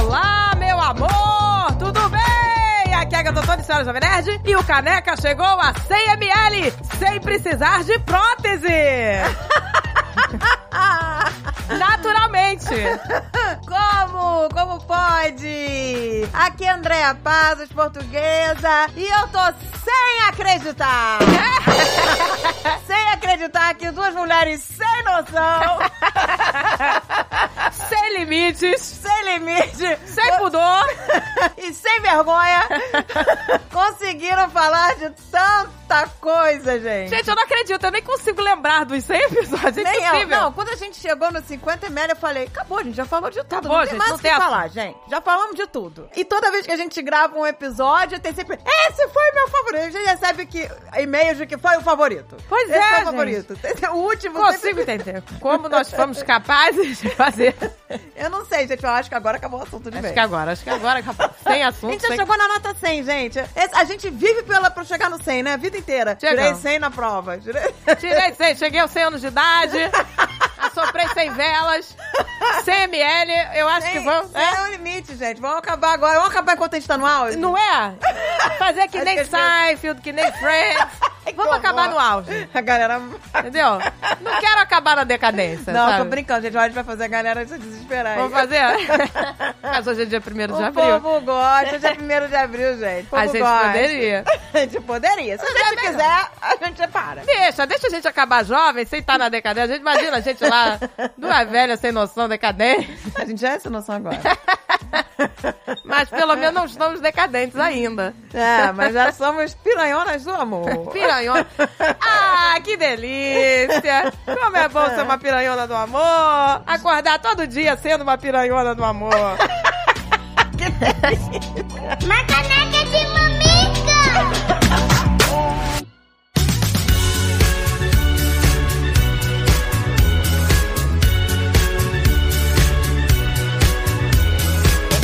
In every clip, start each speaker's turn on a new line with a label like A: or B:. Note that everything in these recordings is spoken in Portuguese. A: Olá, meu amor! Tudo bem? Aqui é a Gatotone, senhora Jovem Nerd, e o Caneca chegou a 100ml sem precisar de prótese! Naturalmente!
B: Como? Como pode? Aqui é Andréa Pazos, portuguesa, e eu tô sem acreditar! sem acreditar que duas mulheres sem noção,
A: Sem limites,
B: sem limite
A: sem pudor,
B: e sem vergonha conseguiram falar de tanta coisa, gente!
A: Gente, eu não acredito, eu nem consigo lembrar dos 100 episódios. É
B: Nem eu.
A: impossível.
B: Não, quando a gente chegou no 50 ml, eu falei, acabou, a gente já falou de tudo.
A: Acabou,
B: não tem
A: gente,
B: mais
A: não
B: o que
A: tem assunto.
B: falar, gente. Já falamos de tudo. E toda vez que a gente grava um episódio, tem sempre, esse foi meu favorito. A gente recebe que, e-mails de que foi o favorito.
A: Pois
B: esse
A: é,
B: foi o
A: gente.
B: favorito. Esse é o último.
A: Não consigo
B: sempre-
A: entender como nós fomos capazes de fazer.
B: Eu não sei, gente. Eu acho que agora acabou o assunto de
A: Acho
B: vez.
A: que agora, acho que agora acabou. Sem
B: A
A: assunto,
B: gente já
A: sem...
B: chegou na nota 100, gente. Esse- a gente vive pela, pra chegar no 100, né? A vida inteira. Tirei
A: Chegamos.
B: 100 na prova. Tirei...
A: né? Tirei 100, cheguei aos 100 anos de idade, assoprei 100 velas, 100 ml, eu acho que vamos...
B: Cem é o limite, gente. Vamos acabar agora. Vamos acabar enquanto a gente tá no auge.
A: Não é? Fazer que
B: Acho
A: nem
B: que é
A: Seinfeld, que nem Friends.
B: Ai, que
A: Vamos acabar
B: horror.
A: no auge,
B: A galera.
A: entendeu? Não quero acabar na decadência,
B: Não, tô
A: sabe?
B: brincando, gente. Olha, a gente vai fazer a galera se desesperar.
A: Vamos
B: aí.
A: fazer? Mas hoje é dia 1 de
B: O
A: abril.
B: povo gosta, hoje é 1 de abril, gente. O povo
A: A gente
B: gosta.
A: poderia.
B: A gente poderia. Se a gente
A: melhor.
B: quiser, a gente para.
A: Deixa, deixa a gente acabar jovem, sem estar na decadência. A gente imagina a gente lá, duas velhas sem noção, decadente.
B: A gente já é essa noção agora.
A: Mas pelo menos não estamos decadentes ainda.
B: É, mas já somos piranhonas do amor.
A: Piranhona. Ah, que delícia! Como é bom ser uma piranhona do amor! Acordar todo dia sendo uma piranhona do amor!
C: Uma caneca de mamica!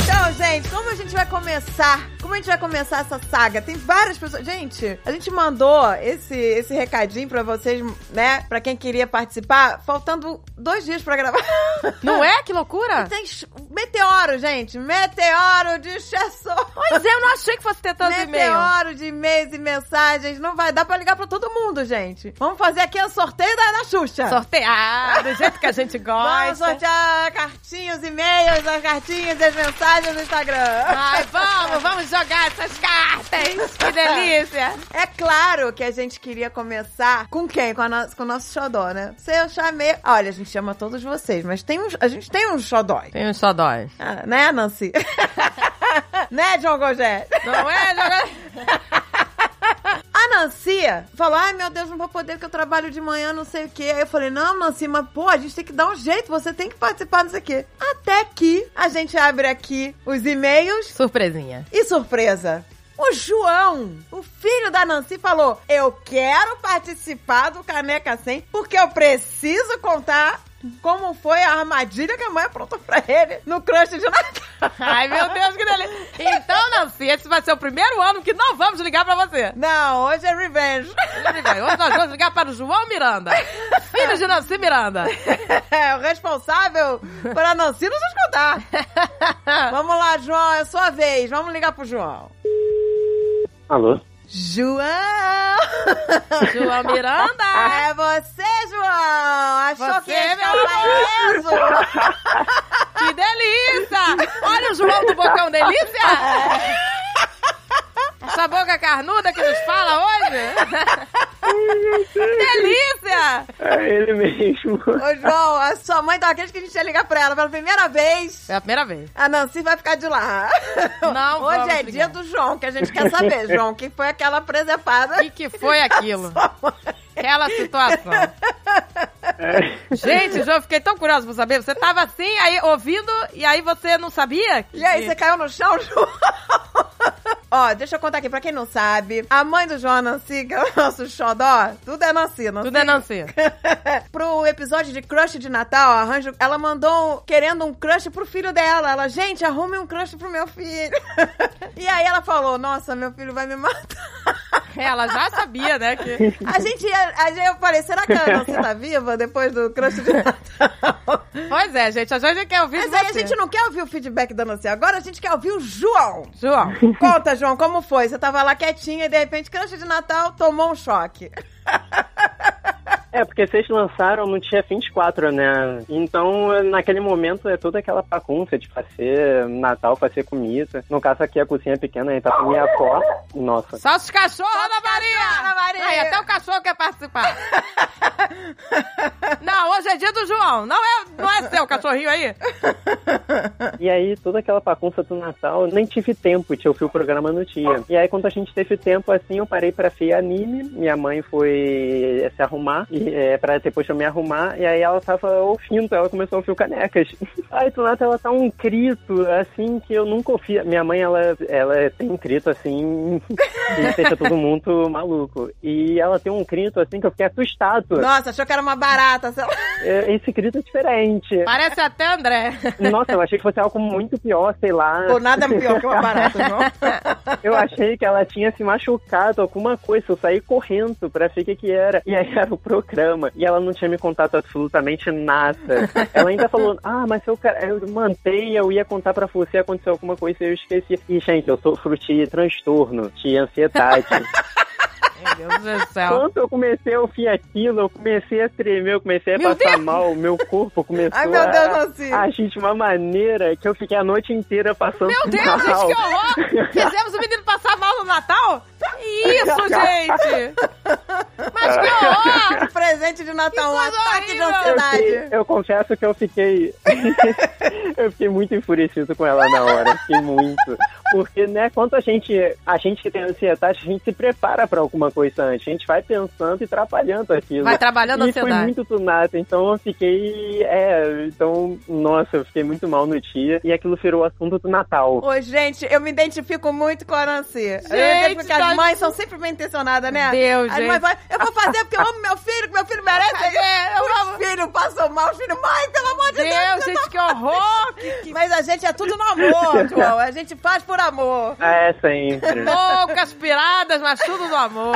B: Então, gente, como a gente vai começar? Como a gente vai começar essa saga? Tem várias pessoas. Gente, a gente mandou esse, esse recadinho pra vocês, né? Pra quem queria participar, faltando dois dias pra gravar.
A: Não é? Que loucura!
B: Tem ch- meteoro, gente. Meteoro de Chessor.
A: Pois é, eu não achei que fosse ter tanto e-mail.
B: Meteoro de e-mails e mensagens. Não vai dar pra ligar pra todo mundo, gente. Vamos fazer aqui o sorteio da Ana Xuxa.
A: Sortear, Ah, do jeito que a gente
B: Vamos
A: gosta.
B: sortear cartinhas, e-mails, as cartinhas e as mensagens no Instagram.
A: Ai, vamos, vamos jogar essas cartas! Que delícia!
B: É claro que a gente queria começar com quem? Com, a no- com o nosso xodó, né? Se eu chamei... Olha, a gente chama todos vocês, mas tem um, a gente tem um xodó.
A: Tem um xodói.
B: Ah, né, Nancy? né, John Gogé?
A: Não é? Jogar...
B: A Nancy falou: ai meu Deus, não vou poder porque eu trabalho de manhã, não sei o quê. Aí eu falei: não, Nancy, mas pô, a gente tem que dar um jeito, você tem que participar, não sei o quê. Até que a gente abre aqui os e-mails
A: Surpresinha.
B: e surpresa. O João, o filho da Nancy, falou: Eu quero participar do Caneca 100 porque eu preciso contar como foi a armadilha que a mãe aprontou pra ele no crush de Natal.
A: Ai, meu Deus, que delícia! Então, Nancy, esse vai ser o primeiro ano que não vamos ligar pra você.
B: Não, hoje é revenge.
A: Hoje nós vamos ligar para o João Miranda, filho de Nancy Miranda.
B: É, o responsável para não se nos escutar. Vamos lá, João, é sua vez. Vamos ligar pro João.
D: Alô?
B: João!
A: João Miranda!
B: É você, João! Achou
A: Você,
B: que ia
A: meu
B: ficar preso?
A: Que delícia! Olha o João do Bocão Delícia! Essa boca carnuda que nos fala hoje! Delícia!
D: É ele mesmo.
B: Ô, João, a sua mãe tava querendo que a gente ia ligar pra ela pela primeira vez.
A: É a primeira vez.
B: A Nancy vai ficar de lá.
A: Não
B: Hoje
A: vamos
B: é dia
A: brigar.
B: do João, que a gente quer saber, João, que foi aquela presepada.
A: O que, que foi aquilo? Aquela situação. É. Gente, João, eu fiquei tão curiosa pra saber. Você tava assim, aí ouvindo, e aí você não sabia?
B: E aí, você caiu no chão, João? Ó, deixa eu contar aqui, pra quem não sabe, a mãe do João Nancy, que é o nosso xodó, tudo é Nancy, Nancy.
A: Tudo é Nancy.
B: pro episódio de crush de Natal, arranjo, ela mandou um- querendo um crush pro filho dela. Ela, gente, arrume um crush pro meu filho. e aí ela falou, nossa, meu filho vai me matar.
A: É, Ela já sabia, né? Que...
B: A gente ia. A gente, eu falei, será que a você tá viva depois do crush de Natal?
A: Pois é, gente. A gente quer ouvir
B: Mas
A: de
B: aí a
A: você.
B: gente não quer ouvir o feedback da Nancy, agora a gente quer ouvir o João.
A: João.
B: Conta, João, como foi? Você tava lá quietinha e de repente, crush de Natal, tomou um choque.
D: É, porque vocês lançaram no dia 24, né? Então, naquele momento, é toda aquela bagunça de fazer Natal, fazer comida. No caso, aqui a cozinha é pequena, aí tá com minha avó. Nossa.
A: Só os cachorros, Ana Maria!
B: cachorros, Ana Maria!
A: Ai, até o cachorro quer participar. não, hoje é dia do João. Não é, não é seu cachorrinho aí?
D: E aí, toda aquela bagunça do Natal, nem tive tempo de ouvir o programa no dia. E aí, quando a gente teve tempo, assim, eu parei pra ver anime. Minha mãe foi eh, se arrumar, e, é, pra depois eu me arrumar. E aí, ela tava ouvindo, ela começou a ouvir o canecas. Aí, do nada, ela tá um grito, assim, que eu nunca ouvi. Minha mãe, ela, ela tem um grito, assim, que deixa todo mundo maluco. E ela tem um grito, assim, que eu fiquei assustado.
B: Nossa, achou que era uma barata, sei lá.
D: É, Esse grito é diferente.
A: Parece até André.
B: É.
D: Nossa, eu achei que fosse algo muito pior, sei lá.
B: Pô, nada pior que uma barata, não.
D: Eu achei que ela tinha se machucado, alguma coisa. Eu saí correndo pra ver o que, que era. E aí era o programa. E ela não tinha me contado absolutamente nada. Ela ainda falou: Ah, mas eu, ca- eu mantei, eu ia contar pra você, aconteceu alguma coisa e eu esqueci. E, gente, eu sofro de transtorno, de ansiedade.
A: Meu Deus do céu.
D: Quando eu comecei a ouvir aquilo, eu comecei a tremer, eu comecei a
A: Meu
D: passar
A: Deus!
D: mal. O meu corpo começou
B: Ai, meu Deus, é
D: a,
B: Nancy.
D: a agir de uma maneira que eu fiquei a noite inteira passando
A: Meu Deus, gente,
D: mal.
A: que horror! Fizemos o menino passar mal no Natal? Isso, gente! Mas que horror!
B: Presente de Natal, um
A: Que coisa
B: ataque de
A: horrível.
D: Eu
B: ansiedade.
D: fiquei- Eu confesso que eu fiquei. eu fiquei muito enfurecido com ela na hora. Fiquei muito. Porque, né, quando a gente. A gente que tem ansiedade, a gente se prepara pra alguma coisa antes. A gente vai pensando e trabalhando aquilo.
A: Vai trabalhando a
D: e foi
A: ansiedade.
D: muito do nada, então eu fiquei. É, então, nossa, eu fiquei muito mal no dia. E aquilo virou o assunto do Natal.
B: Ô, gente, eu me identifico muito com a Nancy. eu
A: Gente,
B: identifico que
A: tá-
B: as mães são sempre bem intencionadas, né?
A: Deus,
B: as
A: gente.
B: mães vão, eu vou fazer porque eu amo meu filho, que meu filho merece.
A: É, eu
B: Os filhos passam mal, os filhos, mãe, pelo amor de Deus.
A: Deus, gente, que horror!
B: Mas a gente é tudo no amor, João. A gente faz por amor.
D: É, sempre.
A: Poucas piradas, mas tudo do amor.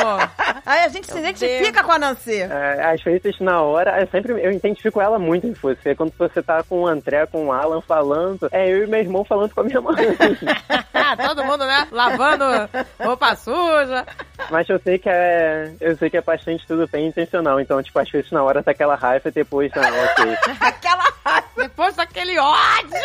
B: Aí a gente se identifica com a Nancy.
D: É, Às vezes, na hora, eu sempre eu identifico ela muito em você. Quando você tá com o André, com o Alan falando, é eu e meu irmão falando com a minha mãe.
A: Todo mundo, né? Lavando roupa suja.
D: Mas eu sei que é. Eu sei que é bastante tudo bem intencional. Então, tipo, às vezes na hora tá aquela raiva e depois não, ok.
B: Aquela raiva.
A: Depois daquele ódio!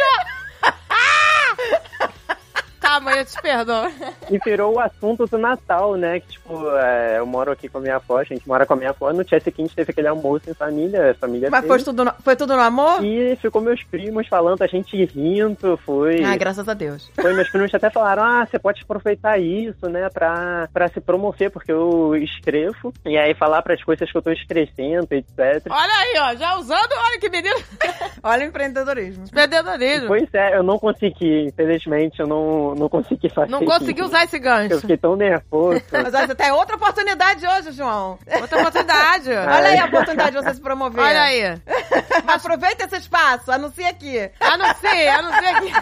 A: Tá, mãe, eu te perdoo.
D: E virou o assunto do Natal, né? Que, tipo, é, eu moro aqui com a minha avó, a gente mora com a minha avó. No dia seguinte teve aquele almoço em família, a família
B: Mas
D: fez.
B: foi tudo no, foi tudo no amor?
D: E ficou meus primos falando, a gente rindo, foi.
B: Ah, graças a Deus.
D: Foi, meus primos até falaram, ah, você pode aproveitar isso, né, pra, pra se promover, porque eu escrevo, e aí falar pras coisas que eu tô escrevendo, etc.
A: Olha aí, ó, já usando, olha que menino
B: Olha o empreendedorismo.
A: empreendedorismo.
D: Pois é, eu não consegui, infelizmente, eu não, não consegui fazer
A: Não conseguiu
D: isso.
A: usar esse
D: Eu
A: gancho.
D: fiquei tão nervoso.
B: Mas olha, você tem outra oportunidade hoje, João.
A: Outra oportunidade.
B: Olha aí a oportunidade de você se promover.
A: Olha aí.
B: Aproveita esse espaço, anuncia aqui.
A: Anuncia, anuncia aqui.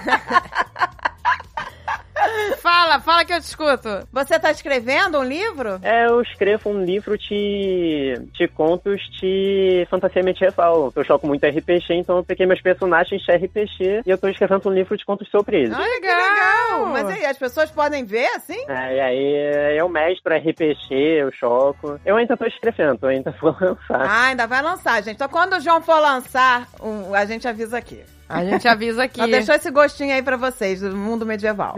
A: Fala, fala que eu te escuto.
B: Você tá escrevendo um livro?
D: É, eu escrevo um livro de, de contos de fantasia medieval. Eu jogo muito RPG, então eu peguei meus personagens de RPG e eu tô escrevendo um livro de contos sobre eles.
A: Olha que
B: Legal!
A: legal.
B: Mas aí, as pessoas podem ver, assim?
D: É, e aí eu mestro RPG, eu choco. Eu ainda tô escrevendo, eu ainda vou lançar.
B: Ah, ainda vai lançar, gente. Então, quando o João for lançar, um, a gente avisa aqui.
A: A gente avisa aqui.
B: Ela deixou esse gostinho aí pra vocês, do mundo medieval.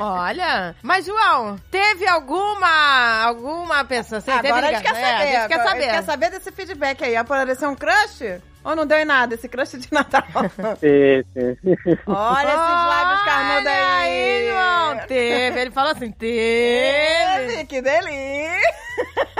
A: Olha, mas João, teve alguma alguma pessoa? Você teve
B: Ah, Agora a gente
A: ligação?
B: quer
A: É,
B: saber.
A: a gente quer
B: agora a
A: saber.
B: quer saber desse feedback aí. Apareceu um crush? Ou não deu em nada esse crush de Natal?
D: Sim, sim.
B: Ah, Olha esses lábios carnudos
A: Olha
B: aí.
A: aí, João, teve. Ele falou assim, teve.
B: Esse, que delícia!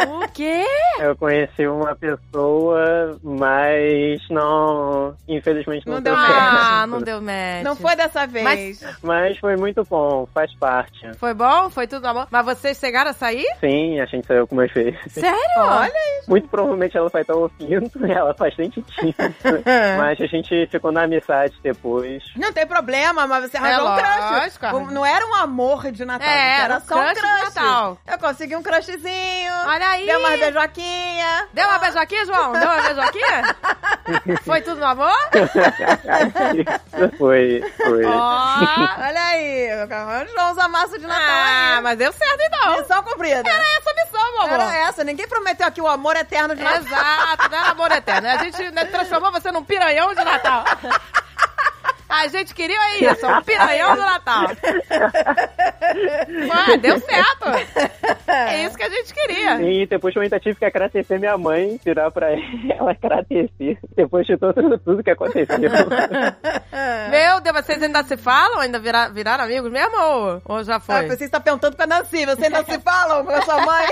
A: o quê?
D: Eu conheci uma pessoa, mas não. Infelizmente não,
B: Não
D: deu
B: deu
D: certo.
A: Ah, não deu match.
B: Não foi dessa vez.
A: Mas-
D: Mas foi muito bom, faz parte.
A: Foi bom? Foi tudo bom? Mas vocês chegaram a sair?
D: Sim, a gente saiu com meus filhos.
A: Sério?
B: Olha aí.
D: Muito provavelmente né? ela vai estar ouvindo, ela faz nem titim. mas a gente ficou na amizade depois.
B: Não tem problema, mas você arranjou um crush.
A: É lógico,
B: Um- Não era um amor de Natal,
A: É,
B: era
A: era
B: só um
A: crush
B: crush.
A: de Natal.
B: Eu consegui um crushzinho.
A: Olha aí.
B: Deu uma beijoquinha.
A: Deu uma beijoquinha, João? Deu uma beijoquinha? Foi tudo no amor?
D: foi, foi.
A: Ó.
B: Olha aí, arranjou uns amassos de Natal.
A: Ah,
B: aí.
A: mas deu certo então.
B: Missão cumprida.
A: Era essa a missão, meu amor.
B: Era essa, ninguém prometeu aqui o amor eterno de Natal.
A: Exato, não era amor eterno. A gente né, transformou você num piranhão de Natal. A gente queria é isso, um piranhão do Natal. Mas deu certo. É isso que a gente queria.
D: E depois eu ainda tive que agradecer minha mãe, tirar pra ela agradecer. Depois de tudo, tudo que aconteceu.
A: Meu Deus, vocês ainda se falam? Ainda vira- viraram amigos mesmo? Ou, ou já
B: Ah,
A: foi?
B: você está perguntando pra Nancy, você ainda se falam com a sua mãe?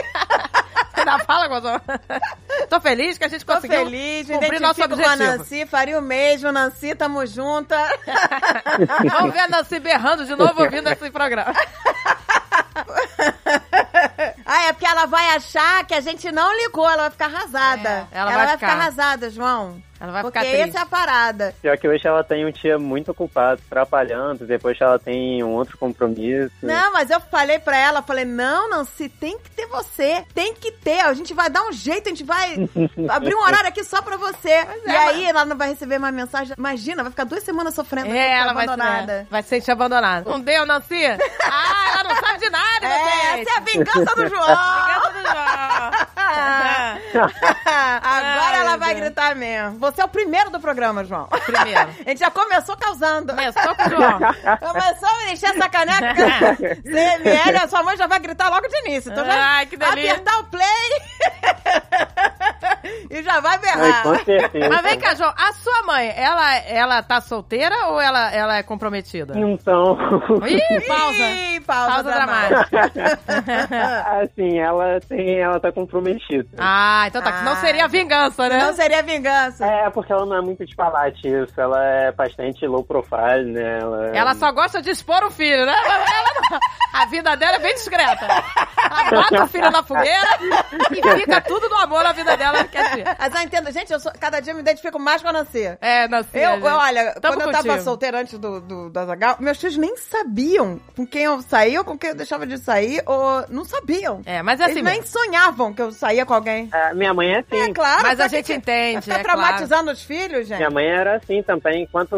A: ainda fala com a sua... Tô feliz que a gente
B: Tô
A: conseguiu
B: feliz, me
A: cumprir nosso
B: identifico com a
A: objetivo.
B: Nancy, faria o mesmo, Nancy, tamo junta.
A: Vamos ver a Nancy berrando de novo ouvindo esse programa.
B: Ah, é porque ela vai achar que a gente não ligou, ela vai ficar arrasada.
A: É, ela vai
B: vai ficar.
A: ficar
B: arrasada, João.
A: Ela vai
B: porque
A: ficar triste.
B: essa é a parada.
D: Pior que hoje ela tem um dia muito ocupado, trabalhando, depois ela tem um outro compromisso.
B: Não, mas eu falei pra ela, falei, não, Nancy, tem que ter você, tem que ter, a gente vai dar um jeito, a gente vai abrir um horário aqui só pra você. e
A: é,
B: aí ela não vai receber mais mensagem, imagina, vai ficar duas semanas sofrendo, vai
A: É,
B: ficar
A: ela vai
B: abandonada.
A: se, vai se sentir abandonada. Não deu, Nancy? Ah, ela não sabe de nada,
B: É,
A: gente.
B: essa é a vingança do João!
A: Vingança do João.
B: Agora
A: Ai,
B: ela
A: meu
B: vai
A: Deus.
B: gritar mesmo. Você é o primeiro do programa, João.
A: Primeiro.
B: A gente já começou causando.
A: Começou com o João.
B: Começou a encher essa caneca. CML, a sua mãe já vai gritar logo de início. Então já
A: Ai, que delícia.
B: apertar o play e já vai
D: Ai, com
B: berrar.
D: certeza.
A: Mas vem cá, João. A sua mãe, ela, ela tá solteira ou ela, ela é comprometida?
D: Então,
A: Ih, pausa.
B: Ih, pausa,
A: Pausa
B: dramática.
A: dramática.
D: assim, ela tem, ela tá comprometida.
A: Ah, então tá.
B: Ah.
A: Não seria vingança, né?
B: Não seria vingança.
D: É, porque ela não é muito de falar disso, ela é bastante low profile, né? Ela,
A: Ela só gosta de expor o filho, né? Ela não- A vida dela é bem discreta. Ela bate o filho na fogueira e fica tudo no amor na vida dela. quietinha.
B: Mas eu entendo, gente, eu sou- cada dia eu me identifico mais com a Nancy.
A: É, não sei.
B: Eu,
A: gente.
B: eu, olha,
A: Tamo
B: quando eu
A: contigo.
B: tava solteira antes do, do, da Zagal, meus filhos nem sabiam com quem eu saía, ou com quem eu deixava de sair, ou não sabiam.
A: É, mas é assim
B: Eles
A: mesmo.
B: nem sonhavam que eu saía com alguém.
D: Ah, minha mãe é assim.
B: É claro,
A: Mas
B: pra
A: a
B: que
A: gente
B: que-
A: entende,
B: Ficar
A: é
B: traumatizando os filhos, gente.
D: Minha mãe era assim também, enquanto.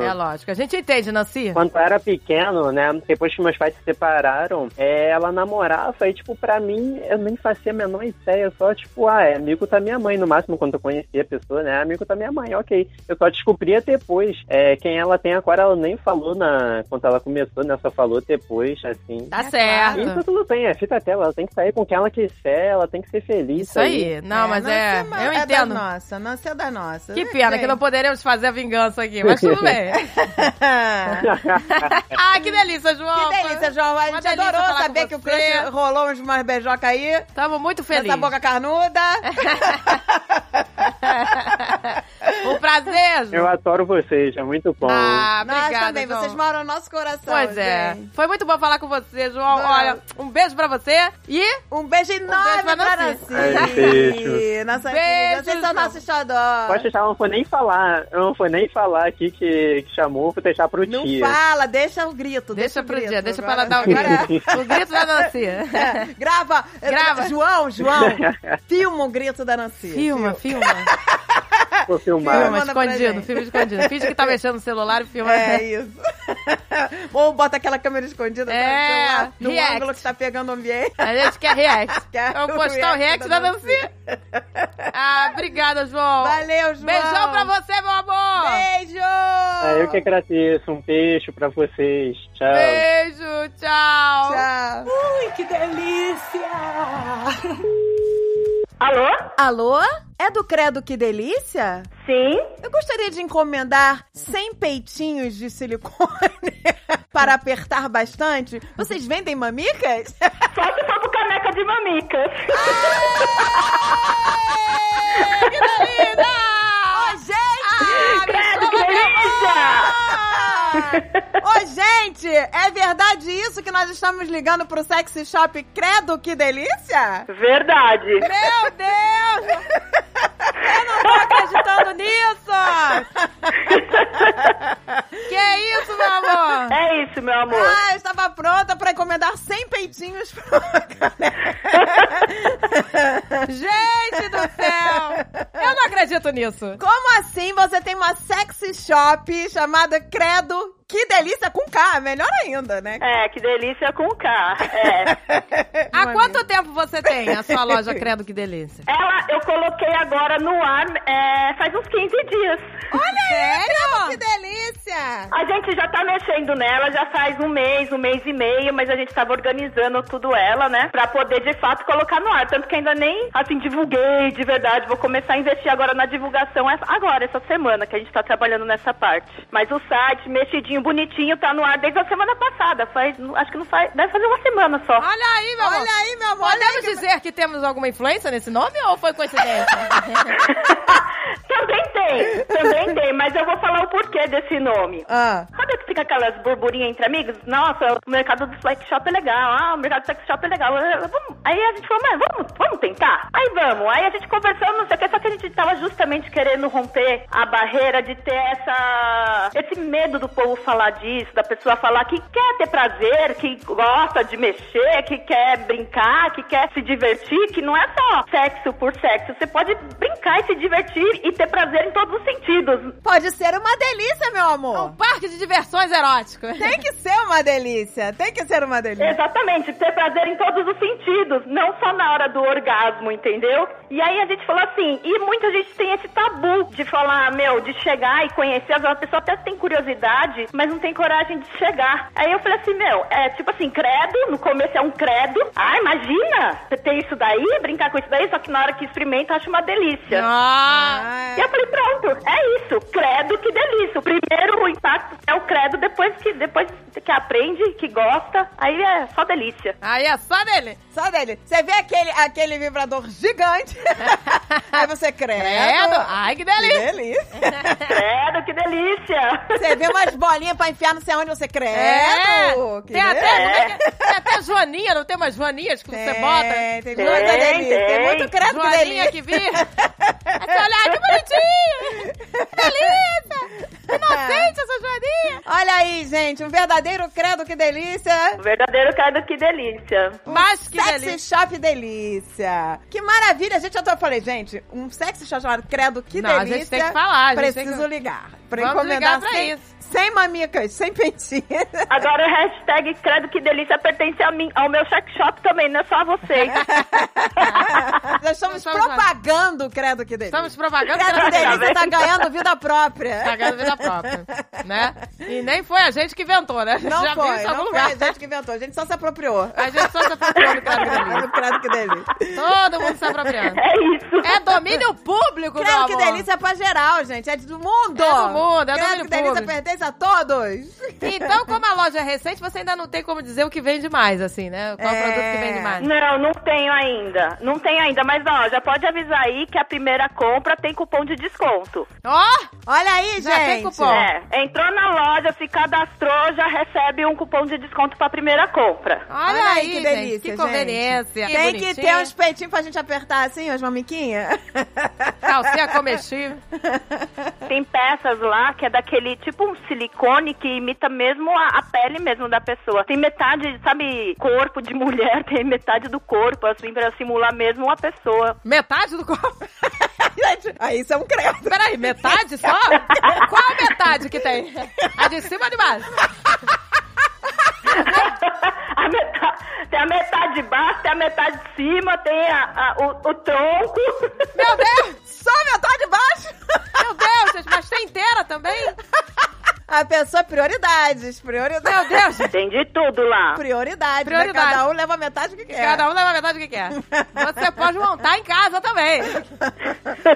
A: É lógico. A gente entende, Nancy.
D: Quando eu era pequeno, né? Depois que meus pais se separaram, é, ela namorava e, tipo, pra mim, eu nem fazia a menor ideia. Só, tipo, ah, é amigo da minha mãe, no máximo, quando eu conhecia a pessoa, né? Amigo da minha mãe, ok. Eu só descobria depois. É, quem ela tem agora, ela nem falou na. Quando ela começou, né? Só falou depois, assim.
A: Tá
B: É
D: Isso
A: certo.
D: tudo bem, é fita dela. Ela tem que sair com quem ela quiser, ela tem que ser feliz.
A: Isso aí. Não, mas é.
B: Nancy ma-
A: Eu
B: é
A: entendo.
B: Da nossa, Nancy é da nossa.
A: Que pena que não poderemos fazer a vingança aqui, mas tudo bem. ah, que delícia, João.
B: que delícia, João. A
A: Uma
B: gente
A: delícia
B: adorou
A: falar com
B: saber que o
A: você.
B: crush rolou uns mais beijoca aí.
A: Tamo muito
B: Feliz.
A: felizes.
B: Essa boca carnuda.
A: Um prazer, João.
D: Eu adoro vocês, é muito bom.
A: Ah,
B: Nós
A: obrigada,
B: também,
A: João.
B: vocês moram no nosso coração.
A: Pois é.
B: gente.
A: Foi muito bom falar com você, João.
B: Bom.
A: Olha, um beijo pra você e
B: Um beijo enorme
A: pra
B: pra
A: Nancy.
B: Nancy.
D: Ai, beijo.
B: Nossa
A: Beijo,
B: querida, vocês são
A: João.
B: nossos xodó.
D: Pode deixar, eu não foi nem falar. Eu não foi nem falar aqui que, que chamou, vou deixar pro
B: Não
D: dia.
B: fala, deixa o grito.
A: deixa,
B: o
A: pro
B: grito
A: dia, deixa pra
B: agora.
A: ela dar o
B: Agora
A: grito. O grito da Nancy.
B: É, grava,
A: Grava.
B: João, João, filma o grito da Nancy.
A: Filma, filma.
D: Vou
A: Filma,
D: filmar.
B: manda pra
A: escondido,
B: gente.
A: filma escondido. Finge que tá mexendo no celular e filma.
B: tá É isso. Ou bota aquela câmera escondida pra
A: É,
B: celular, no
A: react.
B: ângulo que tá pegando o ambiente.
A: A gente quer react.
B: Quer
A: Vamos
B: o
A: postar o react
B: react
A: da
B: da
A: Nancy. Ah, obrigada, João.
B: Valeu, João.
A: Beijão pra você, meu amor.
B: Beijo!
D: Ah, eu que agradeço. Um beijo pra vocês. Tchau.
A: Beijo, tchau.
B: Tchau.
E: Alô?
B: Alô? É do Credo Que Delícia?
E: Sim?
B: Eu gostaria de encomendar 100 peitinhos de silicone para apertar bastante. Vocês vendem mamicas?
E: Só se for pro caneca de mamicas.
A: Que linda!
B: Ô, gente!
E: Credo, que
A: Ah,
E: delícia!
B: Ô, gente, é verdade isso que nós estamos ligando pro Sexy Shop Credo Que Delícia?
E: Verdade.
A: Meu Deus! Eu não tô acreditando nisso!
E: É
B: Ah,
A: vários programas. Gente do céu! Eu não acredito nisso.
B: Como assim você tem uma sexy shop chamada Credo? Que delícia com K, melhor ainda, né?
E: É, que delícia com K. É.
A: Há quanto tempo você tem a sua loja Credo Que Delícia?
E: Ela eu coloquei agora no ar é, faz uns 15 dias.
B: Que
A: Sério?
B: delícia!
E: A gente já tá mexendo nela já faz um mês, um mês e meio, mas a gente tava organizando tudo ela, né? Pra poder de fato colocar no ar. Tanto que ainda nem assim divulguei de verdade. Vou começar a investir agora na divulgação essa- agora, essa semana, que a gente tá trabalhando nessa parte. Mas o site, mexidinho, bonitinho, tá no ar desde a semana passada. Faz, acho que não faz. Deve fazer uma semana só.
A: Olha aí, meu amor.
B: Olha aí, meu amor. olha aí
A: Podemos
B: que-
A: dizer que temos alguma influência nesse nome ou foi coincidência?
E: também tem, também tem, mas eu vou falar o porquê desse nome.
B: Ah.
E: Sabe que fica aquelas burburinhas entre amigos? Nossa, o mercado do sex shop é legal. Ah, o mercado do sex shop é legal. Ah, vamos- Aí a gente falou, mas vamos, vamos tentar? Aí vamos. Aí a gente conversando, não sei o que, só que a gente tava justamente querendo romper a barreira de ter essa... Esse medo do povo falar disso, da pessoa falar que quer ter prazer, que gosta de mexer, que quer brincar, que quer se divertir, que não é só sexo por sexo. Você pode brincar e se divertir e ter prazer em todos os sentidos.
B: Pode ser uma delícia, meu
A: É um
B: amor.
A: parque de diversões erótico.
B: Tem que ser uma delícia. Tem que ser uma delícia.
E: Exatamente, ter prazer em todos os sentidos, não só na hora do orgasmo, entendeu? E aí a gente falou assim, e muita gente tem esse tabu de falar, meu, de chegar e conhecer, a pessoa até tem curiosidade, mas não tem coragem de chegar. Aí eu falei assim, meu, é tipo assim, credo, no começo é um credo, ah, imagina, você ter isso daí, brincar com isso daí, só que na hora que experimenta, acha uma delícia.
A: Ah,
E: E eu falei, pronto, é isso, credo que delícia. O primeiro o impacto é o credo, depois que, depois que aprende, que gosta, aí é só delícia.
A: aí é só dele.
B: Só dele. Você vê aquele, aquele vibrador gigante. Aí você credo.
A: Credo. Ai, que
B: Que
A: delícia.
B: delícia.
E: Credo que delícia!
B: Você vê umas bolinhas pra enfiar não sei onde você credo. Que
A: tem até,
B: delícia.
A: como é que é? tem até Joaninha, não tem umas Joaninhas que você bota?
E: Tem,
B: Tem, muita delícia. Tem,
E: tem.
B: muito credo que
A: Joaninha
B: delícia.
A: que vira. Essa olhada, "Ah, que bonitinha. Delícia. Inocente essa Joaninha.
B: Olha aí, gente. Um verdadeiro credo que delícia.
E: O Um verdadeiro credo que delícia.
A: Mas que
B: sexy
A: delícia.
B: shop delícia. Que maravilha, gente. Eu tô, eu falei, gente, um sexy shop chamado Credo Que
A: Não, a
B: Delícia.
A: gente tem que falar, a gente tem
B: Preciso
A: que-
B: ligar. Pra
A: Vamos
B: encomendar assim.
A: ligar pra
B: sem,
A: isso.
B: sem mamicas, sem pentinha.
E: Agora o hashtag credo que delícia pertence a mim, ao meu check shop também, não é só a vocês.
B: Nós estamos
A: Estamos
B: propagando o Credo Que Delícia.
A: Estamos propagando
B: Credo Que
A: que ela
B: Delícia tá ganhando vida própria.
A: Pagando Tá vida própria, né? E nem foi a gente que inventou, né?
B: Não
A: Já viu
B: foi,
A: isso em
B: não
A: algum
B: foi a
A: lugar.
B: gente que inventou. A gente só se apropriou.
A: A gente só se apropriando do Credo que
B: Do Credo
A: delícia.
B: Que Delícia.
A: Todo mundo se apropriando.
E: É isso.
A: É domínio público, meu
B: Credo
A: amor.
B: Que Delícia é pra geral, gente. É do mundo.
A: É do mundo, é do
B: Credo
A: mundo
B: Que Delícia
A: público.
B: pertence a todos.
A: Então, como a loja é recente, você ainda não tem como dizer o que vende mais, assim, né? Qual
B: É.
A: produto que vende mais.
E: Não, não tenho ainda. Não tenho ainda, mas ó, já pode avisar aí que a primeira compra tem cupom de desconto.
A: Ó!
B: Olha aí,
A: Já tem
B: gente.
A: cupom. Bom.
E: É, entrou na loja, se cadastrou, já recebe um cupom de desconto pra primeira compra.
A: olha,
B: Olha
A: aí,
B: aí, que
A: gente,
B: delícia,
A: Que
B: gente.
A: conveniência.
B: Tem que ter uns
A: uns
B: peitinhos pra gente apertar assim, as mamiquinhas.
A: calcinha comestível.
E: Tem peças lá que é daquele tipo um silicone que imita mesmo a, a pele mesmo da pessoa. Tem metade, sabe, corpo de mulher, tem metade do corpo, assim, pra simular mesmo uma pessoa.
A: Metade do corpo? ah,
B: gente, aí isso é um credo.
A: Peraí, metade só? Qual metade que tem? A de cima ou de baixo?
E: a metade, tem a metade de baixo, tem a metade de cima, tem a, a- o, o tronco.
A: Meu Deus!
B: Só metade de baixo.
A: Meu Deus, gente, mas tem inteira também?
B: A pessoa, prioridades,
A: Meu
B: prioridades.
A: Deus! gente.
E: tem de tudo lá.
B: Prioridades, né?
A: Prioridade.
B: Cada um leva metade do que quer.
A: Cada um leva a metade do que quer. Você pode montar em casa também.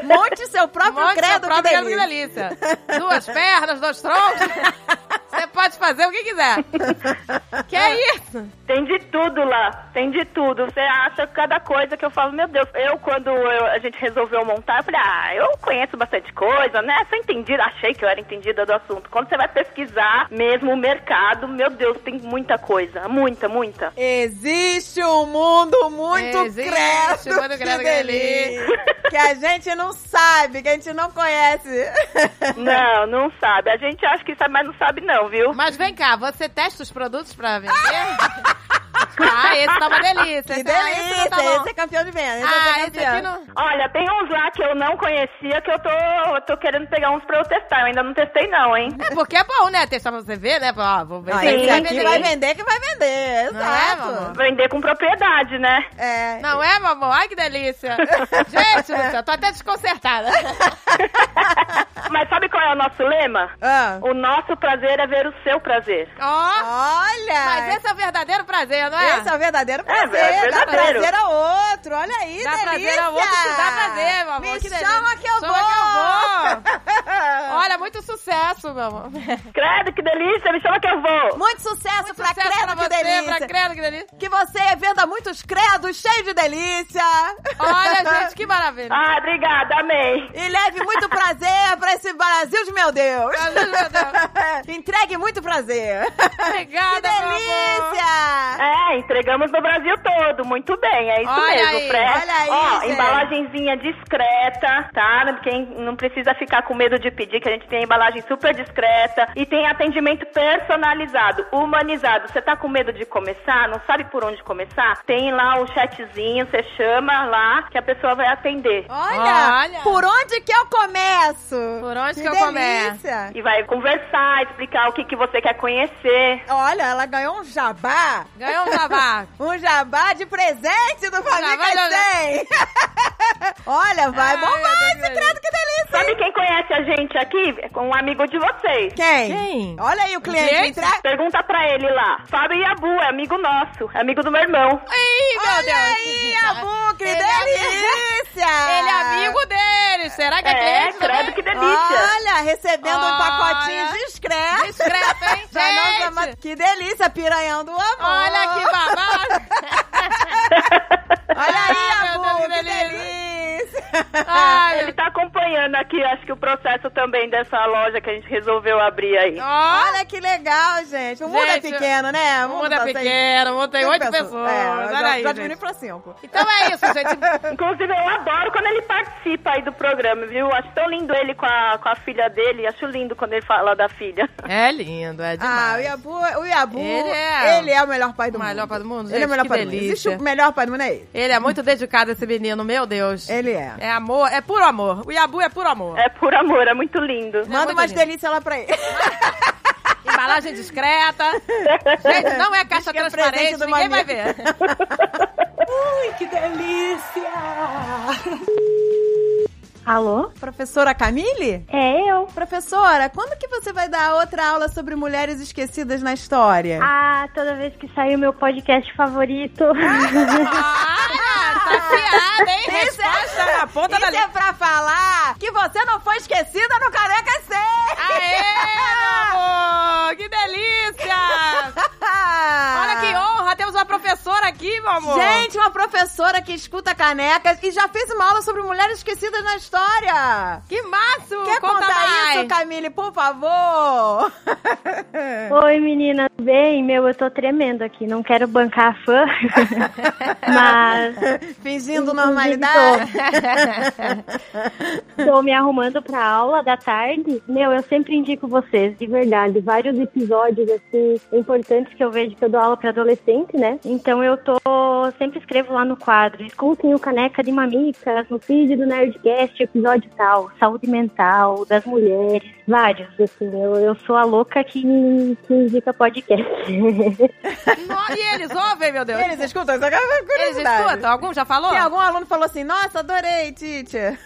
B: Monte seu próprio
A: Monte
B: credo.
A: seu
B: que
A: próprio credo que
B: delícia.
A: delícia. Duas pernas, dois troncos. Você pode fazer o que quiser. Que é isso?
E: Tem de tudo lá, tem de tudo. Você acha cada coisa que eu falo, meu Deus, eu quando eu- a gente resolveu montar, eu falei, ah, eu conheço bastante coisa, né? Sou entendida, achei que eu era entendida do assunto. Quando você vai pesquisar mesmo o mercado, meu Deus, tem muita coisa, muita, muita.
B: Existe um mundo muito
A: Existe
B: credo.
A: um mundo credo que é delícia.
B: Que a gente não sabe, que a gente não conhece.
E: Não, não sabe. A gente acha que sabe, mas não sabe não, viu?
A: Mas vem cá, você testa os produtos pra vender? Ah, esse tá uma delícia.
B: Que
A: esse- ah, esse
B: delícia!
A: não tá bom.
B: Esse é campeão de venda. Esse
A: Ah,
B: é
A: esse
B: campeão.
A: aqui não...
E: Olha, tem uns lá que eu não conhecia que eu tô, eu tô querendo pegar uns pra eu testar. Eu ainda não testei, não, hein?
A: É porque é bom, né? Testar pra você ver, né? Ó, vou ver
B: Não,
A: se
E: Sim,
B: esse
A: vai
B: aqui
A: vender. né?
B: vai vender que vai vender,
A: é Não é,
B: exato.
A: mamãe?
E: Vender com propriedade, né?
B: É.
A: Não é, mamão? Ai, que delícia. Gente do céu, tô até desconcertada.
E: Mas sabe qual é o nosso lema?
B: Ah.
E: O nosso prazer é ver o seu prazer.
A: Ó,
B: Olha!
A: mas esse é o verdadeiro prazer, não é?
B: Esse é o verdadeiro prazer.
E: é
B: Dá
E: verdadeiro.
B: prazer a outro. Olha aí,
A: Dá
B: delícia.
A: prazer ao outro, que dá prazer, meu amor.
B: Me
A: que delícia.
B: chama que eu
A: Chama
B: vou.
A: que eu vou. Olha, muito sucesso, meu amor.
E: Credo, que delícia! Me chama que eu vou!
B: Muito sucesso pra
A: sucesso
B: Credo,
A: pra
B: que
A: você,
B: delícia.
A: pra credo, que delícia.
B: Que você venda muitos credos, cheio de delícia.
A: Olha, gente, que maravilha.
E: Ah, obrigada, amém!
B: E leve muito prazer pra esse Brasil de meu Deus.
A: Brasil de meu Deus.
B: Entregue muito prazer. que
A: Obrigada, meu amor.
B: delícia.
E: É, entregamos no Brasil todo, muito bem, é isso
A: Olha
E: mesmo,
A: aí,
E: Fred.
B: olha aí,
E: Ó,
B: Zé.
E: embalagenzinha discreta, tá? Quem não precisa ficar com medo de pedir, que a gente tem a embalagem super discreta e tem atendimento personalizado, humanizado. Você tá com medo de começar, não sabe por onde começar? Tem lá o chatzinho, você chama lá que a pessoa vai atender.
B: Olha,
A: Olha.
B: por onde que eu começo?
A: Por onde que eu
B: delícia.
E: E vai conversar, explicar o que, que você quer conhecer.
B: Olha, ela ganhou um jabá.
A: Ganhou um jabá. Um
B: Um jabá de presente do
A: Jabá
B: Família
A: de-
B: 100. Olha, vai
A: Ai,
B: bombar
A: meu Deus,
B: esse
A: meu
B: credo, que delícia.
E: Sabe quem conhece a gente aqui? É Um amigo de vocês.
B: Quem?
A: Quem?
B: Olha aí o cliente.
A: Gente.
B: Entra...
E: Pergunta pra ele lá. Fábio Iabu é amigo nosso, é amigo do meu irmão.
A: Ih, meu
B: Olha
A: Deus.
B: aí, Abucre,
A: Ele é
B: delícia.
A: Ele é amigo deles. Será que é,
E: É,
A: cliente também?
E: credo que delícia.
B: Olha, recebendo um
A: Olha.
B: pacotinho discreto.
A: Discreto, hein,
B: Já não
A: gente?
B: chama- Que delícia, piranhão do amor.
A: Olha que babado.
B: Olha aí,
A: Ai, meu
B: Abu,
A: Deus,
B: que
A: que delícia.
B: delícia.
A: Ai,
E: Ele tá acompanhando aqui, acho que o processo também dessa loja que a gente resolveu abrir aí.
A: ó.
B: Olha que legal, gente. O mundo é
A: Gente,
B: pequeno, né?
A: O mundo
B: só
A: é
B: tem-
A: pequeno, o mundo tem
B: cinco
A: oito pessoas.
B: É,
A: Olha
B: já,
A: aí,
B: já
A: gente.
B: diminui pra cinco.
A: Então é isso, gente.
E: Inclusive, eu adoro quando ele participa aí do programa, viu? Acho tão lindo ele com a, com a filha dele, acho lindo quando ele fala da filha.
A: É lindo, é
B: Ah, o
A: demais.
B: Iabu, o Iabu,
A: Ele é-
B: ele é o melhor pai do
A: O
B: mundo.
A: melhor pai do mundo,
B: Ele é
A: gente,
B: o melhor
A: que
B: pai do mundo.
A: delícia.
B: Existe o melhor pai do mundo, é ele.
A: Ele é muito dedicado, esse menino, meu Deus.
B: Ele é.
A: É amor, é puro amor. O Iabu é puro amor.
E: É por amor, é muito lindo.
B: Manda
A: muito
B: umas
A: lindo.
B: delícias lá pra ele.
A: Embalagem discreta. Gente, não é
B: Diz
A: caixa
B: que é
A: transparente,
B: presente do
A: ninguém vai ver.
B: Mamita. Ui, que delícia!
F: Alô?
B: Professora Camille?
F: É eu?
B: Professora, quando que você vai dar outra aula sobre mulheres esquecidas na história?
F: Ah, toda vez que sair o meu podcast favorito.
A: Olha, tá fiada, hein?
F: é
A: Resposta na ponta da
B: Isso é
A: língua.
B: pra falar que você não foi esquecida no Careca 100!
A: Aê, meu amor! Que delícia! Olha que honra, temos uma professora aqui, meu amor.
B: Gente, uma professora que escuta canecas e já fez uma aula sobre mulheres esquecidas na história.
A: que máximo!
B: Quer
A: Conta
B: contar
A: mais.
B: isso, Camille, por favor?
F: Oi, menina, tudo bem? Meu, eu tô tremendo aqui, não quero bancar a fã, mas
B: Fingindo normalidade.
F: tô me arrumando pra aula da tarde. Meu, eu sempre indico vocês, de verdade, vários episódios, assim, importantes que eu vejo que eu dou aula pra adolescente, né? Então eu tô, sempre escrevo lá no quadro, escutem o Caneca de Mamicas, no feed do Nerdcast, episódio tal, saúde mental, das mulheres, vários, assim, eu, eu sou a louca que, que indica podcast.
A: No- E eles ouvem, meu Deus?
B: Eles escutam? Isso aqui é uma
A: Eles
B: curiosidade.
A: escutam? Algum já falou?
B: Tem algum aluno que falou assim, nossa, adorei, teacher.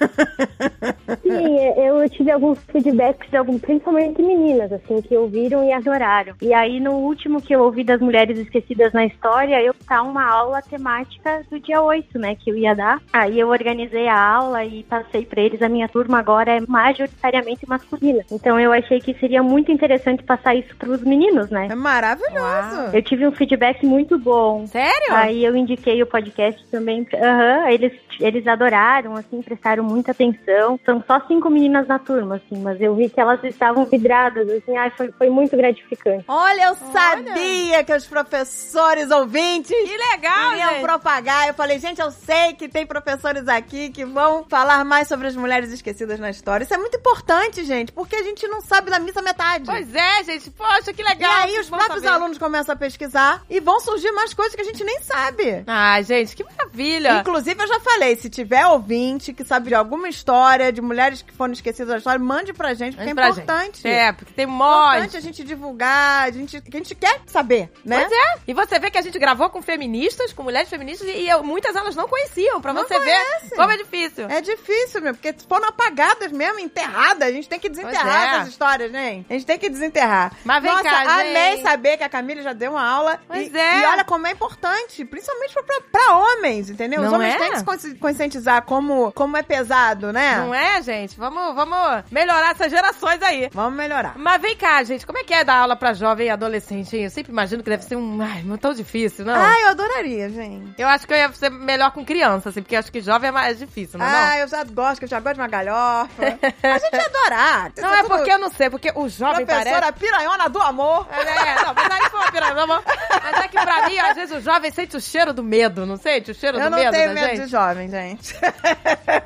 F: Sim, eu tive alguns feedbacks de algum, principalmente meninas, assim, que ouviram e adoraram. E aí, no último que eu ouvi das mulheres esquecidas na história, eu tá uma aula temática do dia 8, né, que eu ia dar. Aí eu organizei a aula e passei pra eles. A minha turma agora é majoritariamente masculina. Então eu achei que seria muito interessante passar isso pros meninos, né?
B: É maravilhoso.
F: Eu tive um feedback muito bom.
A: Sério?
F: Aí eu indiquei o podcast também. pra- Aham, eles, eles adoraram, assim, prestaram muita atenção. São só cinco meninas na turma, assim, mas eu vi que elas estavam vidradas, assim, ai, foi, foi muito gratificante.
B: Olha, eu sabia que os professores ouvintes
A: Que legal,
B: iam
A: gente.
B: propagar. Eu falei, gente, eu sei que tem professores aqui que vão falar mais sobre as mulheres esquecidas na história. Isso é muito importante, gente, porque a gente não sabe da missa metade.
A: Pois é, gente. Poxa, que
B: e
A: legal.
B: aí
A: que
B: os
A: bom. bom
B: Aí
A: saber.
B: os alunos começam a pesquisar e vão surgir mais coisas que a gente nem sabe.
A: Ai, Ah, gente, que maravilha.
B: Inclusive, eu já falei, se tiver ouvinte que sabe de alguma história, de mulheres que foram esquecidas da história, mande pra gente, porque
A: Vem
B: é
A: pra gente.
B: importante.
A: É, porque tem
B: importante
A: morte.
B: a gente divulgar, a gente, que a gente quer saber, né?
A: Pois é. E você vê que a gente gravou com feministas, com mulheres feministas, e eu- muitas elas não conheciam, pra
B: Não
A: você ver como é difícil.
B: É difícil, meu, porque foram apagadas mesmo, enterradas. A gente tem que
A: Pois
B: desenterrar
A: é.
B: essas histórias, né? A gente tem que desenterrar.
A: Mas vem
B: Nossa,
A: cá,
B: amei
A: gente.
B: saber que a Camila já deu uma aula.
A: Pois
B: e,
A: é.
B: e olha como é importante, principalmente pra, pra- pra homens, entendeu? Os
A: Não
B: homens
A: é?
B: têm que se consci- conscientizar como, como é pesado, né?
A: Não é, gente? Vamos, vamos melhorar essas gerações aí.
B: Vamos melhorar.
A: Mas vem cá, gente, como é que é dar aula pra jovem e adolescente? hein? Eu sempre imagino que deve ser um. Ai, não tão difícil, não. é
B: Ah, eu adoraria, gente.
A: Eu acho que eu ia ser melhor com criança, assim, porque eu acho que jovem é mais difícil, não é?
B: ah, eu já gosto, que eu já gosto de uma galhofa. Ah, a gente ia adorar. tá
A: Não, não é porque eu não sei, porque o jovem parece.
B: Professora é piranhona do amor.
A: É, não, mas aí foi uma piranha, vamos. Mas é que pra mim, às vezes, o jovem sente o cheiro do medo, não sente? O cheiro
B: Eu
A: do
B: não
A: medo,
B: tenho
A: né,
B: medo de
A: gente?
B: jovem, gente.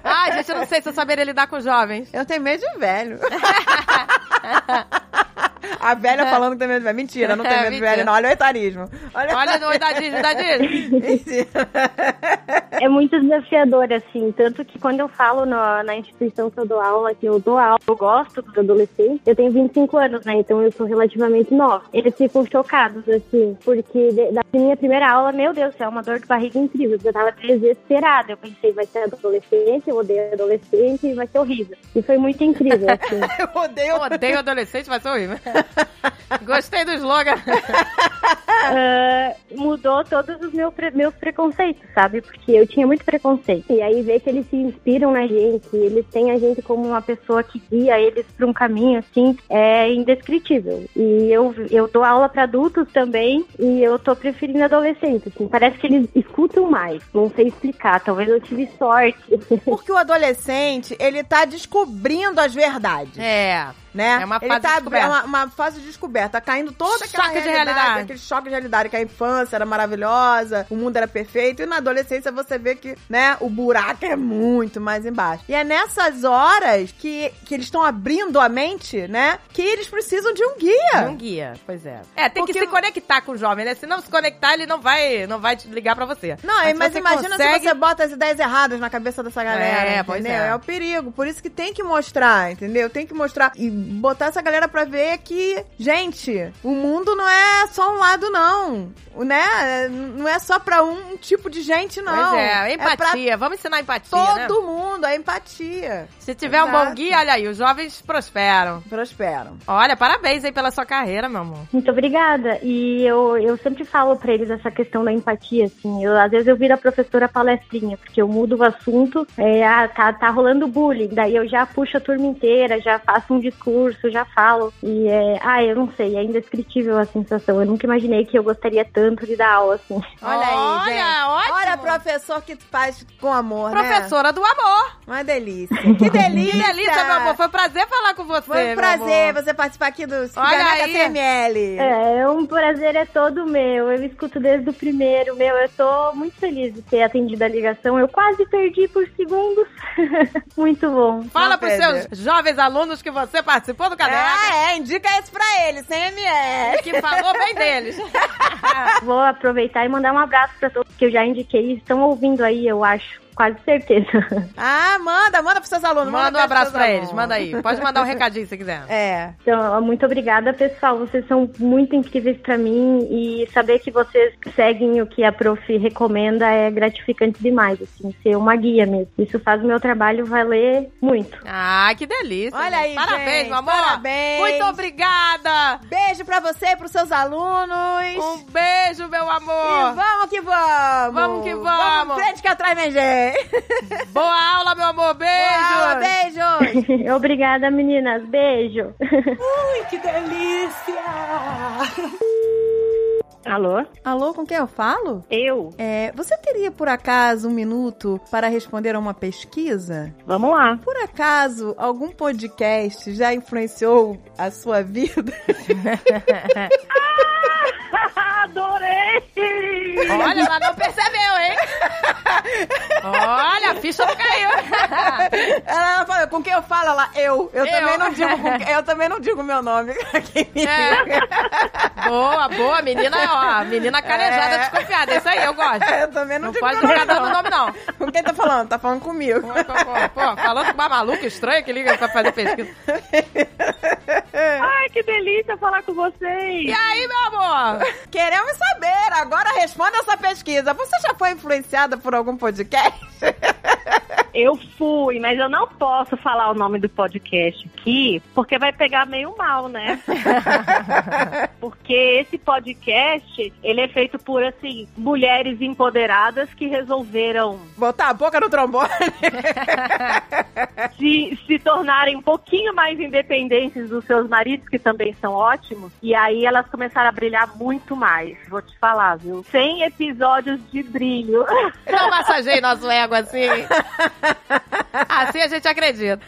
A: Ai, gente, eu não sei se eu saberia lidar com jovens.
B: Eu tenho medo de velho. A velha falando que tem medo de velho. Mentira, não tem
A: É,
B: medo de
A: mentira.
B: velho, não. Olha o etarismo. Olha,
A: Olha, não, idadinho, idadinho.
F: É muito desafiador, assim. Tanto que quando eu falo na, na instituição que eu dou aula, que eu dou aula, eu gosto dos adolescentes, eu tenho 25 anos, né? Então eu sou relativamente nova. Eles ficam chocados, assim, porque de- da minha primeira aula, meu Deus, do céu, é uma dor de barriga incrível. Eu tava desesperada. Eu pensei, vai ser adolescente, eu odeio adolescente, vai ser horrível. E foi muito incrível, assim.
B: eu odeio.
A: Eu odeio adolescente, mas sou horrível. Gostei do slogan.
F: Ah, mudou todos os meu pre- meus preconceitos, sabe? Porque eu tinha muito preconceito. E aí ver que eles se inspiram na gente, eles têm a gente como uma pessoa que guia eles para um caminho assim, é indescritível. E eu, eu dou aula para adultos também e eu tô preferindo adolescentes, assim. Parece que eles escutam mais, não sei explicar, talvez eu tive sorte.
B: Porque o adolescente, ele tá descobrindo as verdades,
A: É.
B: né?
A: É uma
B: ele
A: fase
B: tá,
A: de descoberta.
B: É uma, uma fase de descoberta. Tá caindo toda aquela
A: Choque de
B: realidade,
A: realidade.
B: Aquele choque de realidade, que a infância era maravilhosa, o mundo era perfeito. E na adolescência você vê que, né, o buraco é muito mais embaixo. E é nessas horas que, que eles estão abrindo a mente, né, que eles precisam de um guia.
A: Não guia, pois é. É, tem que
B: Porque-
A: se conectar com o jovem, né? Se não se conectar, ele não vai, não vai te ligar pra você.
B: Não, mas,
A: se você
B: imagina
A: consegue-
B: se você bota as ideias erradas na cabeça dessa galera.
A: É,
B: entendeu?
A: pois é.
B: é. o perigo. Por isso que tem que mostrar, entendeu? Tem que mostrar e botar essa galera pra ver que, gente, o mundo não é só um lado, não. O- Né? É, Não é só pra um tipo de gente, não.
A: Pois é,
B: pra
A: empatia. Vamos ensinar empatia, né?
B: todo mundo, a empatia.
A: Se tiver um bom
B: Exato.
A: guia, olha aí, os jovens prosperam.
B: Prosperam.
A: Olha, parabéns aí pela sua carreira, meu amor.
F: Muito obrigada. E eu, eu sempre falo pra eles essa questão da empatia, assim. Eu, às vezes eu viro a professora palestrinha, porque eu mudo o assunto, é, ah, tá, tá rolando bullying. Daí eu já puxo a turma inteira, já faço um discurso, já falo. E é, ah, eu não sei, é indescritível a sensação. Eu nunca imaginei que eu gostaria tanto de dar aula, assim.
B: Olha aí,
A: Olha,
B: gente.
A: ótimo.
B: Olha, professor que faz com amor, né?
A: Professora do amor.
B: Uma delícia. Que delícia.
A: Que delícia, meu amor. Foi um prazer falar com você.
B: Foi um
A: meu
B: prazer
A: amor.
B: você participar aqui do
A: Olha
B: Ciganeca
A: aí.
B: CML.
F: É, um prazer é todo meu. Eu escuto desde o primeiro, meu. Eu tô muito feliz de ter atendido a ligação. Eu quase perdi por segundos. muito bom.
A: Fala
B: Não,
A: pros
B: Pedro.
A: seus jovens alunos que você participou do caderno.
B: Ah, é, indica esse pra ele, CML.
A: Que falou bem deles.
F: Vou aproveitar e mandar um abraço pra todos que eu já indiquei. Estão ouvindo aí, eu acho. Quase certeza.
B: Ah, manda, manda pros seus alunos.
A: Manda um
B: pros
A: abraço
B: seus
A: pra
B: alunos.
A: eles, manda aí. Pode mandar um recadinho se quiser.
B: É.
F: Então, muito obrigada, pessoal. Vocês são muito incríveis pra mim e saber que vocês seguem o que a prof recomenda é gratificante demais, assim, ser uma guia mesmo. Isso faz o meu trabalho valer muito.
A: Ah, que delícia.
B: Olha aí,
A: Parabéns,
B: gente,
A: meu amor.
B: parabéns.
A: Muito obrigada.
B: Beijo pra você e pros seus alunos.
A: Um beijo, meu
B: E
A: amor.
B: vamos que vamos.
A: Vamos que vamos.
B: Vamos em frente que atrás vem gente.
A: Boa aula, meu amor. Beijo.
B: Boa, Beijos.
F: obrigada, meninas. Beijo.
B: Ui, que delícia.
G: Alô?
B: Alô, com quem eu falo?
G: Eu?
B: É, você teria por acaso um minuto para responder a uma pesquisa?
G: Vamos lá.
B: Por acaso, algum podcast já influenciou a sua vida?
G: Ah,
H: Adorei!
A: Olha, ela não percebeu, hein? Olha, a ficha não caiu.
B: Ela, ela fala, com quem eu falo? Ela, eu. Eu,
A: Eu.
B: também não digo com quem- eu também não digo meu nome. Quem me
A: É. Boa, boa, menina, ó, menina carejada,
B: É.
A: desconfiada, isso aí, eu gosto.
B: Eu também não,
A: Não
B: digo
A: pode
B: meu
A: ficar dando nome, não.
B: Com quem tá falando? Tá falando comigo.
A: Pô, pô, pô, pô, falando com uma maluca estranha que liga pra fazer pesquisa.
H: Ai, que delícia falar com
A: E
H: vocês!
A: aí, meu amor?
B: Queremos saber. Agora responda essa pesquisa. Você já foi influenciada por algum podcast?
H: Eu fui, mas eu não posso falar o nome do podcast aqui, porque vai pegar meio mal, né? porque esse podcast, ele é feito por, assim, mulheres empoderadas que resolveram
B: Botar a boca no trombone.
H: se, se tornarem um pouquinho mais independentes dos seus maridos, que também são ótimos. E aí elas começaram a brilhar muito mais. Vou te falar, viu? 100 episódios de brilho.
A: Não massageie Então, nosso ego assim. Assim a gente acredita.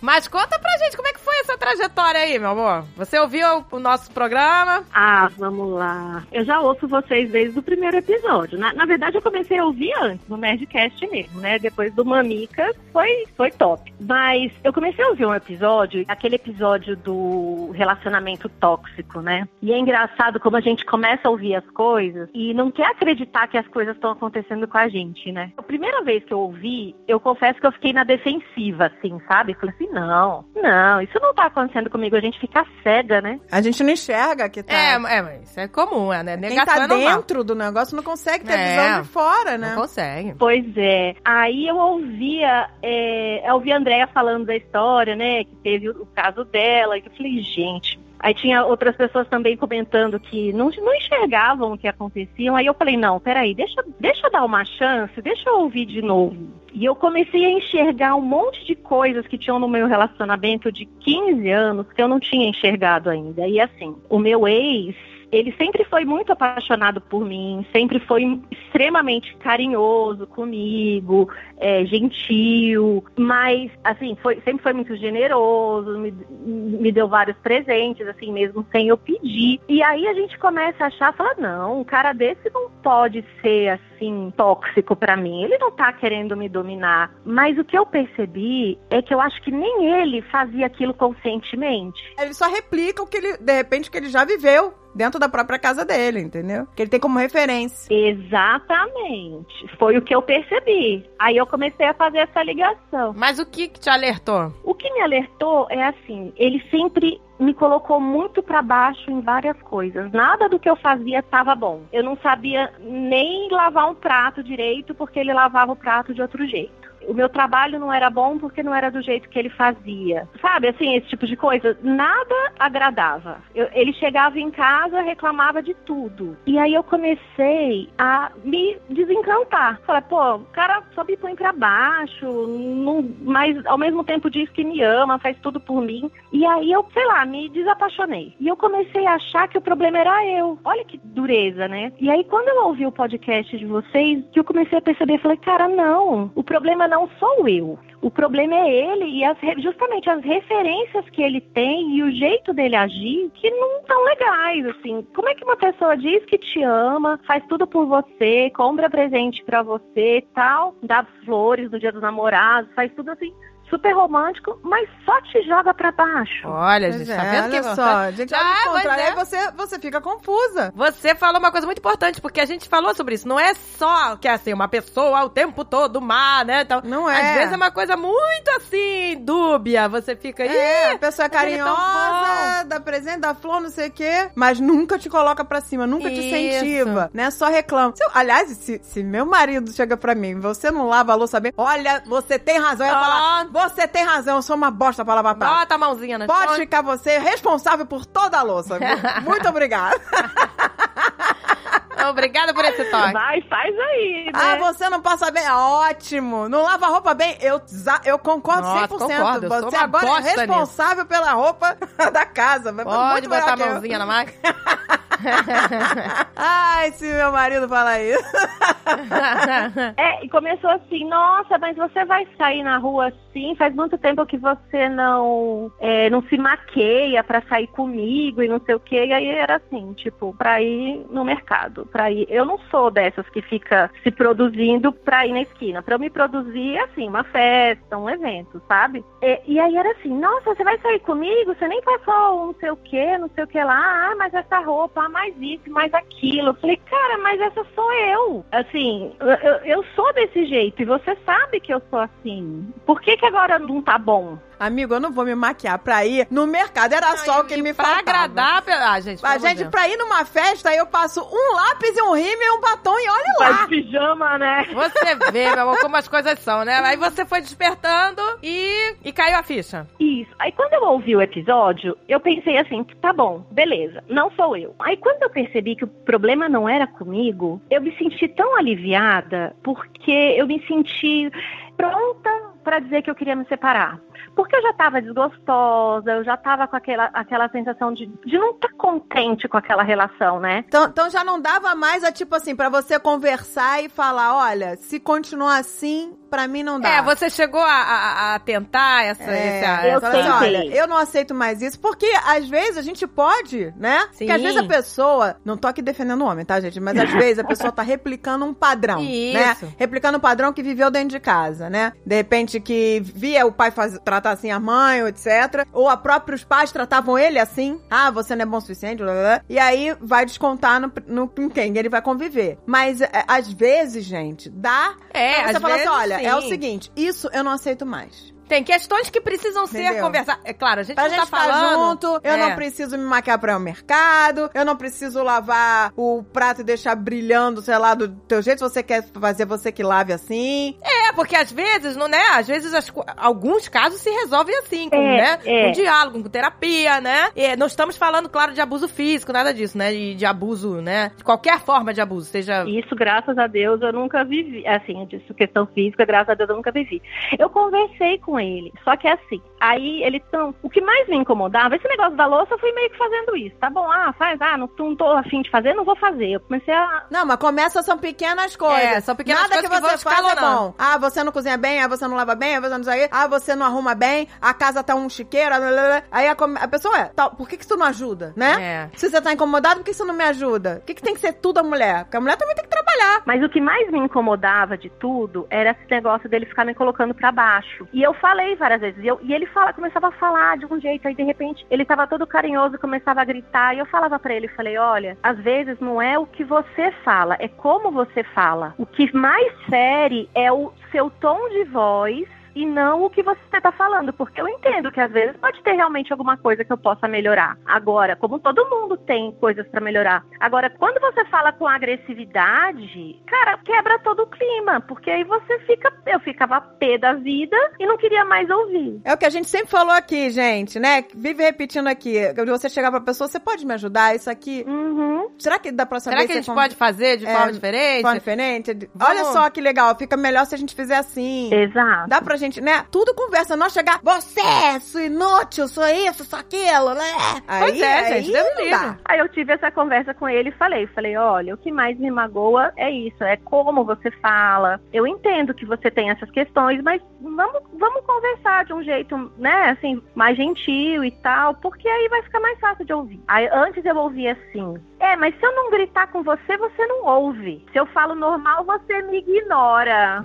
A: Mas conta pra gente como é que foi essa trajetória aí, meu amor. Você ouviu o nosso programa?
H: Ah, vamos lá. Eu já ouço vocês desde o primeiro episódio. Na, na verdade, eu comecei a ouvir antes, no Nerdcast mesmo, né? Depois do Mamica, foi, foi top. Mas eu comecei a ouvir um episódio, aquele episódio do relacionamento tóxico, né? E é engraçado como a gente começa a ouvir as coisas e não quer acreditar que as coisas estão acontecendo com a gente, né? A primeira vez que eu ouvi, eu confesso que eu fiquei na defensiva, assim, sabe? Falei assim, não, não, isso não tá acontecendo comigo. A gente fica cega, né?
B: A gente não enxerga que tá.
A: É, é, mas isso é comum, é, né?
B: Quem
A: Negação
B: tá
A: é normal.
B: dentro do negócio não consegue ter
A: É.
B: visão de fora, né?
A: Não consegue.
H: Pois é. Aí eu ouvia, é, eu ouvia a Andrea falando da história, né? Que teve o caso dela. E eu falei, gente. Aí tinha outras pessoas também comentando que não, não enxergavam o que acontecia. Aí eu falei, não, peraí, deixa, deixa eu dar uma chance, deixa eu ouvir de novo. E eu comecei a enxergar um monte de coisas que tinham no meu relacionamento de 15 anos que eu não tinha enxergado ainda. E assim, o meu ex, ele sempre foi muito apaixonado por mim, sempre foi extremamente carinhoso comigo, é, gentil, mas assim, foi, sempre foi muito generoso, me, me deu vários presentes, assim, mesmo sem eu pedir. E aí a gente começa a achar, fala, não, um cara desse não pode ser assim, tóxico pra mim, ele não tá querendo me dominar. Mas o que eu percebi é que eu acho que nem ele fazia aquilo conscientemente.
B: Ele só replica o que ele, de repente, o que ele já viveu dentro da própria casa dele, entendeu? Que ele tem como referência.
H: Exatamente. Foi o que eu percebi. Aí eu comecei a fazer essa ligação.
A: Mas o que, que te alertou?
H: O que me alertou é assim, ele sempre me colocou muito pra baixo em várias coisas. Nada do que eu fazia estava bom. Eu não sabia nem lavar um prato direito porque ele lavava o prato de outro jeito. O meu trabalho não era bom porque não era do jeito que ele fazia. Sabe, assim, esse tipo de coisa. Nada agradava. Eu- ele chegava em casa, reclamava de tudo. E aí eu comecei a me desencantar. Falei, pô, o cara só me põe pra baixo, não- mas ao mesmo tempo diz que me ama, faz tudo por mim. E aí eu, sei lá, me desapaixonei. E eu comecei a achar que o problema era eu. Olha que dureza, né? E aí quando eu ouvi o podcast de vocês, que eu comecei a perceber, falei, cara, não, o problema não sou eu. O problema é ele e as re- justamente as referências que ele tem e o jeito dele agir que não tão legais, assim. Como é que uma pessoa diz que te ama, faz tudo por você, compra presente pra você, tal, dá flores no dia dos namorados, faz tudo assim, super romântico, mas só te joga pra baixo.
A: Olha,
B: Pois
A: gente,
B: é,
A: tá vendo que
B: olha
A: é
B: só, gente,
A: Ah,
B: olha o
A: pois
B: contrário,
A: é.
B: aí você, você fica confusa.
A: Você falou uma coisa muito importante, porque a gente falou sobre isso. Não é só que, assim, uma pessoa o tempo todo má, né? Então,
B: Não é.
A: Às vezes é uma coisa muito, assim, dúbia. Você fica aí...
B: É, a pessoa é
A: mas ele é tão
B: carinhosa, dá presente, dá flor, não sei o quê, mas nunca te coloca pra cima, nunca te
A: Isso.
B: incentiva, né? Só reclama. Se eu- aliás, se, se meu marido chega pra mim, você não lava a louça bem, olha, você tem razão. Eu ia
A: Ó.
B: falar, você tem razão, eu sou uma bosta pra lavar prato.
A: Ah. Bota a mãozinha na
B: Pode ficar você responsável por toda a louça. Muito obrigada.
A: Obrigada por esse toque.
H: Vai, faz aí, né?
B: Ah, você não passa bem? Ótimo. Não lava a roupa bem? Eu, za- eu concordo 100%.
A: Nossa, concordo, eu sou
B: você
A: uma
B: agora é
A: bosta
B: responsável pela roupa da casa. Mas
A: Pode
B: muito melhor
A: botar a
B: que eu.
A: mãozinha na máquina.
B: Ai, se meu marido falar isso.
H: É, e começou assim, nossa, mas você vai sair na rua assim? Faz muito tempo que você não, é, não se maqueia pra sair comigo e não sei o quê. E aí era assim, tipo, pra ir no mercado, pra ir. Eu não sou dessas que fica se produzindo pra ir na esquina. Pra eu me produzir, é assim, uma festa, um evento, sabe? É, E, aí era assim, nossa, você vai sair comigo? Você nem passou um não sei o quê, não sei o que lá. Ah, mas essa roupa, ah, mais isso, mais aquilo. Eu falei, cara, mas essa sou eu. Assim, eu, eu- eu sou desse jeito e você sabe que eu sou assim. Por que que agora não tá bom?
B: Amigo, eu não vou me maquiar pra ir no mercado. Era só o que me
A: Pra
B: faltava.
A: agradar, pe- ah, gente.
B: A
A: pelo amor de
B: gente,
A: Deus.
B: pra ir numa festa, eu passo um lápis e um rímel e um batom e olha lá.
H: Faz pijama, né?
A: Você vê, meu amor, como as coisas são, né? Aí você foi despertando e, e caiu a ficha.
H: Isso. Aí quando eu ouvi o episódio, eu pensei assim, tá bom, beleza, não sou eu. Aí quando eu percebi que o problema não era comigo, eu me senti tão aliviada porque eu me senti pronta pra dizer que eu queria me separar. Porque eu já tava desgostosa, eu já tava com aquela, aquela sensação de, de não estar contente com aquela relação, né?
B: Então, então já não dava mais a tipo assim, pra você conversar e falar, olha, se continuar assim, pra mim não dá.
A: É, você chegou a, a- a tentar essa. essa-
H: eu
A: essa-
B: fala assim,
H: tentei.
B: olha, eu não aceito mais isso, porque às vezes a gente pode, né?
A: Sim.
B: Porque às vezes a pessoa, não tô aqui defendendo o homem, tá, gente? Mas às vezes a pessoa tá replicando um padrão, né?
A: Isso.
B: Replicando um padrão que viveu dentro de casa, né? De repente que via o pai faz- tratar assim a mãe, ou etc. Ou a próprios pais tratavam ele assim. Ah, você não é bom o suficiente, blá, blá, blá. E aí vai descontar no, no em quem ele vai conviver. Mas é, às vezes, gente, dá
A: É,
B: pra você
A: às
B: falar
A: vezes,
B: assim, olha, é o
A: sim.
B: seguinte, isso eu não aceito mais.
A: Tem questões que precisam ser
B: Entendeu?
A: conversadas. É claro, a gente
B: Pra
A: não
B: gente
A: tá
B: ficar
A: falando.
B: junto, eu não
A: É.
B: preciso me maquiar pra ir ao mercado, eu não preciso lavar o prato e deixar brilhando, sei lá, do teu jeito. Se você quer fazer, você que lave assim.
A: É, porque às vezes, não, né? Às vezes as co- alguns casos se resolvem assim, com,
H: É,
A: né?
H: é.
A: Com diálogo, com terapia, né? E não estamos falando, claro, de abuso físico, nada disso, né? E de abuso, né? De qualquer forma de abuso, seja.
H: E Isso, graças a Deus, eu nunca vivi. Assim, disso questão física, graças a Deus, eu nunca vivi. Eu conversei com ele, só que assim, aí ele tão. O que mais me incomodava, esse negócio da louça, eu fui meio que fazendo isso. Tá bom, ah, faz, ah, não, não tô afim de fazer, não vou fazer. Eu comecei a.
B: Não, mas começa, são pequenas coisas.
A: É, são pequenas
B: Nada
A: coisas que
B: que você
A: vão
B: faz é
A: escalonando.
B: bom. Ah, você não cozinha bem, ah, você não lava bem, ah, você não sei o quê, ah, você não arruma bem, a casa tá um chiqueiro, ah, blá, blá, blá. aí a, come- a pessoa é, tá, por que que tu não ajuda, né?
A: É.
B: Se você tá incomodado, por que você não me ajuda? Por que, que tem que ser tudo a mulher? Porque a mulher também tem que trabalhar.
H: Mas o que mais me incomodava de tudo era esse negócio dele ficar me colocando pra baixo. E eu falei várias vezes. E, eu- e ele fala, começava a falar de um jeito, aí de repente ele tava todo carinhoso, começava a gritar. E eu falava pra ele, falei, olha, às vezes não é o que você fala, é como você fala. O que mais fere é o seu tom de voz. E não o que você tá falando, porque eu entendo que às vezes pode ter realmente alguma coisa que eu possa melhorar. Agora, como todo mundo tem coisas pra melhorar. Agora, quando você fala com agressividade, cara, quebra todo o clima, porque aí você fica, eu ficava pé da vida e não queria mais ouvir.
B: É o que a gente sempre falou aqui, gente, né? Vive repetindo aqui. Quando você chegar pra pessoa, você pode me ajudar? Isso aqui.
H: Uhum.
B: Será que da próxima
A: Será
B: vez
A: que a gente
B: você
A: pode fazer de
B: É,
A: forma diferente?
B: forma diferente?
A: Vamos.
B: Olha só que legal, fica melhor se a gente fizer assim.
H: Exato.
B: Dá pra gente, né? Tudo conversa, não chegar, você, sou inútil, sou isso, sou aquilo, né?
A: Pois
B: Aí,
A: é,
B: aí
A: gente, Deus
B: não
A: me
B: dá.
A: livre.
H: Aí eu tive essa conversa com ele e falei, falei, olha, o que mais me magoa é isso, é como você fala. Eu entendo que você tem essas questões, mas vamos, vamos conversar de um jeito, né, assim, mais gentil e tal, porque aí vai ficar mais fácil de ouvir. Aí antes eu ouvia assim, é, mas se eu não gritar com você, você não ouve. Se eu falo normal, você me ignora.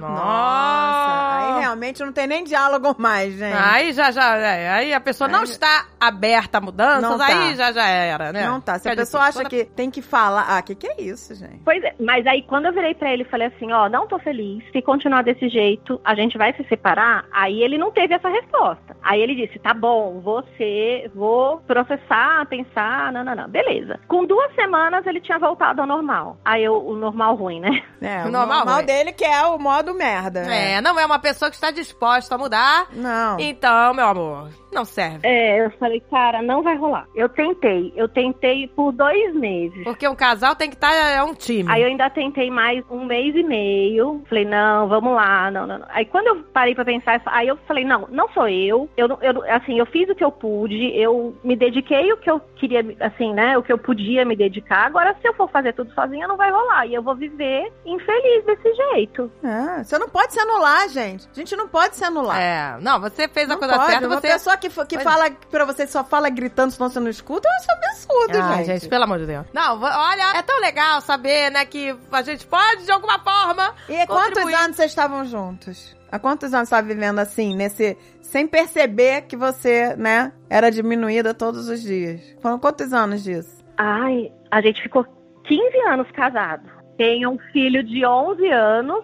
B: Nossa, aí
A: Nossa.
B: realmente não tem nem diálogo mais, gente.
A: Aí já, já, é, aí a pessoa não
B: Aí-
A: está aberta a mudanças,
B: Não tá.
A: aí já, já era, né?
B: Não tá. Se
A: Quer
B: a
A: dizer,
B: pessoa acha
A: toda-
B: que tem que falar, ah, que que é isso, gente?
H: Pois é, mas aí quando eu virei pra ele e falei assim, ó, não tô feliz, se continuar desse jeito, a gente vai se separar, aí ele não teve essa resposta. Aí ele disse, tá bom, você, vou processar, pensar, não, não, não, beleza. Com duas semanas ele tinha voltado ao normal. Aí eu, o normal ruim, né?
B: É,
A: O
B: o
A: normal,
B: normal,
A: né?
B: dele que é o modo merda. né?
A: É, não é uma pessoa que está disposto a mudar.
B: Não.
A: Então, meu amor, não serve.
H: É, eu falei, cara, não vai rolar. Eu tentei. Eu tentei por dois meses.
A: Porque um casal tem que estar, é um time.
H: Aí eu ainda tentei mais um mês e meio. Falei, não, vamos lá, não, não, não. Aí quando eu parei pra pensar, aí eu falei, não, não sou eu. Eu, não- eu não- assim, eu fiz o que eu pude, eu me dediquei o que eu queria, assim, né, o que eu podia me dedicar. Agora, se eu for fazer tudo sozinha, não vai rolar. E eu vou viver infeliz desse jeito.
B: É, você não pode se anular, gente. A gente não pode se anular.
A: É, não, você fez a
B: Não
A: coisa
B: pode.
A: certa,
B: Uma
A: você...
B: pessoa que, fa- que
A: Pois- é.
B: fala pra você só fala gritando, senão você não escuta, eu acho absurdo,
A: Ah,
B: gente.
A: gente, pelo amor de Deus. Não, vo- olha, é tão legal saber, né, que a gente pode, de alguma forma,
B: E há quantos
A: contribuir.
B: anos vocês estavam juntos? Há quantos anos você tá vivendo assim, nesse. Sem perceber que você, né, era diminuída todos os dias? Foram quantos anos disso?
H: Ai, a gente ficou 15 anos casado. Tenho um filho de 11 anos.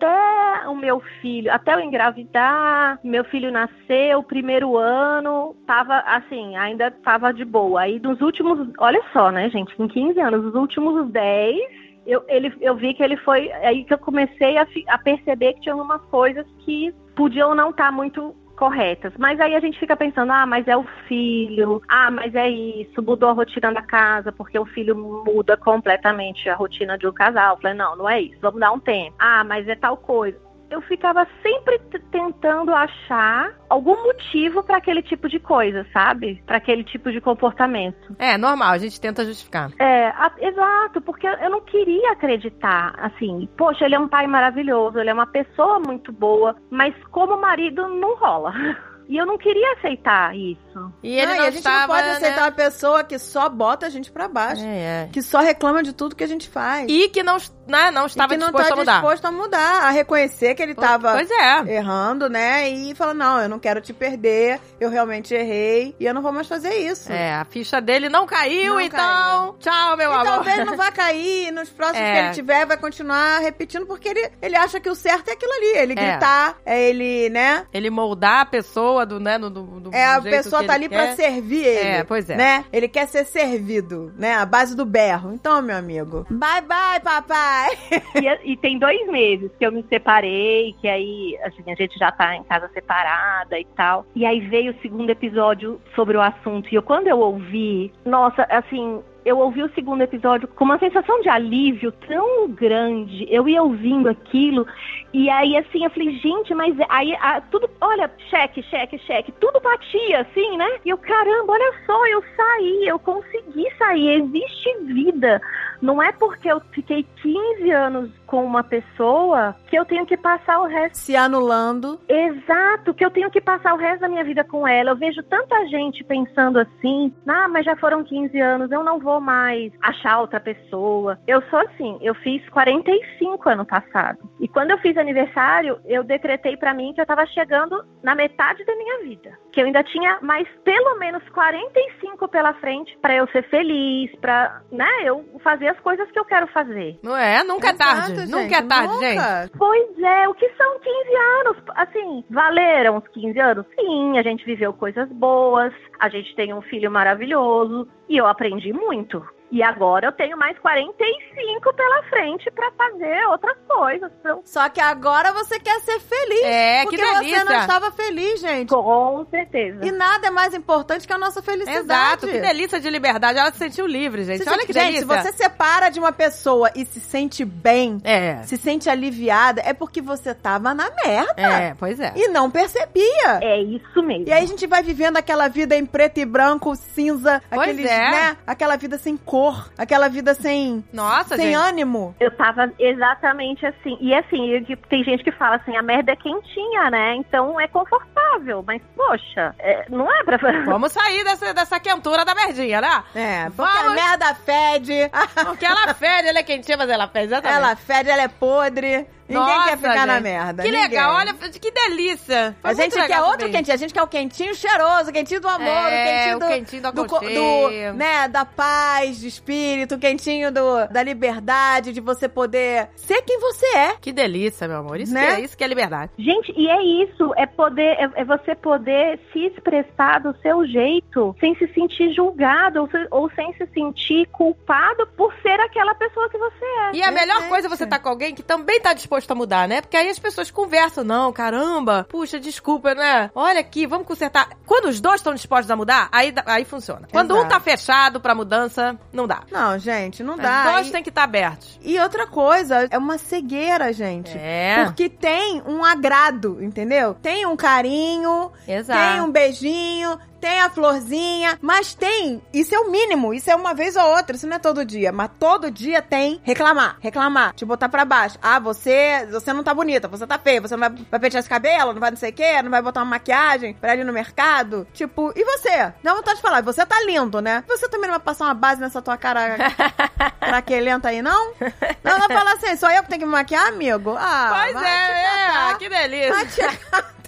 H: Até o meu filho, até eu engravidar, meu filho nasceu, o primeiro ano, tava assim, ainda tava de boa. Aí nos últimos, olha só, né, gente, com 15 anos, os últimos 10, eu, ele, eu vi que ele foi. Aí que eu comecei a, fi- a perceber que tinha algumas coisas que podiam não estar muito corretas. Mas aí a gente fica pensando, ah, mas é o filho, ah, mas é isso, mudou a rotina da casa, porque o filho muda completamente a rotina de um casal. Eu falei, não, não é isso, vamos dar um tempo. Ah, mas é tal coisa. Eu ficava sempre t- tentando achar algum motivo para aquele tipo de coisa, sabe? Para aquele tipo de comportamento.
A: É, normal, a gente tenta justificar.
H: É, a- exato, porque eu não queria acreditar, assim, poxa, ele é um pai maravilhoso, ele é uma pessoa muito boa, mas como marido não rola. E eu não queria aceitar isso.
A: E ele
B: Ah,
A: não,
B: e a gente
A: estava,
B: não pode
A: né?
B: aceitar uma pessoa que só bota a gente pra baixo,
A: É, é.
B: que só reclama de tudo que a gente faz.
A: E que não, né, não estava
B: e que não
A: disposto
B: tá
A: a mudar.
B: disposto a mudar, a reconhecer que ele tava
A: Pois é.
B: errando, né? E fala: não, eu não quero te perder, eu realmente errei e eu não vou mais fazer isso.
A: É, a ficha dele não caiu,
B: Não
A: então. Tchau, meu
B: E
A: amor.
B: talvez não vá cair, e nos próximos
A: É.
B: que ele tiver, vai continuar repetindo, porque ele, ele acha que o certo é aquilo ali. Ele
A: É.
B: gritar, é ele, né?
A: Ele moldar a pessoa do, né, do, do, do
B: É, a
A: jeito
B: pessoa
A: que
B: tá
A: ele
B: ali pra
A: quer.
B: servir ele.
A: É, pois é.
B: Né? Ele quer ser servido, né? A base do berro. Então, meu amigo, bye bye, papai.
H: E, e tem dois meses que eu me separei, que aí assim, a gente já tá em casa separada e tal. E aí veio o segundo episódio sobre o assunto. E eu, quando eu ouvi, nossa, assim, eu ouvi o segundo episódio com uma sensação de alívio tão grande. Eu ia ouvindo aquilo e aí, assim, eu falei, gente, mas aí a- tudo, olha, cheque, cheque, cheque, tudo batia, assim, né? E eu, caramba, olha só, eu saí, eu consegui sair, existe vida. Não é porque eu fiquei 15 anos com uma pessoa que eu tenho que passar o resto.
B: Se anulando.
H: Exato, que eu tenho que passar o resto da minha vida com ela. Eu vejo tanta gente pensando assim: ah, mas já foram 15 anos, eu não vou mais achar outra pessoa. Eu sou assim, eu fiz 45 ano passado. E quando eu fiz aniversário, eu decretei pra mim que eu tava chegando na metade da minha vida. Que eu ainda tinha mais pelo menos 45 pela frente pra eu ser feliz, pra, né, eu fazer as coisas que eu quero fazer.
A: Não é? Nunca é tarde.
B: Exato,
A: Nunca
B: gente,
A: é tarde,
B: nunca.
A: gente.
H: Pois é, o que são 15 anos? Assim, valeram os 15 anos? Sim, a gente viveu coisas boas, a gente tem um filho maravilhoso e eu aprendi muito. E agora eu tenho mais 45 pela frente pra fazer outras coisas. Então,
B: Só que agora você quer ser feliz.
A: É, que
B: porque
A: delícia.
B: você não estava feliz, gente.
H: com certeza.
B: E nada é mais importante que a nossa felicidade.
A: Exato, que delícia de liberdade. Ela se sentiu livre, gente.
B: é Se
A: Olha
B: você-
A: que
B: gente,
A: delícia.
B: se você separa de uma pessoa e se sente bem,
A: É,
B: se sente aliviada, é porque você tava na merda
A: é, pois é.
B: e não percebia.
H: É isso mesmo.
B: E aí a gente vai vivendo aquela vida em preto e branco, cinza,
A: Pois
B: aqueles,
A: é.
B: né? Aquela vida sem cor, aquela vida sem,
A: Nossa,
B: sem
A: gente.
B: ânimo.
H: Eu tava exatamente assim. E assim, eu digo- tem gente que fala assim, a merda é quentinha, né? Então é confortável. Mas, poxa, é, não é pra...
A: Vamos sair dessa, dessa quentura da merdinha, né?
B: É, porque
A: Vamos-
B: a merda fede,
A: Porque ela fede, ela é quentinha, mas ela fede. Exatamente.
B: ela fede, ela é podre. Ninguém
A: Nossa,
B: quer ficar na
A: gente.
B: merda.
A: Que
B: ninguém.
A: legal, olha, que delícia. Foi
B: a gente
A: muito legal
B: quer outro
A: saber.
B: quentinho, a gente quer o quentinho cheiroso, o quentinho do amor,
A: É,
B: o quentinho
A: o
B: do,
A: quentinho do
B: do, co-
A: aconchego.
B: do, né, da paz de espírito, quentinho do, da liberdade, de você poder ser quem você é.
A: Que delícia, meu amor. Isso,
B: Né?
A: que, é, isso que é liberdade.
H: Gente, e é isso, é poder, é, é você poder se expressar do seu jeito, sem se sentir julgado ou, se- ou sem se sentir culpado por ser aquela pessoa que você é.
A: E a melhor
B: Verdade.
A: coisa é você estar com tá alguém que também tá disposto a mudar, né? Porque aí as pessoas conversam, não, caramba, puxa, desculpa, né? Olha aqui, vamos consertar. Quando os dois estão dispostos a mudar, aí, dá- aí funciona. Quando um
B: Exato.
A: tá fechado pra mudança, não dá.
B: Não, gente, não
A: Os
B: dá.
A: dois
B: E-
A: têm que estar abertos.
B: E outra coisa, é uma cegueira, gente.
A: É.
B: Porque tem um agrado, entendeu? Tem um carinho,
A: Exato.
B: tem um beijinho, tem a florzinha, mas tem, isso é o mínimo, isso é uma vez ou outra, isso não é todo dia, mas todo dia tem reclamar, reclamar, te botar pra baixo. Ah, você, você não tá bonita, você tá feia, você não vai, vai pentear esse cabelo, não vai não sei o quê, não vai botar uma maquiagem pra ir no mercado. Tipo, e você? Dá vontade de falar, você tá lindo, né? Você também não vai passar uma base nessa tua cara craquelenta aí, não? Não, ela fala assim, só eu que tenho que me maquiar, amigo? Ah,
A: pois
B: vai
A: é,
B: te
A: é,
B: catar.
A: que delícia.
B: Vai te catar.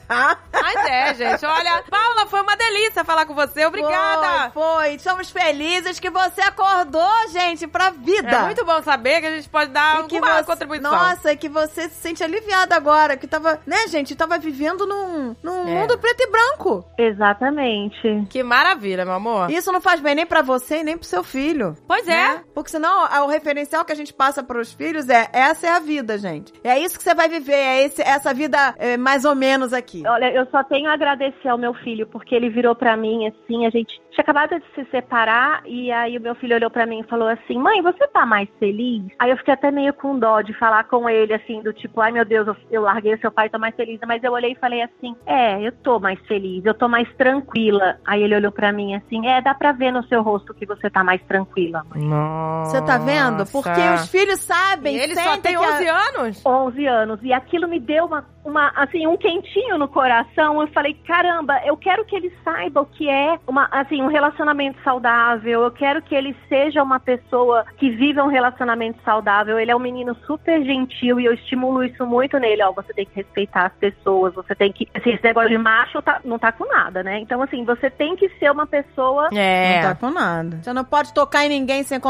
A: Mas é, gente. Olha, Paula, foi uma delícia falar com você. Obrigada.
B: Foi, foi. Estamos felizes que você acordou, gente, pra vida.
A: É muito bom saber que a gente pode dar
B: E que
A: alguma
B: você-
A: contribuição.
B: Nossa, e que você se sente aliviada agora. Que tava, né, gente? Tava vivendo num, num
A: É.
B: mundo preto e branco.
H: Exatamente.
A: Que maravilha, meu amor.
B: Isso não faz bem nem pra você e nem pro seu filho.
A: Pois é.
B: né? Porque senão a- o referencial que a gente passa pros filhos é essa é a vida, gente. É isso que você vai viver, é esse, essa vida é, mais ou menos aqui.
H: Olha, eu só tenho a agradecer ao meu filho, porque ele virou pra mim assim, a gente tinha acabado de se separar, e aí o meu filho olhou pra mim e falou assim, mãe, você tá mais feliz? Aí eu fiquei até meio com dó de falar com ele, assim, do tipo, ai meu Deus, eu, eu larguei seu pai, tô mais feliz. Mas eu olhei e falei assim, é, eu tô mais feliz, eu tô mais tranquila. Aí ele olhou pra mim assim, é, dá pra ver no seu rosto que você tá mais tranquila, mãe.
A: Nossa.
B: Você tá vendo? Porque os filhos sabem,
A: E ele só
B: sentem
A: tem
B: que a-
A: 11 anos?
H: 11 anos e aquilo me deu uma, uma assim um quentinho no coração. Eu falei, caramba, eu quero que ele saiba o que é uma assim um relacionamento saudável. Eu quero que ele seja uma pessoa que viva um relacionamento saudável. Ele é um menino super gentil e eu estimulo isso muito nele, ó, você tem que respeitar as pessoas, você tem que assim, esse negócio de macho tá- não tá com nada, né? Então assim, você tem que ser uma pessoa
A: É.
B: Não tá com nada. Você não pode tocar em ninguém sem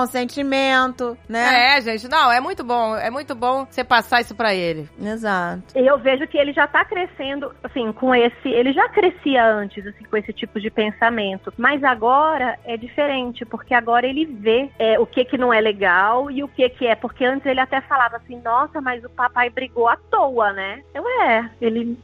B: consentimento, né?
A: É, gente, não, é muito bom, é muito bom você passar isso pra ele.
B: Exato.
H: E eu vejo que ele já tá crescendo, assim, com esse. Ele já crescia antes, assim, com esse tipo de pensamento. Mas agora é diferente, porque agora ele vê é, o que que não é legal e o que que é. Porque antes ele até falava assim: nossa, mas o papai brigou à toa, né? Eu é, ele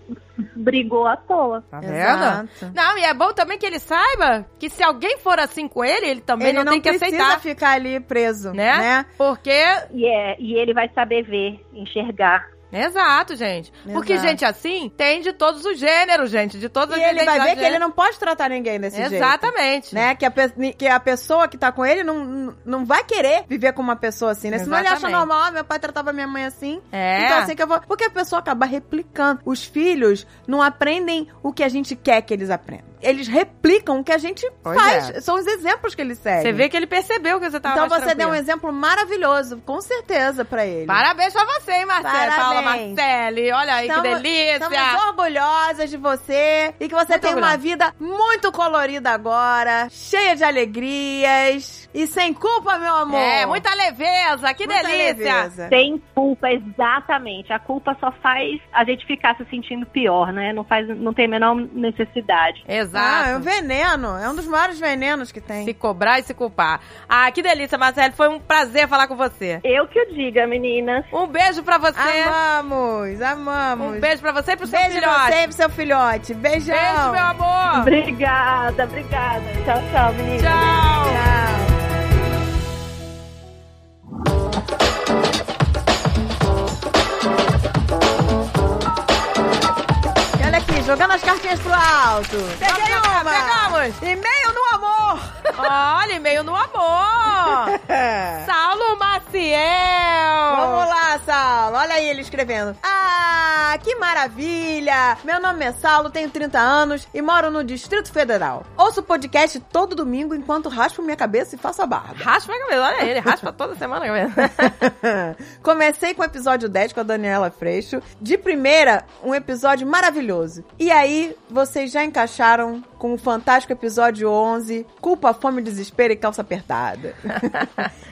H: brigou à toa.
A: Tá
B: Exato.
A: Não, e é bom também que ele saiba que se alguém for assim com ele, ele também
B: Ele
A: não,
B: não,
A: tem que
B: precisa
A: aceitar.
B: ficar ali preso,
A: Né?
B: né?
A: Porque.
H: E, é, e ele vai saber ver, enxergar.
A: Exato, gente. Porque
B: Exato.
A: gente assim tem de todos os gêneros, gente. De todas
B: E
A: as
B: ele vai ver
A: identidades
B: que ele
A: de
B: não pode tratar ninguém desse
A: gênero.
B: jeito.
A: Exatamente.
B: Né? Que, a pe- que a pessoa que tá com ele não, não vai querer viver com uma pessoa assim, né? Senão ele acha
A: Exatamente.
B: normal, ah, meu pai tratava minha mãe assim,
A: É.
B: Então assim que eu vou. Porque a pessoa acaba replicando. Os filhos não aprendem o que a gente quer que eles aprendam. Eles replicam o que a gente
A: Pois
B: faz.
A: é.
B: São os exemplos que eles seguem.
A: Você vê que ele percebeu que você tava
B: Então
A: mais
B: você deu um
A: tranquila.
B: exemplo maravilhoso, com certeza, pra ele.
A: Parabéns pra você, hein, Marcela?
B: Parabéns.
A: Assim, é Paula Marcelli. Olha aí
B: Tamo-
A: que delícia.
B: Estamos orgulhosas de você e que você
A: Muito
B: tem uma
A: orgulhosa.
B: vida muito colorida agora, cheia de alegrias e sem culpa, meu amor.
A: É, muita leveza. Que
B: Muita
A: delícia.
B: leveza.
H: Sem culpa, exatamente. A culpa só faz a gente ficar se sentindo pior, né? Não, faz, não tem a menor necessidade.
A: Exato.
B: Ah, é um veneno. É um dos maiores venenos que tem.
A: Se cobrar e se culpar. Ah, que delícia, Marcelo. Foi um prazer falar com você.
H: Eu que o diga, meninas.
A: Um beijo pra você.
B: Amamos, amamos.
A: um beijo pra você e pro seu
B: Beijo
A: filhote.
B: você e pro seu filhote. Beijão.
A: Beijo, meu amor.
H: Obrigada, obrigada. Tchau, tchau, meninas.
A: Tchau.
B: Tchau. E Olha aqui, jogando as cartinhas pro alto. Peguei
A: Vamos jogar,
B: uma.
A: Pegamos.
B: E-mail no amor.
A: Olha, e-mail no amor. Saulo Maciel.
B: Vamos lá, Saulo. Olha aí ele escrevendo. Ah, que maravilha! Meu nome é Saulo, tenho 30 anos e moro no Distrito Federal. Ouço podcast todo domingo enquanto raspo minha cabeça e faço a barba.
A: Raspa a cabeça. Olha ele, raspa toda semana a cabeça.
B: Comecei com o episódio 10 com a Daniela Freixo. De primeira, um episódio maravilhoso. E aí, vocês já encaixaram com o fantástico episódio 11, Culpa, Fome, Desespero e Calça Apertada.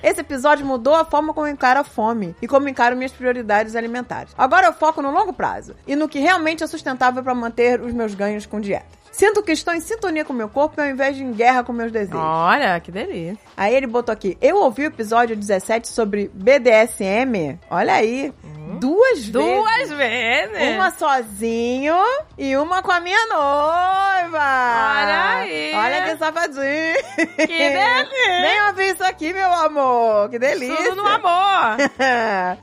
B: Esse episódio mudou a forma como eu encaro a fome e como encaro minhas prioridades alimentares. Agora eu foco no longo prazo e no que realmente é sustentável para manter os meus ganhos com dieta. Sinto que estou em sintonia com meu corpo ao invés de em guerra com meus desejos.
A: Olha, que delícia.
B: Aí ele botou aqui: Eu ouvi o episódio 17 sobre BDSM. Olha aí. Duas duas
A: Hum? Duas
B: vezes.
A: vezes.
B: Uma sozinho e uma com a minha noiva.
A: Olha aí.
B: Olha que safadinho.
A: Que delícia.
B: Nem ouvi isso aqui, meu amor. Que delícia.
A: Tudo no amor.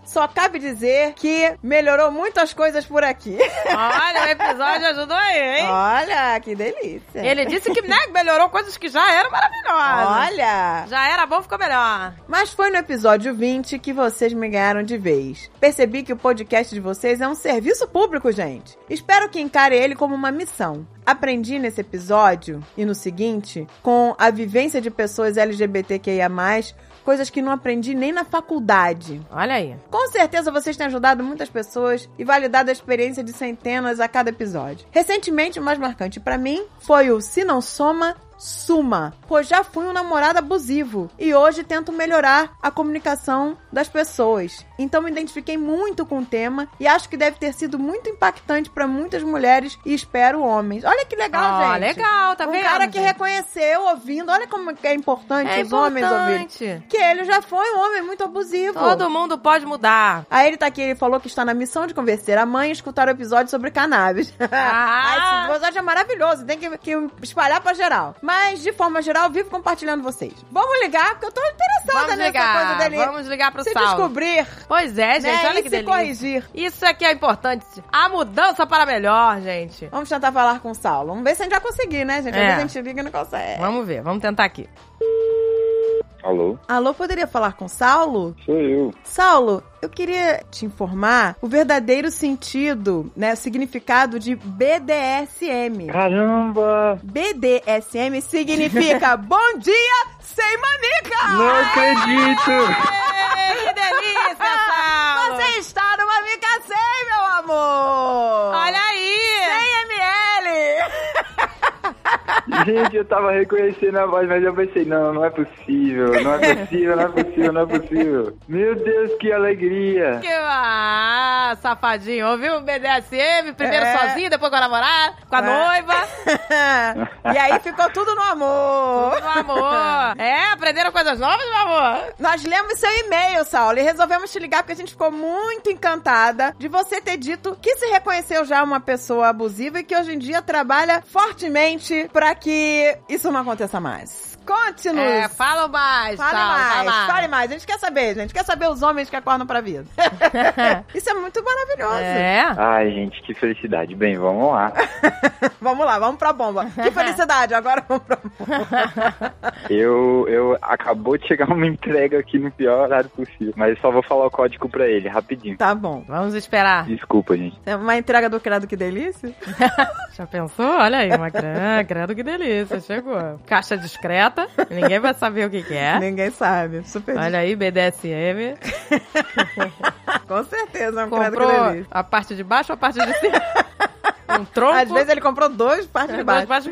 B: Só cabe dizer que melhorou muitas coisas por aqui.
A: Olha, o episódio ajudou aí, hein?
B: Olha, que delícia.
A: Ele disse que né, melhorou coisas que já eram maravilhosas.
B: Olha!
A: Já era bom, ficou melhor.
B: Mas foi no episódio 20 que vocês me ganharam de vez. Percebi que o podcast de vocês é um serviço público, gente. Espero que encare ele como uma missão. Aprendi nesse episódio e no seguinte, com a vivência de pessoas LGBTQIA, coisas que não aprendi nem na faculdade.
A: Olha aí.
B: Com certeza vocês têm ajudado muitas pessoas e validado a experiência de centenas a cada episódio. Recentemente, o mais marcante pra mim foi o Se Não Soma, Suma, pois já fui um namorado abusivo e hoje tento melhorar a comunicação das pessoas. Então me identifiquei muito com o tema e acho que deve ter sido muito impactante pra muitas mulheres e espero homens. Olha que legal,
A: Ó,
B: gente.
A: legal, tá
B: um
A: vendo?
B: cara que
A: gente?
B: reconheceu ouvindo, olha como que é importante
A: é
B: os homens ouvirem.
A: importante.
B: Que ele já foi um homem muito abusivo.
A: Todo mundo pode mudar.
B: Aí ele tá aqui, ele falou que está na missão de convencer a mãe e escutar o episódio sobre cannabis.
A: Ah!
B: Ah, esse episódio é maravilhoso, tem que, que espalhar pra geral. Mas, de forma geral, vivo compartilhando vocês. Vamos ligar, porque eu tô interessada
A: Vamos
B: nessa coisa
A: ligar.
B: dele.
A: Vamos ligar pro
B: se
A: Saulo.
B: descobrir,
A: Pois é, gente,
B: né,
A: olha
B: e
A: que
B: se
A: delícia.
B: corrigir.
A: Isso aqui é importante. A mudança para melhor, gente.
B: Vamos tentar falar com o Saulo. Vamos ver se a gente vai conseguir, né, gente? Às
A: É.
B: vezes a gente liga e não consegue.
A: Vamos ver, vamos tentar aqui.
I: Alô?
B: Alô, poderia falar com o Saulo?
I: Sou eu.
B: Saulo, eu queria te informar o verdadeiro sentido, né, o significado de BDSM.
I: Caramba!
B: BDSM significa Bom Dia Sem Manica!
I: Não acredito!
A: Ei, que delícia, Saulo.
B: Você está numa mica 100, meu amor!
A: Olha aí.
B: 100 ml!
I: Gente, eu tava reconhecendo a voz, mas eu pensei, não, não é possível, não é possível, não é possível, não é possível. Meu Deus, que
B: É.
I: alegria!
A: Que ah, safadinho. Ouviu o BDSM? Primeiro
B: É.
A: sozinho, depois com a namorada, com a
B: É.
A: noiva.
B: e aí ficou tudo no amor!
A: Meu amor. É, aprenderam coisas novas, meu amor?
B: Nós lemos seu e-mail, Saulo, e resolvemos te ligar porque a gente ficou muito encantada de você ter dito que se reconheceu já uma pessoa abusiva e que hoje em dia trabalha fortemente pra que isso não aconteça mais. Conte-nos!
A: É, fala mais,
B: Fale
A: Saulo,
B: mais,
A: fala mais.
B: fale mais. A gente quer saber, gente. Quer saber os homens que acordam pra vida. Isso é muito maravilhoso.
A: É.
I: Ai, gente, que felicidade. Bem, vamos lá.
B: Vamos lá, vamos pra bomba. Que felicidade, agora vamos pra bomba.
I: Eu, eu acabou de chegar uma entrega aqui no pior horário possível, mas eu só vou falar o código pra ele, rapidinho.
B: tá bom.
A: Vamos esperar.
I: Desculpa, gente.
B: É Uma entrega do criado, que delícia.
A: Já pensou? Olha aí, uma grana, credo que delícia, chegou. Caixa discreta, ninguém vai saber o que, que é.
B: Ninguém sabe. Super
A: Olha aí, BDSM.
B: Com certeza, é um criado que
A: Comprou
B: delícia.
A: a parte de baixo ou a parte de cima? Um tronco?
B: Às vezes ele comprou dois partes de baixo.
A: baixo.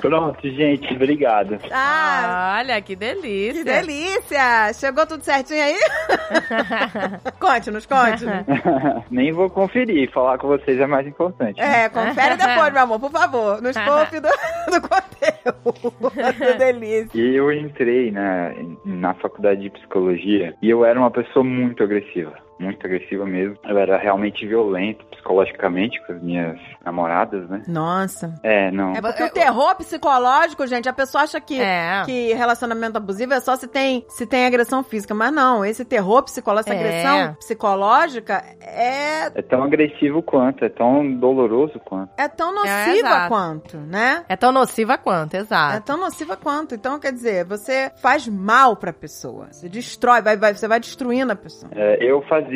I: Pronto, gente, obrigado.
B: Ah,
A: Olha, que delícia.
B: que delícia! Chegou tudo certinho aí? conte-nos, conte-nos.
I: Nem vou conferir, falar com vocês é mais importante.
B: É, confere depois, meu amor, por favor. Nos poupe do, do conteúdo. Que delícia.
I: E eu entrei na, na faculdade de psicologia e eu era uma pessoa muito agressiva. Muito agressiva mesmo. Eu era realmente violento psicologicamente com as minhas namoradas, né?
B: Nossa.
I: É, não.
B: É porque o terror psicológico, gente, a pessoa acha que,
A: É.
B: que relacionamento abusivo é só se tem, se tem agressão física. Mas não, esse terror psicológico, essa
A: É.
B: agressão psicológica é,
I: É tão agressivo quanto, é tão doloroso quanto.
B: é tão
A: É,
B: nociva
A: exato.
B: quanto, né?
A: É tão nociva quanto,
B: É
A: exato.
B: tão nociva quanto. Então, quer dizer, você faz mal pra pessoa. Você destrói, vai, vai- você vai destruindo a pessoa.
I: É, eu fazia.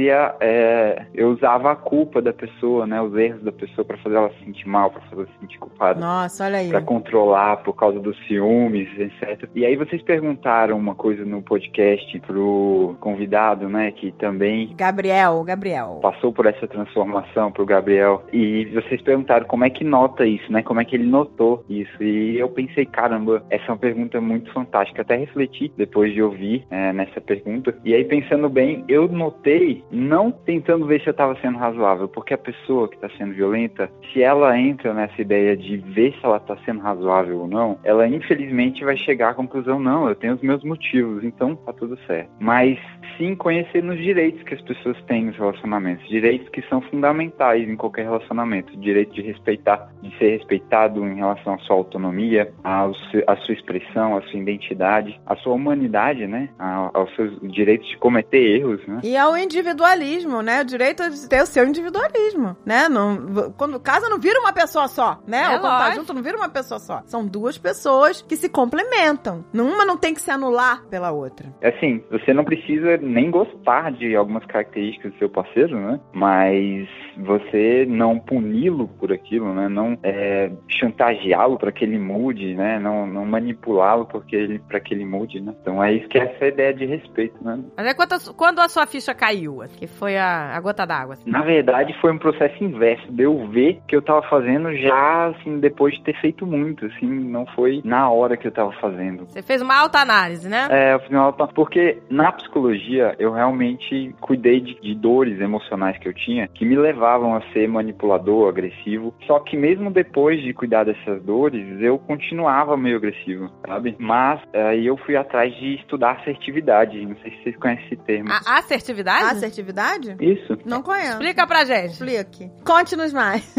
I: é, eu usava a culpa da pessoa, né? Os erros da pessoa pra fazer ela se sentir mal, pra fazer ela se sentir culpada.
B: Nossa, olha aí.
I: Pra controlar por causa dos ciúmes, etc. E aí vocês perguntaram uma coisa no podcast pro convidado, né? Que também
B: Gabriel, Gabriel.
I: passou por essa transformação pro Gabriel. E vocês perguntaram como é que nota isso, né? Como é que ele notou isso. E eu pensei, caramba, essa é uma pergunta muito fantástica. Até refleti depois de ouvir é, nessa pergunta. E aí, pensando bem, eu notei fiquei não tentando ver se eu tava sendo razoável, porque a pessoa que tá sendo violenta, se ela entra nessa ideia de ver se ela tá sendo razoável ou não, ela infelizmente vai chegar à conclusão: não, eu tenho os meus motivos, então tá tudo certo. Mas sim conhecer nos direitos que as pessoas têm nos relacionamentos, direitos que são fundamentais em qualquer relacionamento, direito de respeitar, de ser respeitado em relação à sua autonomia, ao seu- à sua expressão, à sua identidade, à sua humanidade, né? A- Aos seus direitos de cometer erros, né?
B: E ao individualismo, né? O direito de ter o seu individualismo, né? Não, quando casa não vira uma pessoa só, né?
A: É
B: Ou quando tá
A: lógico.
B: junto não vira uma pessoa só. São duas pessoas que se complementam. Uma não tem que se anular pela outra.
I: Assim, você não precisa nem gostar de algumas características do seu parceiro, né? Mas você não puni-lo por aquilo, né? Não é, chantageá-lo para que ele mude, né? Não, não manipulá-lo porque ele para que ele mude, né? Então é isso que é essa ideia de respeito, né?
A: Mas é quando, a su- quando a sua ficha caiu, assim, que foi a, a gota d'água. assim.
I: Na verdade, foi um processo inverso. De eu ver que eu tava fazendo já, assim, depois de ter feito muito, assim, não foi na hora que eu tava fazendo.
A: Você fez uma alta análise, né?
I: É, eu fiz uma aula- porque na psicologia eu realmente cuidei de, de dores emocionais que eu tinha que me levavam a ser manipulador, agressivo. Só que mesmo depois de cuidar dessas dores, eu continuava meio agressivo, sabe? Mas eh, aí eu fui atrás de estudar assertividade. Não sei se vocês conhecem esse termo.
A: A assertividade? É.
B: Assertividade?
I: Isso.
B: Não conheço.
A: Explica pra gente.
B: Explique. Conte-nos mais.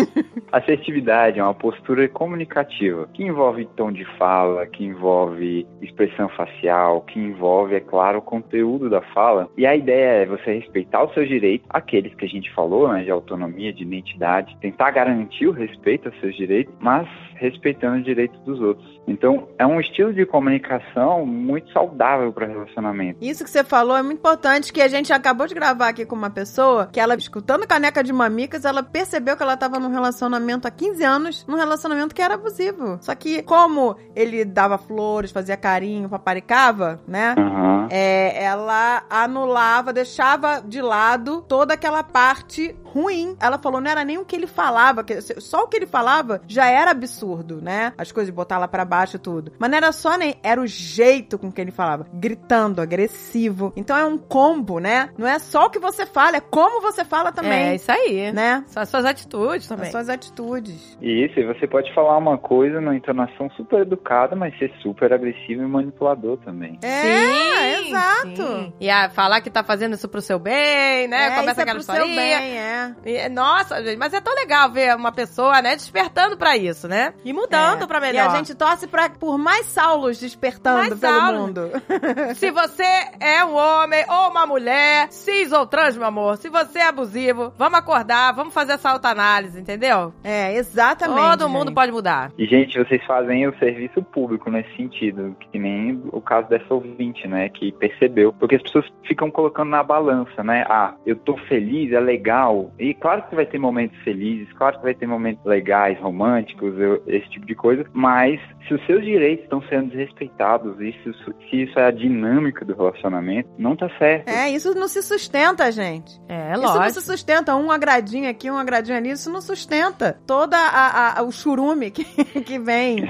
I: Assertividade é uma postura comunicativa que envolve tom de fala, que envolve expressão facial, que envolve, é claro, o conteúdo da fala. E a ideia é você respeitar os seus direitos, aqueles que a gente falou, né, de autonomia, de identidade, tentar garantir o respeito aos seus direitos, mas respeitando os direitos dos outros. Então, é um estilo de comunicação muito saudável para relacionamento.
B: Isso que você falou é muito importante, que a gente acabou de gravar aqui com uma pessoa que ela, escutando Caneca de Mamicas, ela percebeu que ela tava num relacionamento há 15 anos, num relacionamento que era abusivo. Só que como ele dava flores, fazia carinho, paparicava, né?
I: Aham.
B: É, ela anulava, deixava de lado toda aquela parte ruim. Ela falou, não era nem o que ele falava, que- só o que ele falava já era absurdo, né? As coisas de botar lá pra baixo e tudo. Mas não era só nem, era o jeito com que ele falava, gritando, agressivo. Então é um combo, né? Não é só o que você fala, é como você fala
A: É
B: também,
A: isso aí.
B: né?
A: São as suas atitudes também.
B: As suas atitudes.
I: E Isso, e você pode falar uma coisa numa entonação super educada, mas ser super agressivo e manipulador também.
B: É, exato.
A: sim. E a falar que tá fazendo isso pro seu bem, né? Começa
B: isso é
A: aquela
B: pro seu
A: historinha.
B: bem, é.
A: E é- Nossa, gente, mas é tão legal ver uma pessoa, né, despertando pra isso, né? E mudando
B: É.
A: pra
B: E
A: melhor.
B: a gente torce pra, por mais Saulos despertando
A: Mais
B: pelo
A: Saulos.
B: mundo.
A: Se você é um homem ou uma mulher, cis ou trans, meu amor, se você é abusivo, vamos acordar, vamos fazer essa autoanálise, entendeu?
B: É, exatamente.
A: Todo mundo
B: gente.
A: pode mudar.
I: E, gente, vocês fazem o serviço público nesse sentido, que nem o caso dessa ouvinte, né, que percebeu. Porque as pessoas ficam colocando na balança, né, ah, eu tô feliz, é legal. E claro que vai ter momentos felizes, claro que vai ter momentos legais, românticos, eu- esse tipo de coisa, mas se os seus direitos estão sendo desrespeitados, e se isso, se isso é a dinâmica do relacionamento, não tá certo.
B: É, isso não se sustenta, gente.
A: É,
B: isso não se
A: lógico.
B: sustenta. Um agradinho aqui, um agradinho ali, isso não sustenta. Toda a, a- o churume que, que vem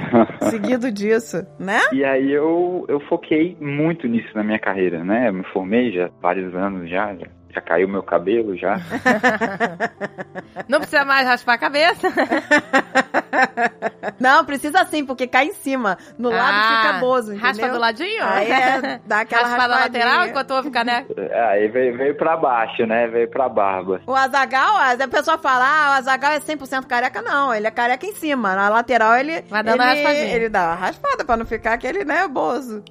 B: seguido disso, né?
I: E aí eu, eu foquei muito nisso na minha carreira, né? Eu me formei já vários anos já, já, já caiu meu cabelo já.
A: Não precisa mais raspar a cabeça.
B: Não, precisa sim, porque cai em cima. No lado
A: Ah,
B: fica bozo, entendeu?
A: Raspa do ladinho?
B: Aí é, dá aquela
A: Raspa da
B: raspadinha.
A: lateral enquanto ouve caneca.
I: É, aí veio, veio pra baixo, né? Veio pra barba.
B: O Azagal, a pessoa fala, ah, o Azagal é 100% careca. Não, ele é careca em cima. Na lateral ele.
A: Vai dando uma
B: ele,
A: raspadinha.
B: ele dá uma raspada pra não ficar aquele, né, bozo.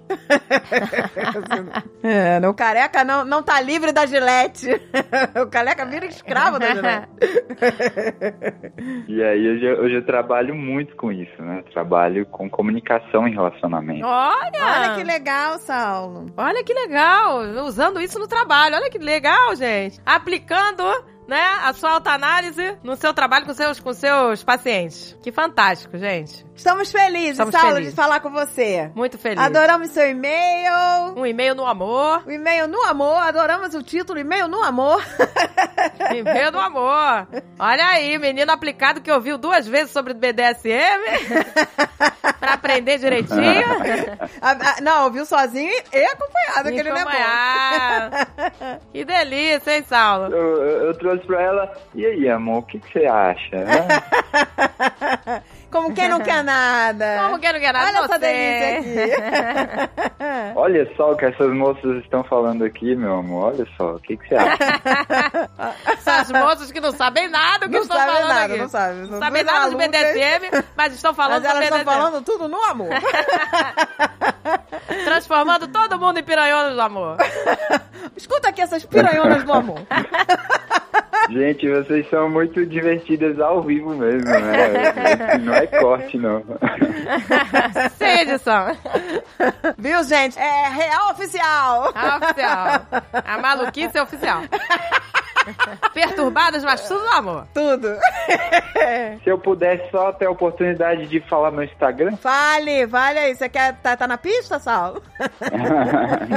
B: é, não, o careca não, não tá livre da gilete. o careca vira escravo da gilete.
I: E aí hoje, eu- hoje eu trabalho muito com isso, né? Trabalho com comunicação e relacionamento.
A: Olha!
B: Olha que legal, Saulo.
A: Olha que legal, usando isso no trabalho. Olha que legal, gente. Aplicando né, a sua autoanálise no seu trabalho com seus, com seus pacientes. Que fantástico, gente.
B: Estamos felizes,
A: Estamos
B: Saulo,
A: felizes.
B: de falar com você.
A: Muito feliz.
B: Adoramos seu e-mail.
A: Um e-mail no amor.
B: O e-mail no amor, adoramos o título, e-mail no amor.
A: E-mail no amor. Olha aí, menino aplicado que ouviu duas vezes sobre BDSM. pra aprender direitinho.
B: Ah, ah, Não, ouviu sozinho e acompanhado,
A: Me
B: aquele lembro.
A: acompanhar. Que delícia, hein, Saulo?
I: Eu, eu- eu trouxe pra ela, e aí, amor, o que, que você acha? né?"
B: Como quem não quer nada.
A: Como que não quer nada?
B: Olha essa
A: Você.
B: delícia aqui.
I: Olha só o que essas moças estão falando aqui, meu amor, olha só, o que, que você acha?
A: Essas moças que não sabem nada do que
B: não
A: estão
B: sabe
A: falando
B: nada,
A: aqui.
B: não sabe. Não
A: Não sabem nada de BDSM, mas estão falando
B: Mas elas estão
A: sobre BDSM.
B: falando tudo no amor.
A: Transformando todo mundo em piranhonas do amor.
B: Escuta aqui essas piranhonas do amor.
I: Gente, vocês são muito divertidas ao vivo mesmo, né? Não é corte, não.
A: Sim, edição.
B: Viu, gente? É real oficial.
A: A É oficial. A maluquice é oficial. Perturbadas, mas tudo no amor.
B: Tudo.
I: Se eu pudesse só ter a oportunidade de falar meu Instagram?
B: Fale, fale aí. Você quer. Tá, tá na pista, Saulo?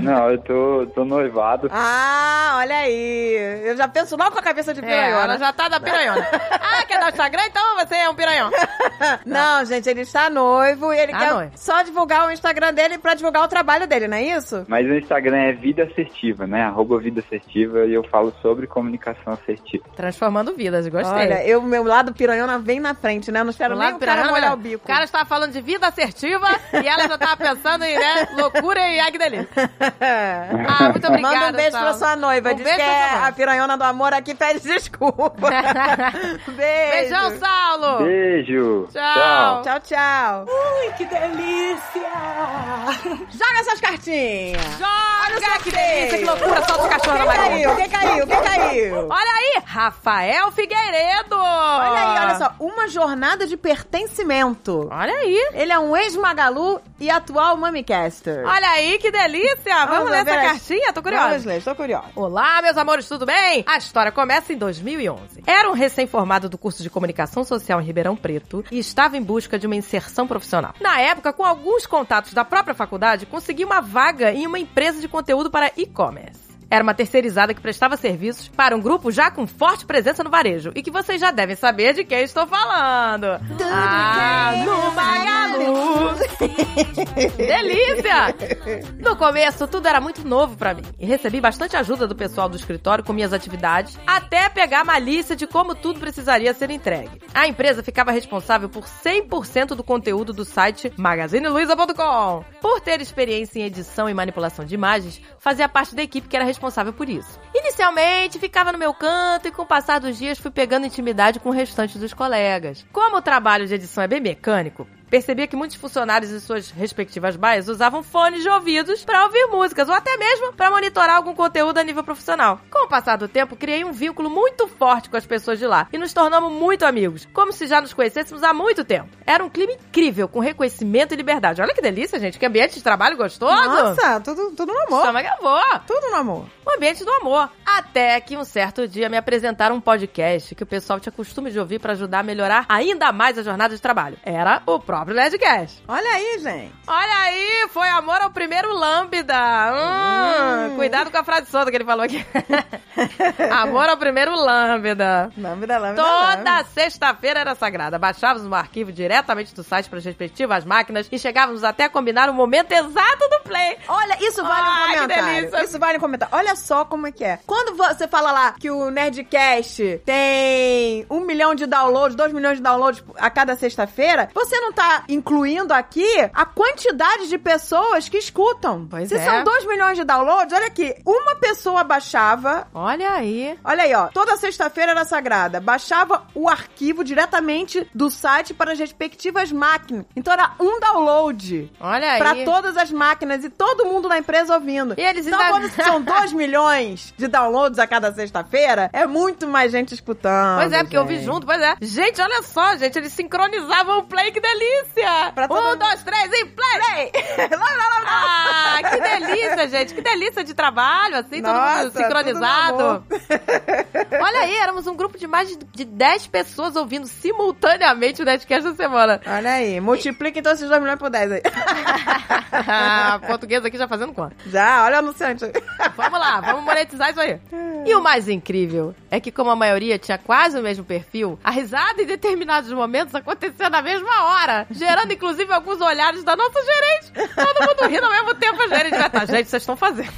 I: não, eu tô, tô noivado.
B: Ah, olha aí. Eu já penso logo com a cabeça de
A: É,
B: piranhona. Né?
A: ela já tá da piranhona. Ah, quer dar o Instagram? Então você é um piranhão.
B: Não, gente, ele está noivo e ele
A: Tá
B: quer
A: noivo.
B: só divulgar o Instagram dele pra divulgar o trabalho dele, não é isso?
I: Mas o Instagram é Vida Assertiva, né? Arroba Vida Assertiva e eu falo sobre comunicação assertiva.
A: Transformando vidas, gostei.
B: Olha, eu, meu lado piranhona vem na frente, né? Eu Não espero
A: Do
B: nem
A: lado
B: o cara
A: piranha,
B: molhar
A: né?
B: o bico.
A: O cara estava falando de vida assertiva e ela já estava pensando em né, loucura e agdelícia. Ah, muito obrigada.
B: Manda um beijo pra
A: Saulo.
B: sua noiva.
A: Um
B: Diz
A: beijo
B: que
A: pra sua
B: é
A: noiva.
B: a piranhona do amor aqui pede desculpa. beijo.
A: Beijão, Saulo.
I: Beijo!
A: Tchau.
B: Tchau, tchau.
C: Ai, que delícia!
B: Joga suas cartinhas.
A: Joga, que
B: sorteio.
A: delícia, que loucura, solta o cachorro na
B: Quem
A: Maria.
B: caiu? Quem caiu? Quem caiu?
A: Olha aí, Rafael Figueiredo.
B: Olha aí, olha só. Uma jornada de pertencimento.
A: Olha aí.
B: Ele é um ex-Magalu e atual Mamicaster.
A: Olha aí, que delícia. Vamos,
B: Vamos
A: ler
B: ver
A: essa
B: as-
A: cartinha? Tô curiosa.
B: Vamos ler, tô curiosa.
A: Olá, meus amores, tudo bem? A história começa em 2011. Era um recém-formado do curso de comunicação social em Ribeirão Preto e estava em busca de uma inserção profissional. Na época, com alguns contatos da própria faculdade, consegui uma vaga em uma empresa de conteúdo para e-commerce. Era uma terceirizada que prestava serviços para um grupo já com forte presença no varejo e que vocês já devem saber de quem estou falando. ah, no Magalu! Delícia! No começo, tudo era muito novo pra mim e recebi bastante ajuda do pessoal do escritório com minhas atividades, até pegar uma lista de como tudo precisaria ser entregue. A empresa ficava responsável por 100% do conteúdo do site magazineluiza.com. Por ter experiência em edição e manipulação de imagens, fazia parte da equipe que era responsável por isso. Inicialmente, ficava no meu canto e com o passar dos dias fui pegando intimidade com o restante dos colegas. Como o trabalho de edição é bem mecânico, Percebia que muitos funcionários em suas respectivas baias usavam fones de ouvidos para ouvir músicas ou até mesmo para monitorar algum conteúdo a nível profissional. Com o passar do tempo, criei um vínculo muito forte com as pessoas de lá e nos tornamos muito amigos, como se já nos conhecêssemos há muito tempo. Era um clima incrível, com reconhecimento e liberdade. Olha que delícia, gente, que ambiente de trabalho gostoso!
B: Nossa, tudo, tudo no amor.
A: Toma que eu vou!
B: Tudo no amor.
A: O ambiente do amor. Até que um certo dia me apresentaram um podcast que o pessoal tinha costume de ouvir para ajudar a melhorar ainda mais a jornada de trabalho. Era o próprio Nerdcast.
B: Olha aí, gente.
A: Olha aí, foi amor ao primeiro lambda. Hum, Cuidado com a frase solta que ele falou aqui.
B: É
A: amor ao primeiro lambda.
B: Lambda, lambda, lambda.
A: Toda sexta-feira era sagrada. Baixávamos um arquivo diretamente do site para as respectivas máquinas e chegávamos até a combinar o momento exato do play.
B: Olha, isso vale
A: Ai, que
B: um comentário.
A: delícia.
B: Isso vale um comentário. Olha só como é que é. Quando você fala lá que o Nerdcast tem um milhão de downloads, dois milhões de downloads a cada sexta-feira, você não tá incluindo aqui a quantidade de pessoas que escutam.
A: Pois
B: Se
A: é.
B: são dois milhões de downloads, olha aqui, uma pessoa baixava
A: Olha aí.
B: Olha aí, ó. Toda sexta-feira era sagrada. Baixava o arquivo diretamente do site para as respectivas máquinas. Então era um download.
A: Olha aí.
B: Pra todas as máquinas e todo mundo na empresa ouvindo.
A: E eles
B: então,
A: ainda-
B: quando são 2 milhões de downloads a cada sexta-feira, é muito mais gente escutando.
A: Pois é, porque eu ouvi
B: gente.
A: junto, pois é. Gente, olha só, gente, eles sincronizavam o play, que delícia!
B: Pra todo
A: um,
B: mundo.
A: dois, três e play! ah, que delícia, gente, que delícia de trabalho, assim, todo
B: Nossa,
A: mundo sincronizado.
B: tudo no amor.
A: Olha aí, éramos um grupo de mais de 10 pessoas ouvindo simultaneamente o Nerdcast da semana.
B: Olha aí, multiplica então esses dois milhões por 10 aí.
A: Ah, português aqui já fazendo conta.
B: Já, olha o anunciante.
A: Vamos lá, vamos monetizar isso aí. E o mais incrível é que, como a maioria tinha quase o mesmo perfil, a risada em determinados momentos acontecia na mesma hora, gerando inclusive alguns olhares da nossa gerente. Todo mundo rindo ao mesmo tempo, a gerente vai estar. Gente, vocês estão fazendo.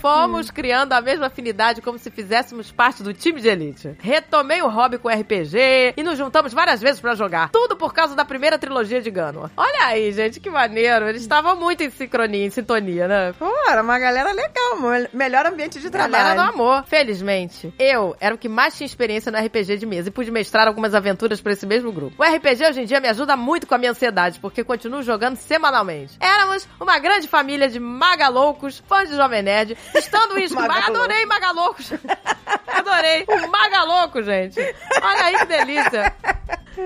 A: Fomos criando a mesma afinidade como se fizéssemos parte do time de elite. Retomei o hobby com RPG e nos juntamos várias vezes pra jogar. Tudo por causa da primeira trilogia de Gano. Olha aí, gente, que maneiro. Eles estavam muito em sincronia, em sintonia, né?
B: Pô, era uma galera legal, mano. Melhor ambiente de trabalho.
A: Galera do amor. Felizmente, eu era o que mais tinha experiência no RPG de mesa e pude mestrar algumas aventuras pra esse mesmo grupo. O RPG hoje em dia me ajuda muito com a minha ansiedade, porque continuo jogando semanalmente. Éramos uma grande família de magaloucos, fãs de Jovem Nerd, estando isso.
B: Magalouco.
A: Adorei magaloucos. Adorei. O magalouco, gente. Olha aí que delícia.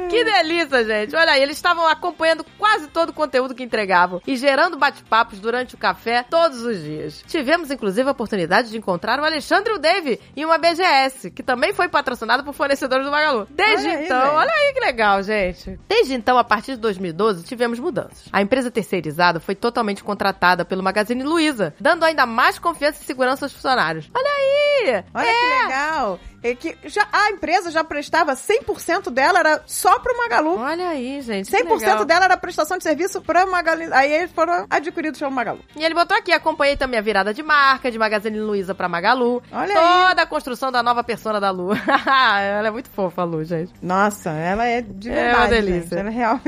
A: Que delícia, gente. Olha aí, eles estavam acompanhando quase todo o conteúdo que entregavam e gerando bate-papos durante o café todos os dias. Tivemos, inclusive, a oportunidade de encontrar o Alexandre e o Dave em uma BGS, que também foi patrocinada por fornecedores do Magalu. Desde
B: Olha aí,
A: então,
B: velho.
A: olha aí que legal, gente. Desde então, a partir de 2012, tivemos mudanças. A empresa terceirizada foi totalmente contratada pelo Magazine Luiza, dando ainda mais confiança e segurança aos funcionários. Olha aí!
B: Olha que legal. É que já, a empresa já prestava 100% dela era só pro Magalu.
A: Olha aí, gente. que
B: 100%
A: legal.
B: dela era prestação de serviço pra Magalu. Aí eles foram adquiridos pelo Magalu.
A: E ele botou aqui, acompanhei também a virada de marca, de Magazine Luiza pra Magalu.
B: Olha
A: toda a construção da nova persona da Lu. Ela é muito fofa, a Lu, gente.
B: Nossa, ela é de
A: É
B: verdade.
A: uma delícia.
B: gente. Ela é real.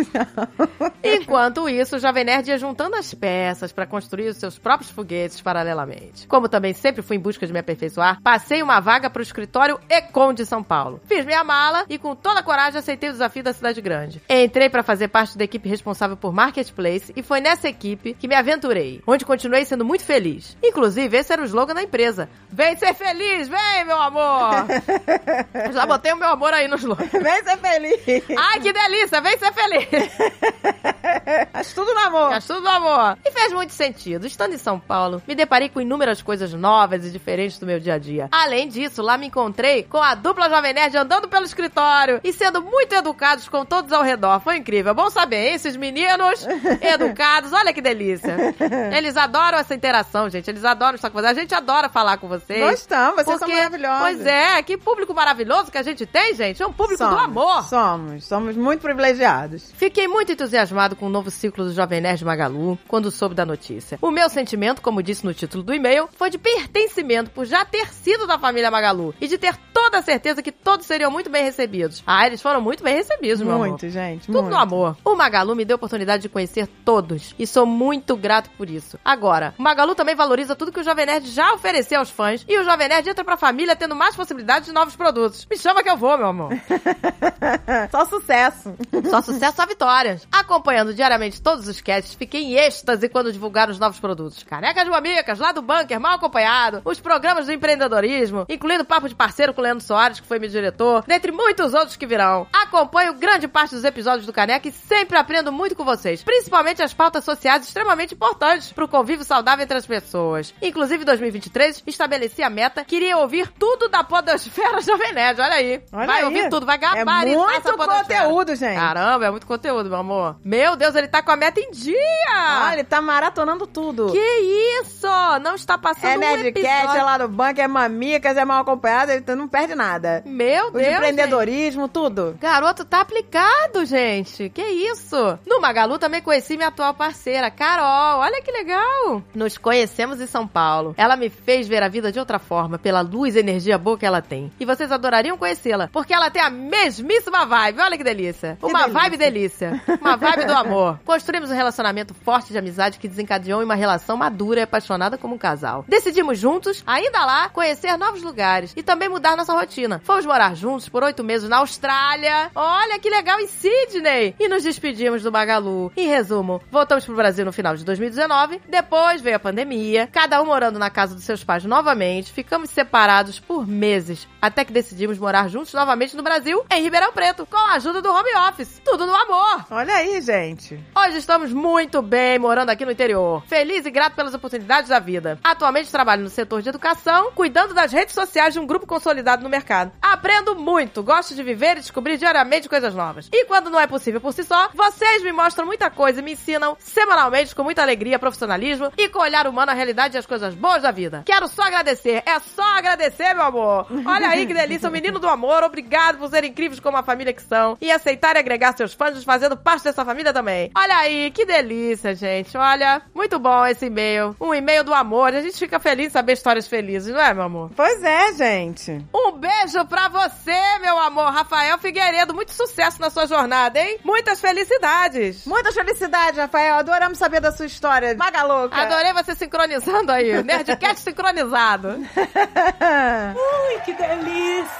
A: Enquanto isso, o Jovem Nerd ia juntando as peças pra construir os seus próprios foguetes paralelamente. Como também sempre fui em busca de me aperfeiçoar, passei uma vaga pro escritório Econ de São Paulo. Fiz minha mala e com toda a coragem aceitei o desafio da cidade grande. Entrei pra fazer parte da equipe responsável por Marketplace e foi nessa equipe que me aventurei, onde continuei sendo muito feliz. Inclusive, esse era o slogan da empresa. Vem ser feliz, vem, meu amor! Já botei o meu amor aí no slogan.
B: Vem ser feliz.
A: Ai, que delícia, vem ser feliz!
B: Acho tudo no amor.
A: Gastou do amor. E fez muito sentido. Estando em São Paulo, me deparei com inúmeras coisas novas e diferentes é do meu dia a dia. Além disso, lá me encontrei com a dupla Jovem Nerd andando pelo escritório e sendo muito educados com todos ao redor. Foi incrível. É Bom saber, hein? esses meninos educados. Olha que delícia. Eles adoram essa interação, gente. Eles adoram estar com vocês. A gente adora falar com vocês.
B: Nós estamos, vocês
A: Porque-
B: são maravilhosos.
A: Pois é, que público maravilhoso que a gente tem, gente. É um público do amor.
B: Somos, somos muito privilegiados.
A: Fiquei muito entusiasmado com o novo ciclo do Jovem Nerd Magalu quando soube da notícia. O meu sentimento, como disse no título do e-mail, foi de pertencimento por já ter sido da família Magalu e de ter toda a certeza que todos seriam muito bem recebidos. Ah, eles foram muito bem recebidos, meu amor.
B: Muito, gente.
A: Tudo
B: muito.
A: no amor. O Magalu me deu a oportunidade de conhecer todos e sou muito grato por isso. Agora, o Magalu também valoriza tudo que o Jovem Nerd já ofereceu aos fãs e o Jovem Nerd entra pra família tendo mais possibilidades de novos produtos. Me chama que eu vou, meu amor.
B: Só sucesso.
A: Só sucesso, só vitórias. Acompanhando diariamente todos os casts, fiquei em êxtase quando divulgaram os novos produtos. Canecas Mamicas, lá do bunker, mal acompanhado, os programas do empreendedorismo, incluindo Papo de Parceiro com o Leandro Soares, que foi meu diretor, dentre muitos outros que virão. Acompanho grande parte dos episódios do Caneca e sempre aprendo muito com vocês, principalmente as pautas sociais extremamente importantes para o convívio saudável entre as pessoas. Inclusive, em 2023, estabeleci a meta, queria ouvir tudo da podosfera Jovem Nerd, olha aí.
B: Olha
A: vai
B: aí.
A: ouvir tudo, vai
B: É
A: gabaritar essa
B: muito
A: podosfera.
B: conteúdo, gente.
A: Caramba, é muito conteúdo, meu amor. Meu Deus, ele tá com a meta em dia!
B: Olha, ele tá maratonando tudo.
A: que isso! Não está passando
B: é
A: um
B: Nerdcast,
A: episódio.
B: é lá no banco, é mamicas, é mal acompanhado, ele não perde nada.
A: Meu
B: O
A: Deus, gente.
B: empreendedorismo, tudo.
A: Garoto tá aplicado, gente. Que isso? No Magalu também conheci minha atual parceira, Carol. Olha que legal. Nos conhecemos em São Paulo. Ela me fez ver a vida de outra forma, pela luz e energia boa que ela tem. E vocês adorariam conhecê-la, porque ela tem a mesmíssima vibe. Olha que delícia. Uma vibe delícia. Uma vibe do amor. Construímos um relacionamento forte de amizade que desencadeou em uma relação madura e apaixonada como um casal. Decidimos juntos, ainda lá, conhecer novos lugares e também mudar nossa rotina. Fomos morar juntos por oito meses na Austrália. Olha que legal em Sydney! E nos despedimos do Magalu. Em resumo, voltamos pro Brasil no final de 2019. Depois veio a pandemia, cada um morando na casa dos seus pais novamente. Ficamos separados por meses, até que decidimos morar juntos novamente no Brasil, em Ribeirão Preto, com a ajuda do home office. Tudo no amor!
B: Olha aí, gente.
A: Hoje estamos muito bem morando aqui aqui no interior. Feliz e grato pelas oportunidades da vida. Atualmente trabalho no setor de educação, cuidando das redes sociais de um grupo consolidado no mercado. Aprendo muito, gosto de viver e descobrir diariamente coisas novas. E quando não é possível por si só, vocês me mostram muita coisa e me ensinam semanalmente com muita alegria, profissionalismo e com olhar humano a realidade e as coisas boas da vida. Quero só agradecer, é só agradecer, meu amor. Olha aí que delícia, o menino do amor. Obrigado por serem incríveis como a família que são e aceitar e agregar seus fãs, nos fazendo parte dessa família também. Olha aí, que delícia, gente. Olha, muito bom esse e-mail. Um e-mail do amor. A gente fica feliz em saber histórias felizes, não é, meu amor?
B: Pois é, gente.
A: Um beijo pra você, meu amor, Rafael Figueiredo. Muito sucesso na sua jornada, hein? Muitas felicidades.
B: Muitas felicidades, Rafael. Adoramos saber da sua história. Maga louca.
A: Adorei você sincronizando aí. Nerdcast sincronizado.
J: Ui, que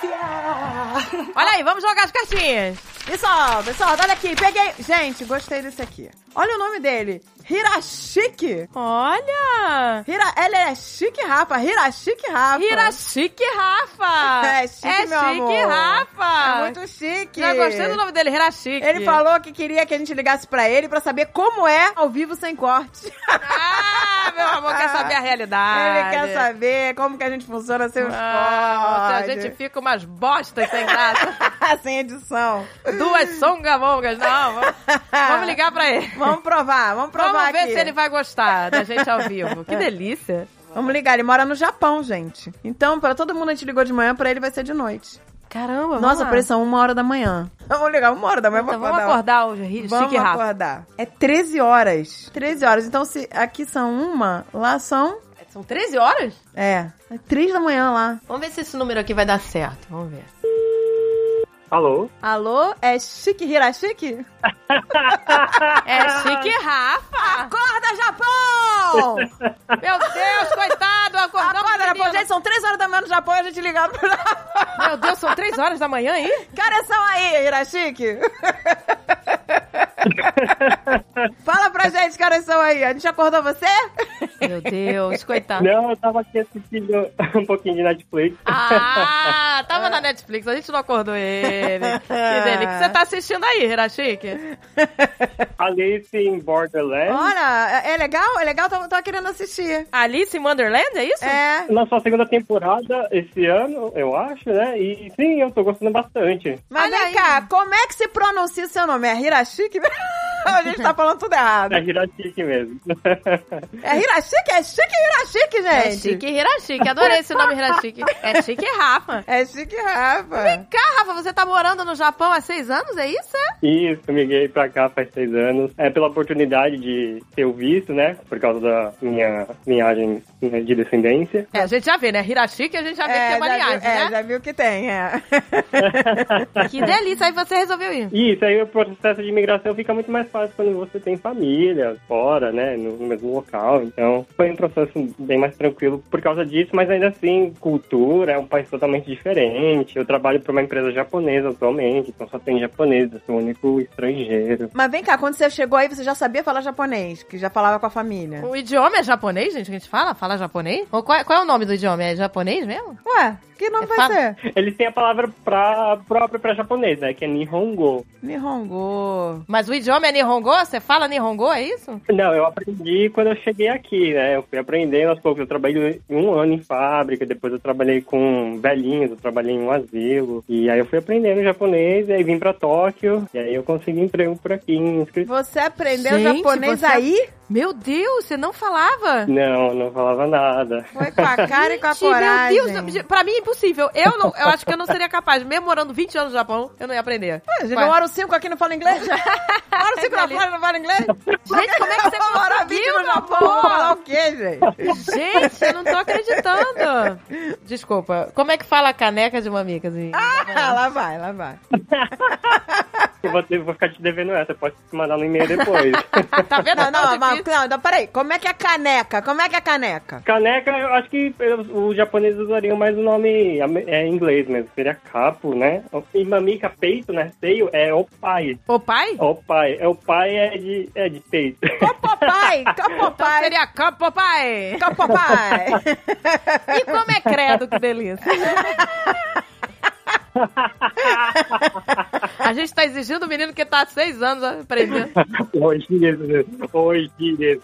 J: delícia!
A: Olha aí, vamos jogar as cartinhas.
B: Pessoal, pessoal, olha aqui, peguei. Gente, gostei desse aqui. Olha o nome dele. Hirashiki.
A: Olha!
B: Hira... Ele é chique, Rafa. Hirashiki, Rafa.
A: Hirashiki Rafa!
B: É chique,
A: é
B: meu
A: chique
B: amor.
A: Rafa!
B: É muito chique.
A: Já gostei do nome dele, Hirashiki.
B: Ele falou que queria que a gente ligasse pra ele pra saber como é ao vivo sem corte.
A: Ah, meu amor, quer saber a
B: Ele
A: realidade.
B: quer saber como que a gente funciona sem os
A: Ah, se a
B: cortes.
A: gente fica umas bostas sem graça.
B: sem edição.
A: Duas songamongas, não. Vamos, vamos ligar pra ele.
B: Vamos provar, vamos provar
A: Vamos ver
B: aqui.
A: se ele vai gostar da gente ao vivo. Que delícia.
B: Vamos ligar, ele mora no Japão, gente. Então, pra todo mundo a gente ligou de manhã, pra ele vai ser de noite.
A: Caramba,
B: Nossa,
A: vamos lá.
B: preço são uma hora da manhã. Vamos ligar uma hora da manhã
A: Então
B: pra
A: vamos
B: acordar.
A: acordar o Ri- Chique
B: Vamos
A: Rafa.
B: acordar. É 13 horas. 13 horas. Então, se aqui são uma, lá são.
A: São 13 horas?
B: É. É 3 da manhã lá.
A: Vamos ver se esse número aqui vai dar certo. Vamos ver.
K: Alô?
B: Alô? É Chique Hirashiki?
A: É Chique Rafa!
B: Acorda, Japão!
A: Meu Deus, coitado, acordamos.
B: Acorda, Japão.
A: menino.
B: Gente, são 3 horas da manhã no Japão e a gente ligando pro Japão.
A: Meu Deus, são 3 horas da manhã aí?
B: Que horas são aí, Hirashiki? Fala pra gente que horas são aí. A gente acordou você?
A: Meu Deus, coitado.
K: Não, eu tava aqui assistindo um pouquinho de Netflix.
A: Ah, tava na Netflix, a gente não acordou ele. Que delícia. O que você tá assistindo aí, Hirachique?
K: Alice em Borderlands.
B: Olha, é é legal? É legal? Tô, tô querendo assistir.
A: Alice in Wonderland, é isso?
B: É.
K: Na sua segunda temporada esse ano, eu acho, né? E sim, eu tô gostando bastante.
B: Mas
A: Olha
B: vem
A: aí.
B: cá, como é que se pronuncia o seu nome? É Hirashiki? A gente tá falando tudo errado.
K: É Hirashiki mesmo.
B: É Hirashiki? É chique Hirashiki,
A: É
B: gente.
A: Chique Hirachique, adorei esse nome Hirachique. É Chique Rafa.
B: É chique, Rafa.
A: Cá, Rafa, você tá morando no Japão há seis anos, é isso? é?
K: Isso, miguei pra cá faz seis anos. É pela oportunidade de ter o visto, né? Por causa da minha linhagem né, de descendência.
A: É, a gente já vê, né? Hirachique, a gente já vê que tem uma
B: já
A: linhagem,
B: viu, é,
A: né?
B: já viu que tem, é.
A: Que delícia, aí você resolveu ir.
K: E isso aí, o processo de imigração fica muito mais fácil quando você tem família fora, né? No, no mesmo local. Então, foi um processo bem mais tranquilo por causa disso, mas ainda assim, cultura é um país totalmente diferente. Eu trabalho pra uma empresa japonesa atualmente, então só tem japonês, eu sou o único estrangeiro.
B: Mas vem cá, quando você chegou aí, você já sabia falar japonês, que já falava com a família.
A: O idioma é japonês, gente? Que a gente fala? Fala japonês? Ou qual, é- qual é o nome do idioma? É japonês mesmo?
B: Ué, que nome
A: É
B: vai
A: fa-
B: ser?
K: Eles têm a palavra pra, própria pra japonês, né? Que é Nihongo.
B: Nihongo.
A: Mas o idioma é Nihongo? Você fala Nihongo, é isso?
K: Não, eu aprendi quando eu cheguei aqui, né? Eu fui aprendendo aos poucos. Eu trabalhei um ano em fábrica, depois eu trabalhei com velhinhos, eu trabalhei em um asilo. E aí eu fui aprendendo japonês, e aí vim pra Tóquio, e aí eu consegui emprego por aqui em escritório.
B: Você aprendeu
A: Gente,
B: japonês
A: você-
B: aí?
A: Meu Deus, você não falava?
K: Não, não falava nada.
B: Foi com a cara e com a
A: Gente,
B: coragem.
A: Meu Deus, gente, pra mim é impossível. Eu, não, eu acho que eu não seria capaz. Mesmo morando 20 anos no Japão, eu não ia aprender. É
B: Gente,
A: Ué.
B: eu moro cinco aqui e não falo inglês? moro cinco na Flórida e não falo inglês?
A: Gente, como é que você
B: Eu moro há 20
A: conseguiu,
B: no
A: meu
B: Japão?
A: amor?
B: Vou falar o quê, gente?
A: Gente, eu não tô acreditando. Desculpa, como é que fala caneca de assim? mamicas? em-
B: Ah, lá vai, lá vai.
K: Eu vou, ter- vou ficar te devendo essa, pode te mandar no e-mail depois.
A: Tá vendo?
B: Não,
A: Tão
B: não, mas,
A: difícil.
B: não, não, peraí. Como é que é caneca? Como é que é caneca?
K: Caneca, eu acho que os japoneses usariam mais o nome ame- é, em inglês mesmo. Seria capo, né? E mamica, peito, né? Seio é opai.
A: O pai?
K: Opai. É, Opai é de, é de peito.
B: Copopai, copopai,
A: Então, Seria campo, pai.
B: copopai.
A: E como é credo, que delícia. A gente tá exigindo o menino que tá há seis anos aprendendo.
K: Oi, querido. Oi, querido.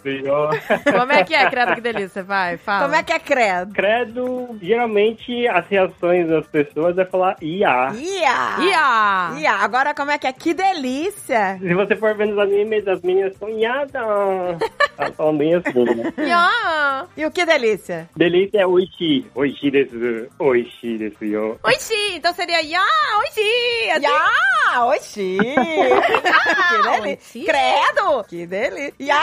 A: Como é que é, credo que delícia? Vai, fala.
B: Como é que é credo?
K: Credo, geralmente as reações das pessoas é falar ia.
B: Ia!
A: Ia!
B: Ia! Agora como é que é? Que delícia!
K: Se você for ver nos animes, as meninas são iada. Elas falam bem assim, né?
A: Iá!
B: E o que delícia?
K: Delícia é oishi. Oishi desu. Oishi desu yo.
A: Oi, Xi! Então seria Iá! Oi, Xi! Assim-
B: Ia! Oxi! que delícia!
A: Ah, oxi.
B: Credo! Que delícia! Ia!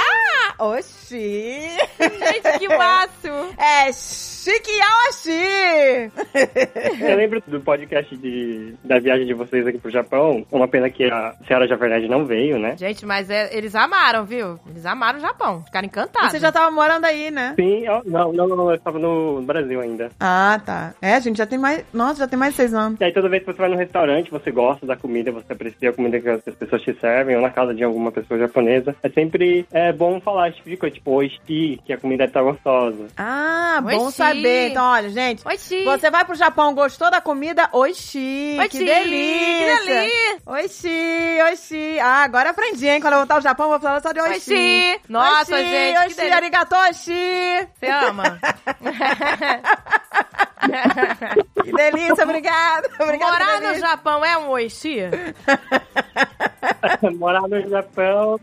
B: Oxi!
A: Gente, que máximo!
B: É chique ia, oxi!
K: É, Eu lembro do podcast de, da viagem de vocês aqui pro Japão. Uma pena que a senhora Javernade não veio, né?
A: Gente, mas é- eles amaram, viu? Eles amaram o Japão. Ficaram encantados.
B: Você já tava morando aí, né?
K: Sim, ó, não, não, não, eu estava no Brasil ainda.
B: Ah, tá. É, a gente já tem mais. Nossa, já tem mais de seis anos.
K: E aí toda vez que você vai num restaurante, você gosta da comida, você aprecia a comida que as pessoas te servem, ou na casa de alguma pessoa japonesa, é sempre é, bom falar esse tipo de coisa, tipo, oishi, que a comida tá gostosa.
B: Ah,
A: Oxi.
B: bom saber. Então, olha, gente.
A: Oi, Xi!
B: Você vai pro Japão, gostou da comida? Oxi!
A: Oi,
B: que
A: Xi!
B: delícia!
A: Que delícia!
B: Oxi, oxi. Ah, agora aprendi, hein? Quando eu voltar ao Japão, vou falar só de oxi.
A: Oxi. Nossa,
B: Oxi,
A: gente, que
B: Oxi,
A: delícia.
B: arigato, oxi.
A: Você ama?
B: Que delícia, obrigada. Obrigada,
A: Morar no
B: delícia.
A: Japão é um oishi?
K: Morar no Japão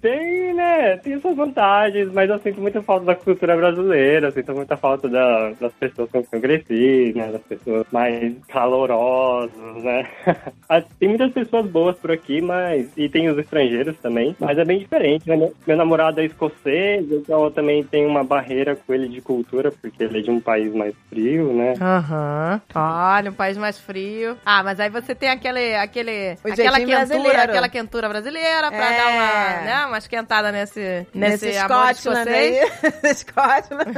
K: tem, né, tem suas vantagens, mas eu sinto muita falta da cultura brasileira, eu sinto muita falta da- das pessoas com quem eu cresci, né, das pessoas mais calorosas, né. Ah, tem muitas pessoas boas por aqui, mas, e tem os estrangeiros também, mas é bem diferente, né. Meu- Meu namorado é escocês, então eu também tenho uma barreira com ele de cultura, porque ele é de um país mais frio, né.
A: Aham. Olha, um país mais frio. Ah, mas aí você tem aquele, aquele,
B: O
A: É. aquela
B: jeitinho
A: quentura,
B: brasileiro.
A: aquela quentura brasileira pra
B: É.
A: dar uma, né, uma esquentada nesse, nesse,
B: Nesse
A: amor
B: Scotland
A: escocês.
B: aí. Nesse Scotland.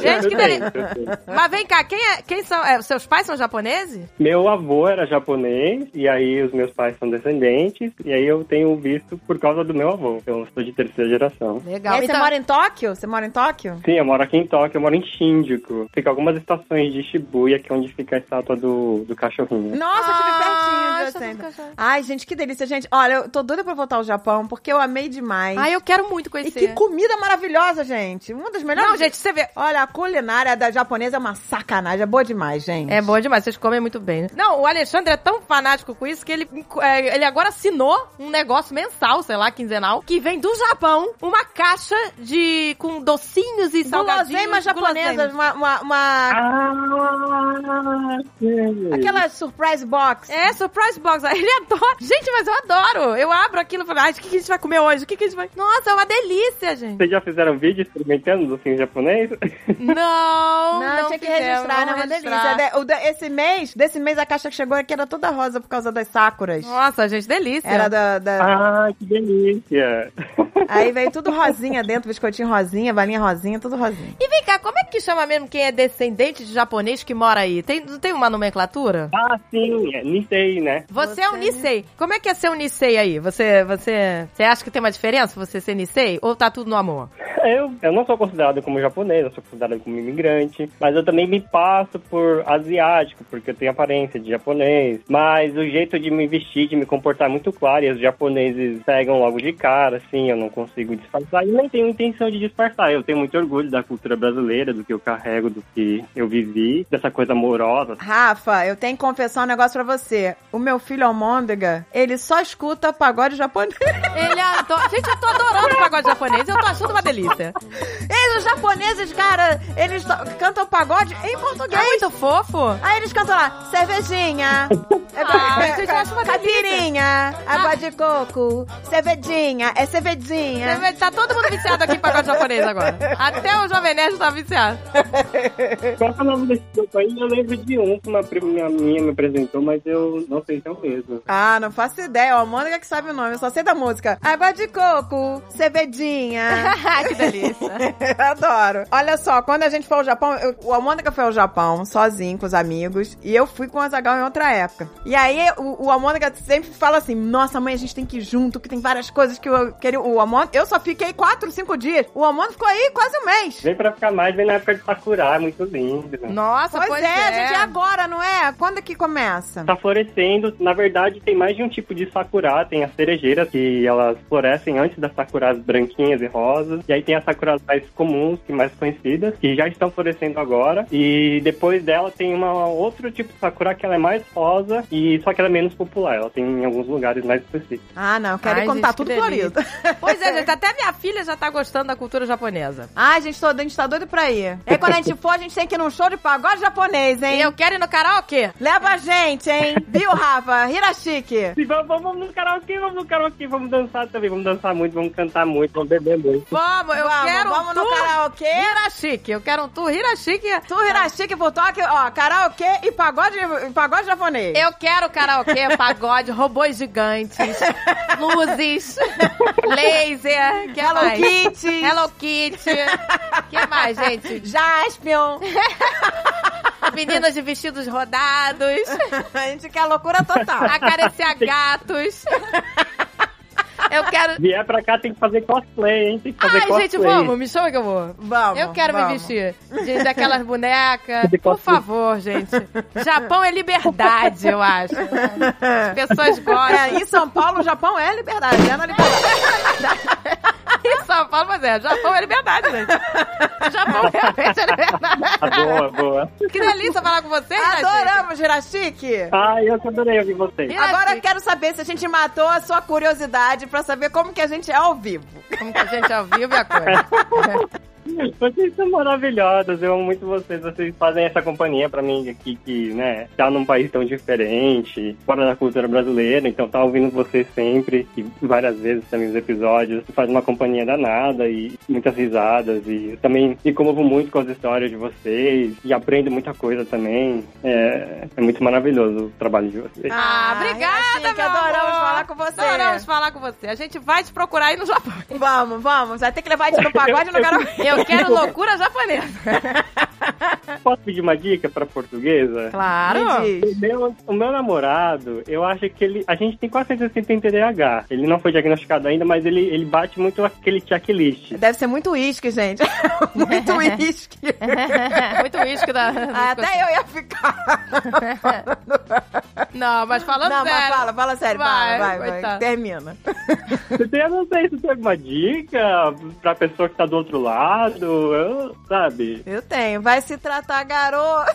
A: Gente, que
K: Eu tenho,
A: delícia.
K: eu tenho.
A: Mas vem cá, quem, é, quem são? é, seus pais são japoneses?
K: Meu avô era japonês, e aí os meus pais são descendentes, e aí eu tenho visto por causa do meu avô. Eu sou de terceira geração.
A: Legal. Então
B: E aí, você mora em Tóquio? Você mora em Tóquio?
K: Sim, eu moro aqui em Tóquio, eu moro em Shinjuku. Fica algumas estações de Shibuya, que é onde fica a estátua do, do cachorrinho.
B: Nossa, eu tive
A: Ah,
B: pertinho de
A: essa
B: você ainda.
A: fica já-
B: Ai, gente, que delícia, gente. Olha, eu tô doida pra voltar ao Japão, porque eu amei demais.
A: Ah, eu quero muito
B: e
A: conhecer.
B: que comida maravilhosa, gente. Uma das melhores.
A: Não, gente, você vê.
B: Olha, a culinária da japonesa é uma sacanagem. É boa demais, gente.
A: É boa demais, vocês comem muito bem. né? Não, o Alexandre é tão fanático com isso que ele, é, ele agora assinou um negócio mensal, sei lá, quinzenal, que vem do Japão, uma caixa de com docinhos e salgadinhos.
B: Guloseimas japonesas,
A: guloseimas.
B: uma, uma, uma-
K: Ah, sim.
B: aquela surprise box.
A: É, surprise box. Ele adora. Gente, mas eu adoro. Eu abro aquilo e falo, ai, o que, que a gente vai comer hoje? O que, que a gente vai... Nossa, é uma delícia, gente.
K: Vocês já fizeram vídeo experimentando docinho japonês?
B: Não,
A: Não, não
B: tinha que
A: fizemos,
B: registrar, né?
A: vamos
B: Uma delícia.
A: registrar.
B: De- o da- Esse mês, desse mês, a caixa que chegou aqui era toda rosa por causa das sakuras.
A: Nossa, gente, delícia.
B: Era da. da-
K: Ah, que delícia!
B: Aí veio tudo rosinha dentro, biscoitinho rosinha, balinha rosinha, tudo rosinha.
A: E vem cá, como é que chama mesmo quem é descendente de japonês que mora aí? Tem, não tem uma nomenclatura?
K: Ah, sim, é Nisei, né?
A: Você, é um Nisei. Como é que é ser um Nisei aí? Você, você, você acha que tem uma diferença você ser Nisei? Ou tá tudo no amor?
K: Eu, eu não sou considerado como japonês, eu sou considerado como imigrante, mas eu também me passo por asiático, porque eu tenho aparência de japonês. Mas o jeito de me vestir, de me comportar é muito claro, e os japoneses pegam logo de cara, assim, eu não consigo disfarçar, e nem tenho intenção de disfarçar. Eu tenho muito orgulho da cultura brasileira, do que eu carrego, do que eu vivi, dessa coisa amorosa.
B: Rafa, eu tenho que confessar um negócio pra você. O meu filho Almôndega, ele só escuta pagode japonês.
A: Ele adora... Gente, eu tô adorando o pagode japonês. Eu tô achando uma delícia.
B: Eles, os japoneses, cara, eles só cantam pagode em
A: É
B: português.
A: muito fofo.
B: Aí eles cantam lá, cervejinha, é,
A: Ah,
B: é,
A: gente, eu acho uma
B: caipirinha, água de coco, cervejinha, é cervejinha.
A: Tá todo mundo viciado aqui em pagode japonês agora. Até o Jovem Nerd tá viciado.
K: Qual que é o nome desse grupo aí? Eu lembro de um que uma prima minha- minha me apresentou, mas eu não sei se é o mesmo.
B: Ah, não é faço ideia, ó, a Mônica que sabe o nome, eu só sei da música. Água de coco, cervejinha.
A: que delícia.
B: Adoro. Olha só, quando a gente foi ao Japão, eu, a Mônica foi ao Japão sozinho, com os amigos, e eu fui com o Azagal em outra época. E aí o, o a Mônica sempre fala assim: nossa, mãe, a gente tem que ir junto, que tem várias coisas que eu queria. O Amônica, eu só fiquei quatro, cinco dias. O Amônica ficou aí quase um mês.
K: Vem pra ficar mais, vem na época de Sakura, é muito lindo.
A: Nossa,
B: Pois,
A: pois,
B: é, gente, é agora, não é? Quando que começa?
K: Tá florescendo, na verdade tem mais de um tipo de sakura, tem as cerejeiras que elas florescem antes das sakuras branquinhas e rosas, e aí tem as sakuras mais comuns, que mais conhecidas, que já estão florescendo agora, e depois dela tem uma outro tipo de sakura que ela é mais rosa, e só que ela é menos popular, ela tem em alguns lugares mais específicos.
B: Ah, não, eu quero
A: Ai,
B: ir contar
A: gente,
B: tudo
A: que delícia.
B: florido.
A: Pois é, gente, até minha filha já tá gostando da cultura japonesa.
B: Ai, gente, tô, a gente tá doido pra ir. E aí, quando a gente for, a gente tem que ir num show de pagode japonês,
A: E
B: hein?
A: eu quero ir no karaokê.
B: Leva a gente, hein? Viu, Rafa? Hirashiki.
K: E vamos, vamos no karaokê, vamos no karaokê, vamos dançar também, vamos dançar muito, vamos cantar muito, vamos beber muito.
A: Vamos, eu
B: vamos,
A: quero
B: vamos
A: um
B: no
A: tour
B: karaokê.
A: Hirashiki. Eu quero um tour Hirashiki.
B: Tu, Hirashiki, por toque, ó, karaokê e pagode, e pagode japonês.
A: Eu quero karaokê, pagode, robôs gigantes, luzes, laser, que
B: Hello
A: mais?
B: Kitty.
A: Hello Kitty. que mais, gente?
B: Jaspion.
A: Meninas de vestidos rodados,
B: a gente quer loucura total.
A: acariciar gatos. Eu quero...
K: Vier pra cá tem que fazer cosplay, hein? Tem que fazer
A: Ai,
K: cosplay.
A: gente, vamos, me chama que eu vou.
B: Vamos,
A: Eu quero
B: vamos.
A: me vestir de, daquelas bonecas.
K: De
A: Por
K: costura.
A: favor, gente. Japão é liberdade, eu acho. As pessoas
B: É,
A: gostam.
B: em São Paulo, o Japão é liberdade, é na liberdade.
A: Em São Paulo, mas é, Japão é liberdade, gente. Japão realmente é liberdade.
K: Ah, boa, boa.
A: Que delícia falar com você, Adoramos.
B: Adoramos, Hirashiki.
K: Ai, Ah, eu que adorei ouvir vocês.
A: Hirashiki.
B: Agora eu quero saber se a gente matou a sua curiosidade pra saber como que a gente é ao vivo.
A: Como que a gente ao vivo é a coisa.
K: Vocês são maravilhosos, eu amo muito vocês. Vocês fazem essa companhia pra mim aqui que, né, tá num país tão diferente, fora da cultura brasileira, então tá ouvindo vocês sempre e várias vezes também os episódios. Faz uma companhia danada e muitas risadas e eu também me comovo muito com as histórias de vocês e aprendo muita coisa também. É, é muito maravilhoso o trabalho de vocês.
A: Ah,
B: Ah,
A: obrigada,
B: Yashin, que
A: meu
B: adoramos
A: amor.
B: falar com você.
A: Adoramos falar com você. A gente vai te procurar aí no Japão.
B: Vamos, vamos. Vai ter que levar a gente no pagode e no karaokê.
A: Eu quero loucura japonesa.
K: Posso pedir uma dica pra portuguesa?
A: Claro.
B: Me diz.
K: O meu, o meu namorado, eu acho que ele. A gente tem quase certeza que ele tem TDAH. Ele não foi diagnosticado ainda, mas ele, ele bate muito aquele checklist.
B: Deve ser muito uísque, gente. muito uísque.
A: Muito uísque da.
B: Ah, Até eu ia ficar.
A: Não, mas falando
B: Não,
A: sério.
B: mas fala, fala sério.
A: Vai,
B: Vai, vai, vai.
A: coitado.
B: Termina.
K: Você tem, eu não sei se tem alguma dica pra pessoa que tá do outro lado, eu- sabe?
B: Eu tenho. Vai se tratar, garoto.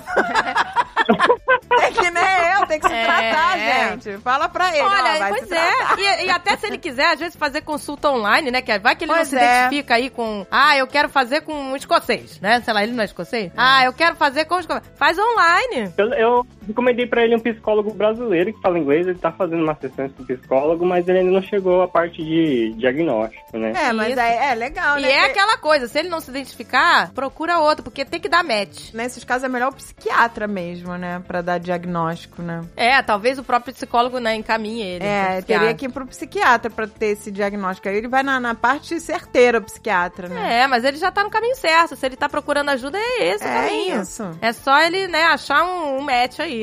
B: tem que nem eu, tem que se
A: É.
B: tratar, gente. Fala pra ele. ó,
A: Olha,
B: vai
A: pois
B: se tratar.
A: é. E, e até se ele quiser, às vezes, fazer consulta online, né? Que vai que ele não
B: Pois
A: se
B: é.
A: identifica aí com. Ah, eu quero fazer com um escocês, né? Sei lá, ele não é escocês? Ah, eu quero fazer com escocês. Faz online.
K: Eu, eu recomendei pra ele um psicólogo brasileiro que fala inglês, ele tá fazendo uma sessão com psicólogo, mas ele ainda não chegou à parte de diagnóstico, né?
B: É, mas
A: Isso.
B: aí é legal,
A: E
B: né?
A: é
B: Porque
A: aquela coisa, se ele não se identificar, procura outro, porque tem que dar match.
B: Nesses casos é melhor o psiquiatra mesmo, né? Pra dar diagnóstico, né?
A: É, talvez o próprio psicólogo, né, encaminhe ele.
B: É,
A: pro psiquiatra.
B: teria que ir pro psiquiatra pra ter esse diagnóstico. Aí ele vai na, na parte certeira, o psiquiatra, né?
A: É, mas ele já tá no caminho certo. Se ele tá procurando ajuda, é esse o caminho.
B: isso.
A: É só ele, né, achar um, um match aí.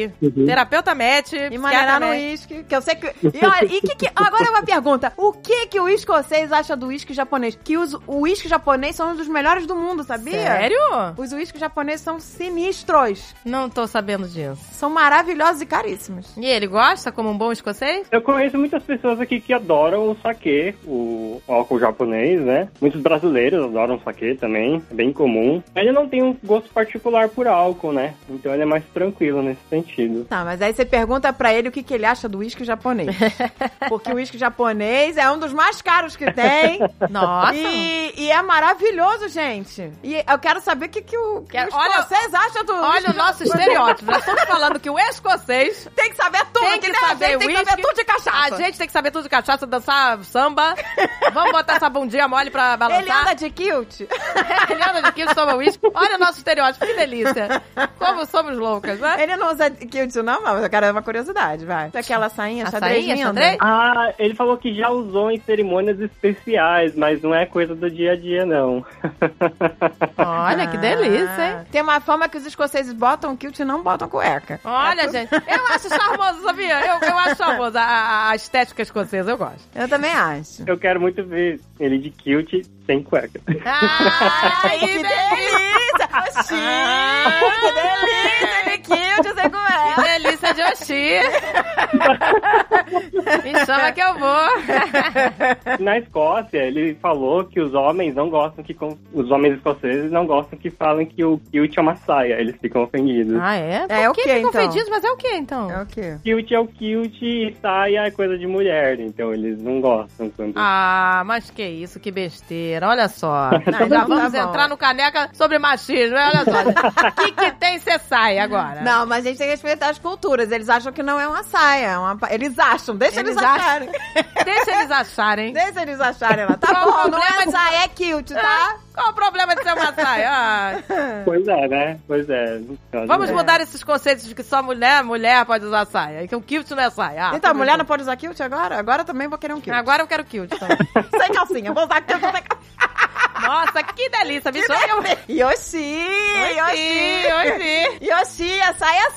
A: Terapeuta match,
B: E
A: psiquiatra
B: maneirar no
A: match.
B: uísque, que eu sei que... E, olha, e que, que... Agora é uma pergunta. O que que o escocês acha do uísque japonês? Que os, o uísque japonês são um dos melhores do mundo, sabia?
A: Sério?
B: Os uísques japoneses são sinistros.
A: Não tô sabendo disso.
B: São maravilhosos e caríssimos.
A: E ele gosta como um bom escocês?
K: Eu conheço muitas pessoas aqui que adoram o saquê, o álcool japonês, né? Muitos brasileiros adoram o saquê também, é bem comum. Ele não tem um gosto particular por álcool, né? Então ele é mais tranquilo nesse sentido.
B: Tá, mas aí você pergunta pra ele o que, que ele acha do uísque japonês. Porque o uísque japonês é um dos mais caros que tem.
A: Nossa!
B: E, e é maravilhoso, gente. E eu quero saber o que, que o, que
A: Quero-
B: os
A: olha-
B: vocês acham do.
A: Olha o nosso estereótipo. Já estamos falando que o um escocês
B: Tem que saber tudo, que,
A: tem que,
B: nem a
A: saber
B: gente, tem que saber
A: whisky.
B: tudo de cachaça.
A: A gente tem que saber tudo de cachaça, dançar samba. Vamos botar essa bundinha mole pra balançar.
B: Ele anda de kilt?
A: Ele anda de quilo, toma uísque. Olha o nosso estereótipo, é que delícia. Como somos loucas, né?
B: Ele não usa kilt, não, mas eu quero uma curiosidade, vai. Aquela sainha,
A: A
B: xadrez né?
A: sainha,
B: linda.
A: xadrez?
K: Ah, ele falou que já usou em cerimônias especiais, mas não é coisa do dia a dia, não.
A: Olha, que delícia, hein?
B: Ah, Tem uma fama que os escoceses botam kilt e não botam cueca.
A: Olha,
B: Tá
A: gente, eu acho charmoso, sabia? Eu, eu acho charmoso a, a- a estética escocesa, eu gosto.
B: Ah, Eu também acho.
K: Eu quero muito ver ele de kilt sem cueca.
B: Ah,
A: Ai,
B: que delícia! Oxi! Que delícia! De kilt, sem cueca!
A: Que delícia de Oxi! Me chama que eu vou.
K: Na Escócia, ele falou que os homens não gostam que... com- Os homens escoceses não gostam que falem que o kilt é uma saia. Eles ficam ofendidos.
A: Ah, é?
B: É o
A: Por que
B: quê,
A: ficam
B: então?
A: ofendidos? Mas é o que, então?
B: É o quê?
K: Kilt é o kilt e saia é coisa de mulher. Então, eles não gostam quando...
A: Ah, mas que isso, que besteira. Olha só.
B: Não,
A: já
B: tá
A: vamos
B: bom.
A: entrar no caneca sobre machismo. é hein? Olha só. O que, que tem você sai agora?
B: Não, mas a gente tem que respeitar as culturas. Eles acham que não é uma saia. é uma pa- Eles acham, deixa eles,
A: Eles
B: acharem.
A: Deixa eles acharem.
B: Deixa eles acharem lá. Tá
A: Qual o
B: bom, não é
A: problema?
B: saia, é kilt, tá?
A: um Qual o problema de ser uma saia? Ah,
K: Pois é, né? Pois é.
A: vamos mudar esses conceitos de que só mulher, mulher pode usar saia. Que o kilt não é saia. Ah,
B: Então, a
A: tudo
B: mulher não
A: bem.
B: pode usar kilt agora? Agora também vou querer um kilt.
A: Agora eu quero kilt também.
B: Sem calcinha, vou usar kilt sem calcinha.
A: Nossa, que delícia. Me chama que eu...
B: Yoshi!
A: Oi,
B: Yoshi!
A: oi,
B: Yoshi, a saia
A: É.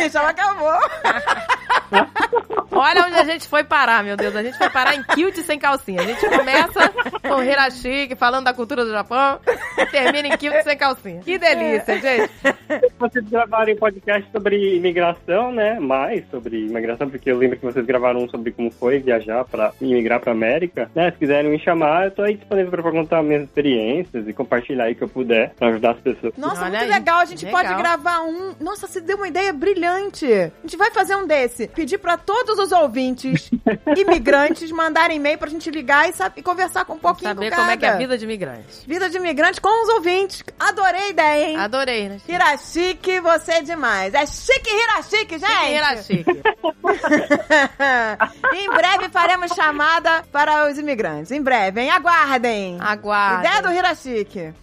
B: sim! Já acabou.
A: Olha onde a gente foi parar, meu Deus. A gente foi parar em kilt sem calcinha. A gente começa com Hirashiki, falando da cultura do Japão, e termina em kilt sem calcinha. Que
B: É.
A: delícia, gente.
K: É. Vocês gravaram um podcast sobre imigração, né? Mais sobre imigração, porque eu lembro que vocês gravaram um sobre como foi viajar para imigrar para América. Né? Se quiserem me chamar, eu tô aí disponível para contar minhas experiências e compartilhar aí que eu puder para ajudar as pessoas.
B: Nossa,
A: Olha
B: muito
A: aí,
B: legal. A gente
A: legal.
B: pode gravar um. Nossa, você deu uma ideia brilhante. A gente vai fazer um desse. Pedir pra todos os ouvintes imigrantes mandarem e-mail pra gente ligar e, sabe- e conversar com um pouquinho
A: Saber
B: com
A: como é que é a
B: cada.
A: vida de imigrante.
B: Vida de imigrante com os ouvintes. Adorei a ideia, hein?
A: Adorei, né?
B: Hirashiki, você é demais. É chique Hirashiki, gente!
A: Hirashiki.
B: em breve faremos chamada para os imigrantes. Em breve, hein? Aguardem!
A: Aguarda.
B: Ideia do Hirashiki.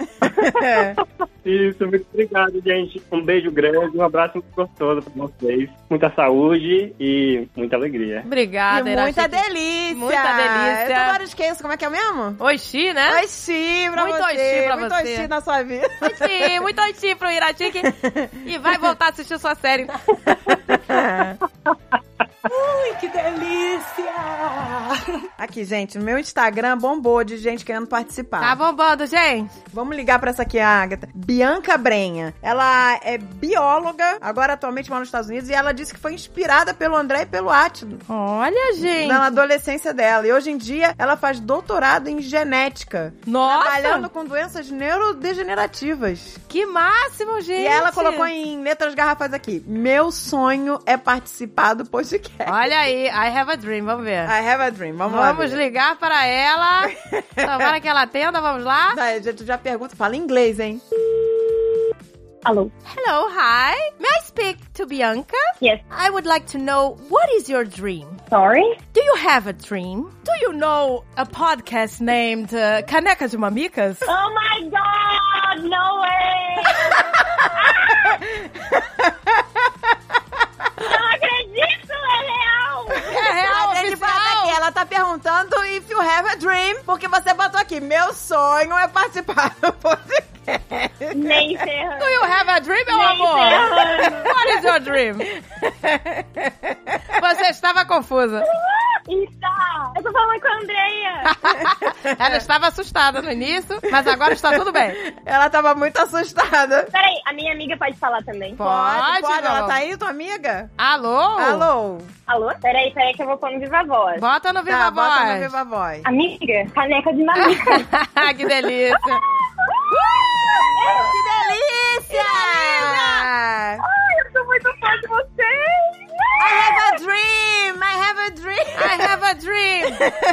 K: Isso, muito obrigado, gente. Um beijo grande, um abraço muito gostoso para vocês. Muita saúde e muita alegria.
A: Obrigada,
B: e muita
A: Hirashiki.
B: delícia!
A: Muita delícia.
B: Eu toda hora esqueço, como é que é mesmo?
A: Oxi, né?
B: Oxi pra
A: Muito
B: você.
A: oxi pra
B: muito
A: você.
B: oxi na sua vida.
A: Oxi, muito oxi pro Hirashiki. E vai voltar a assistir sua série.
C: Ui, que delícia!
B: Aqui, gente, meu Instagram bombou de gente querendo participar.
A: Tá bombando, gente.
B: Vamos ligar pra essa aqui, a Agatha. Bianca Brenha. Ela é bióloga, agora atualmente mora nos Estados Unidos, e ela disse que foi inspirada pelo André e pelo Atlo.
A: Olha, gente.
B: Na adolescência dela. E hoje em dia ela faz doutorado em genética,
A: Nossa,
B: trabalhando com doenças neurodegenerativas.
A: que máximo, gente.
B: E ela colocou em letras garrafas aqui: Meu sonho é participar do podcast.
A: Olha aí, I have a dream, vamos ver.
B: I have a dream. Vamos, lá.
A: Vamos
B: Bia.
A: ligar para ela. Tomara que ela atenda, vamos lá.
B: Daí, já- tu já pergunta, fala inglês, hein?
H: Alô?
A: Hello, hi. May I speak to Bianca?
H: Yes.
A: I would like to know what is your dream?
H: Sorry?
A: Do you have a dream? Do you know a podcast named uh, Caneca de Mamicas?
H: Oh my god! No way! Não acredito, é real!
A: É real,
B: Ela tem que parar daqui.
A: oficial.
B: Ela tá perguntando if you have a dream, porque você botou aqui, meu sonho é participar do podcast.
H: Nem ferrando.
A: Do you have a dream, meu
H: Nem
A: amor? What is your dream? Você estava confusa.
H: Está! Eu tô falando com a Andrea!
A: Ela estava assustada no início, mas agora está tudo bem.
B: Ela tava muito assustada.
H: Peraí, a minha amiga pode falar também.
A: Pode,
B: pode. Ela
A: não.
B: tá aí, tua amiga?
A: Alô?
B: Alô?
H: Alô? Peraí, peraí que eu vou pôr no Viva Voz.
A: Bota no Viva
B: tá,
A: Voz. Ah,
B: bota no Viva Voz.
H: Amiga, caneca de mamita.
A: que delícia. Uh!
B: Que delícia!
H: Ai, eu sou muito fã de vocês!
B: I have a dream! I have a dream!
A: I have a dream.
H: I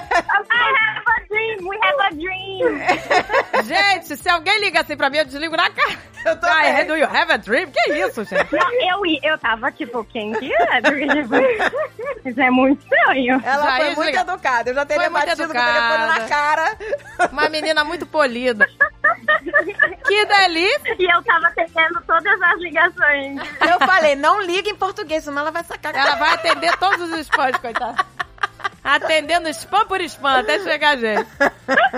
H: have a dream! We have a dream!
A: Gente, se alguém liga assim pra mim, eu desligo na cara.
B: Eu tô
A: Ah,
B: bem.
A: do you have a dream? Que isso, gente?
L: Não, eu, ia- eu tava tipo, quem que é? Porque, tipo, isso é muito estranho.
B: Ela
A: Já
B: foi
A: ia
B: muito
A: desligar.
B: educada. Eu já teria
A: Foi muito
B: batido com o telefone na
A: educada.
B: cara.
A: Uma menina muito polida. Que delícia!
L: E eu tava atendendo todas as ligações.
B: Eu falei, não liga em português, senão ela vai sacar.
A: Ela vai atender todos os spams, coitada. Atendendo spam por spam até chegar a gente.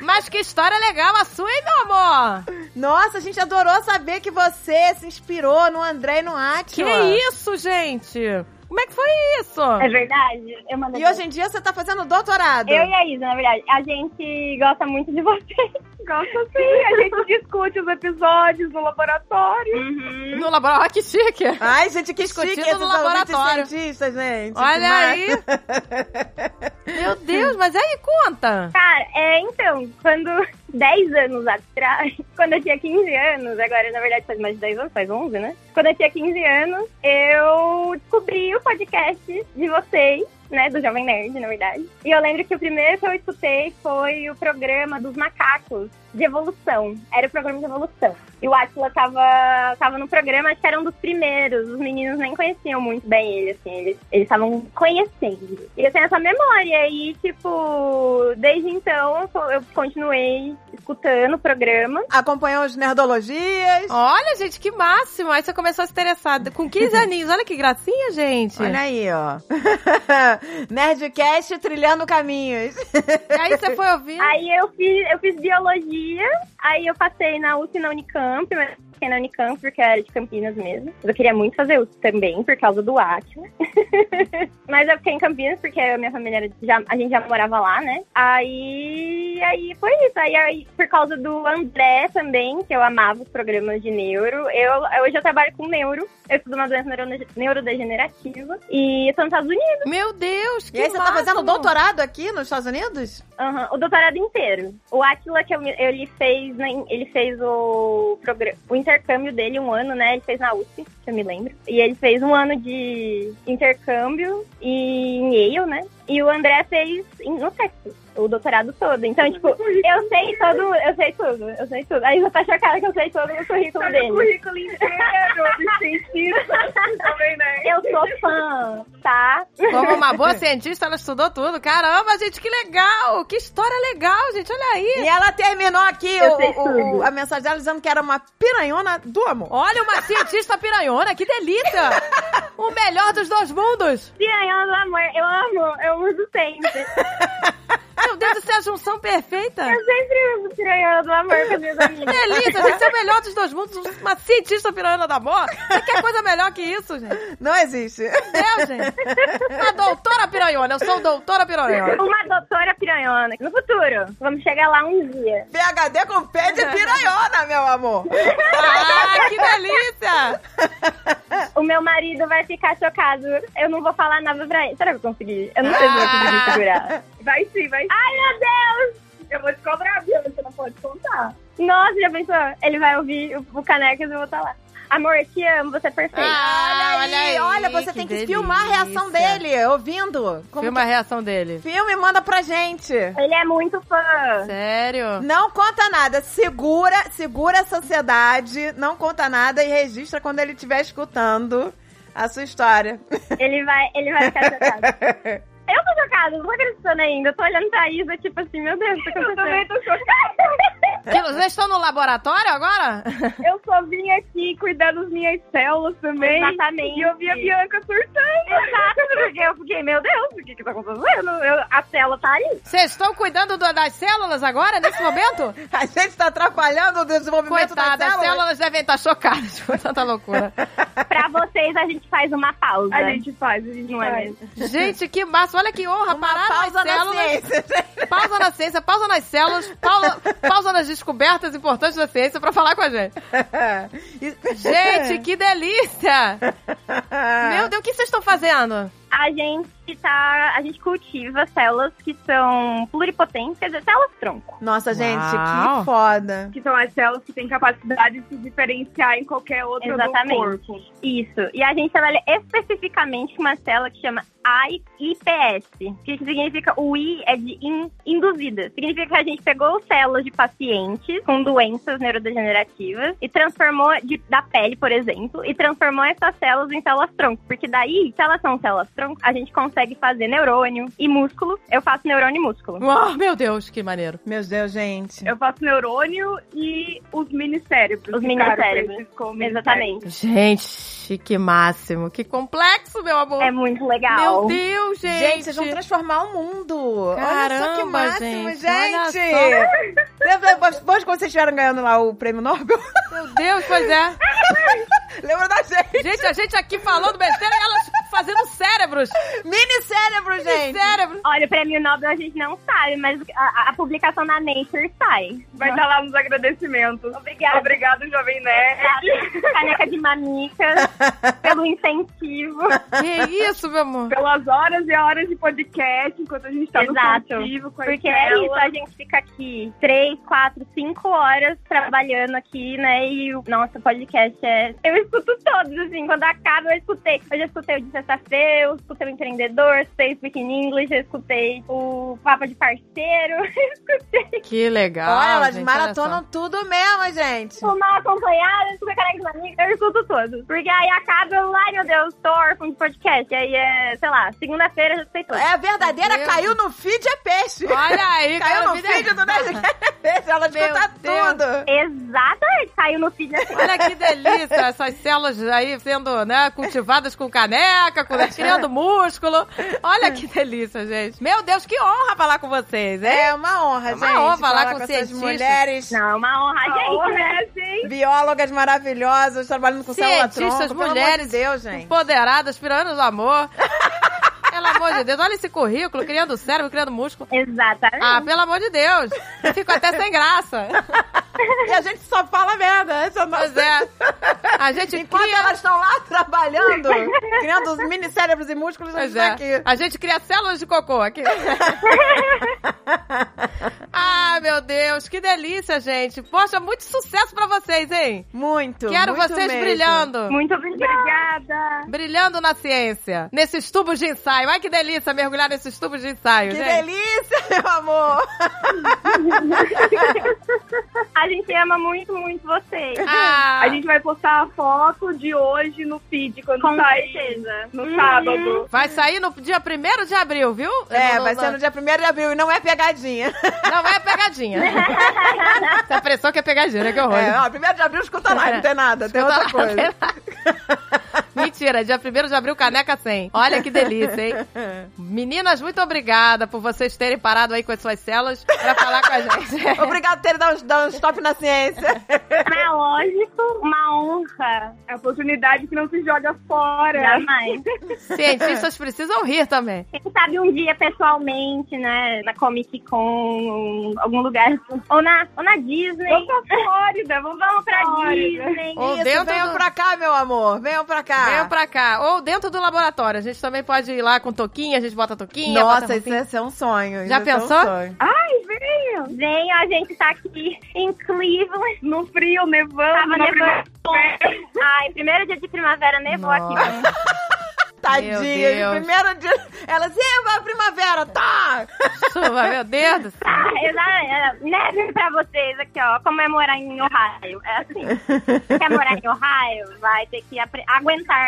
A: Mas que história legal a sua, hein, meu amor?
B: Nossa, a gente adorou saber que você se inspirou no André e no
A: Que
B: Atila.
A: isso, gente? Como é que foi isso?
L: É verdade. Eu mandei
B: E hoje em dia você tá fazendo doutorado.
L: Eu e a Isa, na verdade. A gente gosta muito de vocês. Gosta sim, a gente discute os episódios no laboratório.
B: Uhum.
A: No laboratório. Olha que chique.
B: Ai, gente, que
A: Discutindo
B: chique esses
A: no
B: ouvintes
A: laboratório.
B: cientistas, né? gente. que
A: Olha
B: massa.
A: aí. né? Meu Deus, mas aí conta.
L: Cara, é, então, quando 10 anos atrás, quando eu tinha 15 anos, agora na verdade faz mais de 10 anos, faz 11, né? Quando eu tinha 15 anos, eu descobri o podcast de vocês, né? Do Jovem Nerd, na verdade. E eu lembro que o primeiro que eu escutei foi o programa dos macacos de evolução. Era o programa de evolução. E o Atila tava, tava no programa, acho que era um dos primeiros. Os meninos nem conheciam muito bem ele, assim. Eles eles estavam conhecendo. E eu tenho essa memória. E, tipo, desde então eu co- eu continuei escutando o programa.
B: Acompanhou os nerdologias.
A: Olha, gente, que máximo. Aí você começou a se interessar. Com 15 aninhos. Olha que gracinha, gente.
B: Olha aí, ó. Nerdcast trilhando caminhos.
A: E aí você foi ouvir.
L: Aí eu fiz, eu fiz biologia, aí eu passei na USP e na Unicamp, mas fiquei na Unicamp porque eu era de Campinas mesmo. Mas eu queria muito fazer USP também, por causa do Atila. mas eu fiquei em Campinas porque a minha família era de- já, a gente já morava lá, né? Aí, aí foi isso. Aí, aí, por causa do André também, que eu amava os programas de neuro. Eu, eu- hoje eu trabalho com neuro, eu estudo uma doença neurone- neurodegenerativa e eu tô nos Estados Unidos.
A: Meu Deus, que
B: e aí, você tá fazendo
A: máximo.
B: doutorado aqui nos Estados Unidos?
L: Aham, o doutorado inteiro. O Atila, que eu me- ele fez, né, ele fez o, progra- o intercâmbio dele um ano, né? Ele fez na USP, que eu me lembro. E ele fez um ano de intercâmbio e em Yale, né? E o André fez em- no Texas, o doutorado todo. Então, tipo, eu sei todo, eu sei tudo, eu sei tudo. Aí você tá chocada que eu sei todo o currículo dele. currículo inteiro, Eu sou fã, tá?
A: Como uma boa cientista, ela estudou tudo. Caramba, gente, que legal! Que história legal, gente. Olha aí!
B: E ela terminou aqui
L: Eu
B: o-
L: sei
B: o- o- a mensagem dela dizendo que era uma piranhona do amor.
A: Olha uma cientista piranhona, que delícia! O melhor dos dois mundos!
L: Piranha do amor, eu amo, eu uso sempre.
A: Meu Deus, isso é a junção perfeita!
L: Eu sempre uso piranha do amor com as minhas amigas.
A: Delícia, gente, isso é o melhor dos dois mundos, uma cientista piranhona do amor? Você quer coisa melhor que isso, gente?
B: Não existe.
A: Deus, gente! Uma doutora piranhona, eu sou doutora piranhona.
L: Uma doutora piranhona. No futuro, vamos chegar lá um dia.
B: PHD com pé de piranhona, meu amor.
A: Ah, que delícia!
L: O meu marido vai ficar chocado. Eu não vou falar nada pra ele. Será que eu consegui? Eu não sei se eu vou
A: Ah.
L: conseguir segurar. Vai sim, vai sim. Ai, meu Deus! Eu vou te cobrar, Bia, você não pode contar. Nossa, já pensou? Ele vai ouvir o, o Canecas e eu vou estar lá. Amor, eu te amo, você é perfeito.
A: Ah,
B: olha aí, olha, você tem que filmar a reação
A: delícia.
B: dele, ouvindo. Como
A: Filma a reação dele.
B: que- Filma e manda pra gente.
L: Ele é muito fã.
A: Sério?
B: Não conta nada, segura, segura a sociedade, não conta nada e registra quando ele estiver escutando a sua história.
L: Ele vai, ele vai ficar chocado. Eu tô chocada, não tô acreditando ainda. Eu tô olhando pra Isa, tipo assim, meu Deus, o que tá acontecendo? Eu também tô chocada.
A: Que- Vocês estão no laboratório agora?
L: Eu só vim aqui cuidar das minhas células também. Exatamente. E eu vi a Bianca surtando. Exato, porque eu fiquei, meu Deus, o que que tá acontecendo? Eu- a célula tá ali.
A: Vocês estão cuidando do- das células agora, nesse momento?
B: A gente tá atrapalhando o desenvolvimento
A: Coitada,
B: das
A: as
B: células.
A: células devem estar chocadas com tanta loucura.
L: Pra vocês, a gente faz uma pausa. A gente faz, a gente não é mesmo.
A: Gente, que massa. Olha que honra. Parar
B: Pausa
A: nas
B: na
A: células.
B: ciência. né?
A: pausa na ciência, pausa nas células, pausa, pausa nas descobertas importantes da ciência pra falar com a gente.
B: E-
A: Gente, que delícia! Meu Deus, o que vocês estão fazendo?
L: a gente tá. A gente cultiva células que são pluripotentes, é células tronco.
B: Nossa, gente,
A: Uau.
B: que foda.
M: Que são as células que têm capacidade de se diferenciar em qualquer outra
L: Exatamente.
M: do corpo.
L: Isso. E a gente trabalha especificamente uma célula que chama IPS, que significa o I é de in- induzida. Significa que a gente pegou células de pacientes com doenças neurodegenerativas e transformou de- da pele, por exemplo, e transformou essas células em células tronco. Porque daí, se elas são células tronco, a gente consegue fazer neurônio e músculo. Eu faço neurônio e músculo.
A: Uau, Oh, meu Deus, que maneiro.
B: Meu Deus, gente.
M: Eu faço neurônio e os minicérebros.
L: Os
M: que ficaram
L: minicérebros.
M: felizes com o minicérebro.
L: Exatamente.
A: Gente, que máximo. Que complexo, meu amor.
L: É muito legal.
A: meu Deus, gente.
B: Gente, vocês vão transformar o mundo. olha só que
A: Caramba,
B: máximo,
A: gente,
B: gente.
A: olha
B: Lembra depois quando vocês estiveram ganhando lá o prêmio Nobel?
A: Meu Deus, pois é.
B: Lembra da gente?
A: Gente, a gente aqui falando besteira e elas fazendo cérebros.
B: Mini cérebro, gente.
A: Cérebros.
L: Olha, o prêmio Nobel a gente não sabe, mas a, a publicação na Nature sai.
M: Vai estar lá nos agradecimentos.
L: Obrigada.
M: Obrigado, Jovem Nerd.
L: Obrigada. Caneca de manica, pelo incentivo.
A: Que isso, meu amor.
M: Pelas horas e horas de podcast, enquanto a gente tá
L: Exato.
M: no cultivo com a
L: Porque é isso, a gente fica aqui três, quatro, cinco horas trabalhando aqui, né? E o nosso podcast é. Eu escuto todos, assim, quando acaba, eu escutei. Eu já escutei o de sexta-feira, eu escutei o empreendedor, escutei o Speaking English, eu escutei o Papo de Parceiro, escutei
A: Que legal.
B: Olha, elas
A: gente,
B: maratonam tudo mesmo, gente.
L: o Mal Acompanhado, eu escutei Caneca de Manica, eu escuto todos. Porque aí acaba, eu, ai meu Deus, tô órfão de podcast. E aí é, sei lá, segunda-feira eu já escutei todos.
B: É a verdadeira,
A: Meu Deus.
B: caiu no feed é peixe.
A: olha só. Olha aí,
M: Tá
B: caiu
A: cara,
B: no
A: me
B: feed
A: deu-
B: do Nerdcast é peixe. Ela
A: Meu
B: escuta
A: Deus.
B: tudo.
L: Exatamente, caiu no feed assim.
A: Olha que delícia, essas células aí sendo né, cultivadas com caneca, com, né, criando músculo. Olha que delícia, gente. Meu Deus, que honra falar com vocês, hein?
B: É uma honra,
A: É uma
B: gente.
A: honra falar com
B: essas
A: cientistas.
B: mulheres.
L: Não, é uma honra, gente. né?
M: honra, gente.
B: Biólogas maravilhosas, trabalhando com célula
A: Cientistas,
B: tronco, pelo amor
A: mulheres,
B: de Deus, gente.
A: Empoderadas, aspirando do amor. Pelo amor de Deus, olha esse currículo, criando cérebro, criando músculo.
L: Exatamente.
A: Ah, pelo amor de Deus. Fico até sem graça.
B: E a gente só fala merda. Essa é a
A: Pois
B: nossa-
A: é. A gente
B: Enquanto
A: cria...
B: elas estão lá trabalhando, criando os mini cérebros e músculos, a
A: Pois
B: gente
A: é.
B: tá aqui.
A: A gente cria células de cocô aqui. ah, meu Deus, que delícia, gente. Poxa, muito sucesso pra vocês, hein?
B: Muito,
A: Quero
B: muito
A: vocês
B: mesmo.
A: brilhando.
L: Muito obrigada.
A: Brilhando na ciência. Nesses tubos de ensaio. Ai, que delícia mergulhar nesses tubos de ensaio,
B: Que
A: gente.
B: delícia, meu amor.
L: A gente ama muito, muito vocês.
A: Ah,
M: A gente vai postar a foto de hoje no feed, quando
L: Com
M: sair
L: certeza. Uhum.
M: no sábado.
A: Vai sair no dia 1 de abril, viu?
B: É,
A: Não-
B: vai
A: não-
B: ser no dia 1 de abril e não é pegadinha.
A: Não é pegadinha. Essa pressão que é pegadinha, né? Que horror.
B: É, ó, 1 de abril escuta lá, não tem nada, tem outra
A: Escuta lá,
B: coisa.
A: Mentira, dia 1 de abril, caneca 100. Olha que delícia, hein? Meninas, muito obrigada por vocês terem parado aí com as suas células pra falar com a gente.
B: Obrigado por terem dado um, dado um stop na ciência.
L: Mas lógico, uma honra.
M: É a oportunidade que não se joga fora.
L: Jamais.
A: Cientistas precisam rir também.
L: Quem sabe um dia pessoalmente, né? Na Comic Con, em algum lugar. assim. Ou na, ou na Disney.
M: Vamos pra Flórida, vamos,
L: Vamos pra
M: Flórida.
L: Disney.
A: Ou
B: Isso,
A: dentro
B: venham
A: do-
B: pra cá, meu amor. Venham pra cá.
A: Venham pra cá. Ou dentro do laboratório. A gente também pode ir lá com toquinha, a gente bota toquinha. bota
B: Nossa, isso
A: roupinha.
L: assim?
B: ia ser um sonho. isso
A: Já
B: ia ser um
A: pensou?
B: sonho.
L: Venham, a gente tá aqui em Cleveland.
M: No frio, nevando.
L: Tava
M: na
L: nevando. Ai, primeiro dia de primavera nevou aqui.
A: Nossa.
B: Tadinha.
A: Deus.
B: Primeiro dia. assim, Elas, eba, a primavera, tá!
A: Chuva, meu Deus. do céu.
L: Ah, Exatamente. Neve pra vocês aqui, ó. Como é morar em Ohio. É assim. Quer morar em Ohio? Vai ter que apre- aguentar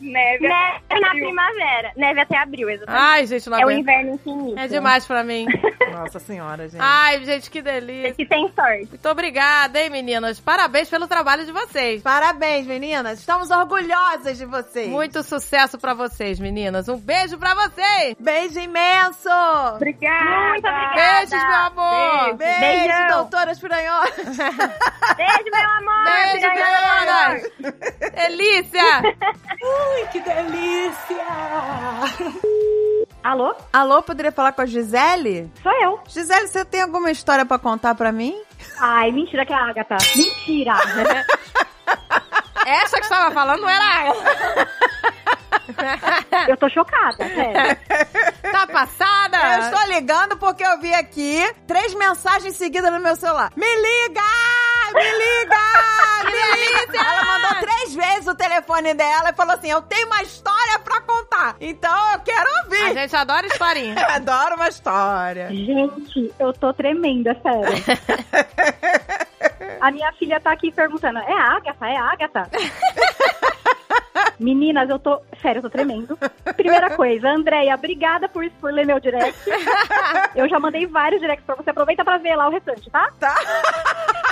M: Neve.
L: neve na primavera. Neve
B: é
L: até abril, exatamente.
A: Ai, gente, não
L: é o
A: aguento.
L: inverno infinito.
A: É demais pra mim.
B: Nossa senhora, gente. É
A: Ai, gente, que delícia.
L: Se tem sorte.
A: Muito obrigada, hein, meninas. Parabéns pelo trabalho de vocês.
B: Parabéns, meninas. Estamos orgulhosas de vocês.
A: Muito sucesso pra vocês, meninas. Um beijo pra vocês.
B: Beijo imenso!
M: Obrigada.
L: Muito obrigada.
A: Beijos, meu amor.
B: Beijo,
L: Beijão.
B: doutoras piranhotas!
L: Beijo, meu amor.
A: Beijo,
L: Obrigada.
A: meninas. Delícia.
N: Ui, que
B: Ah.
N: delícia!
L: Alô?
B: Alô, poderia falar com a Gisele?
L: Sou eu.
B: Gisele, você tem alguma história pra contar pra mim?
L: Ai, mentira que é a Agatha. Mentira.
A: Essa que estava falando não era ela.
M: Eu tô chocada, sério.
A: Tá passada?
B: Eu estou ligando porque eu vi aqui três mensagens seguidas no meu celular. Me liga! Me liga! Me liga! Ela mandou três vezes o telefone dela e falou assim: Eu tenho uma história pra contar. Então eu quero
A: A
B: ouvir.
A: gente adora historinha.
B: Eu adoro uma história.
M: Gente, eu tô tremenda, sério. A minha filha tá aqui perguntando: é a Agatha? É a Agatha? Meninas, eu tô. Sério, eu tô tremendo. Primeira coisa, Andréia, obrigada por, por ler meu direct. Eu já mandei vários directs pra você. Aproveita pra ver lá o restante, tá?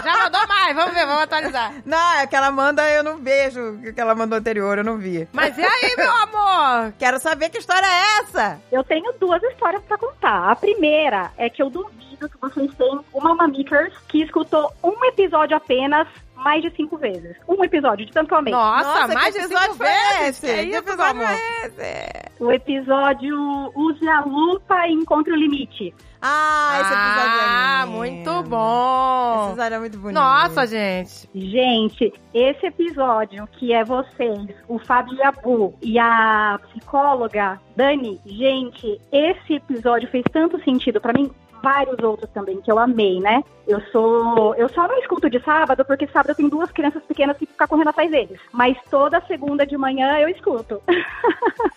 A: Já mandou mais, vamos ver, vamos atualizar.
B: Não, é que ela manda, eu não vejo o que ela mandou anterior, eu não vi.
A: Mas e aí, meu amor?
B: Quero saber que história é essa.
M: Eu tenho duas histórias pra contar. A primeira é que eu duvido que vocês tenham uma mamikers que escutou um episódio apenas mais de cinco vezes. Um episódio, de tanto que eu amei.
A: Nossa,
B: que
A: mais de
B: episódio
A: cinco
B: foi
A: vezes.
B: esse? Que
A: Que isso, meu
B: episódio é
A: amor?
M: O episódio Use a Lupa e Encontre o Limite.
B: Ah, esse episódio é
A: Ah,
B: lindo.
A: muito
B: Esse
A: bom.
B: episódio é muito bonito.
A: Nossa, gente.
M: Gente, esse é episódio que é vocês, o Fábio e a Bu e a psicóloga Dani, gente, esse episódio fez tanto sentido pra mim. Vários outros também que eu amei, né? Eu sou. Eu só não escuto de sábado, porque sábado eu tenho duas crianças pequenas que ficam correndo atrás deles. Mas toda segunda de manhã eu escuto.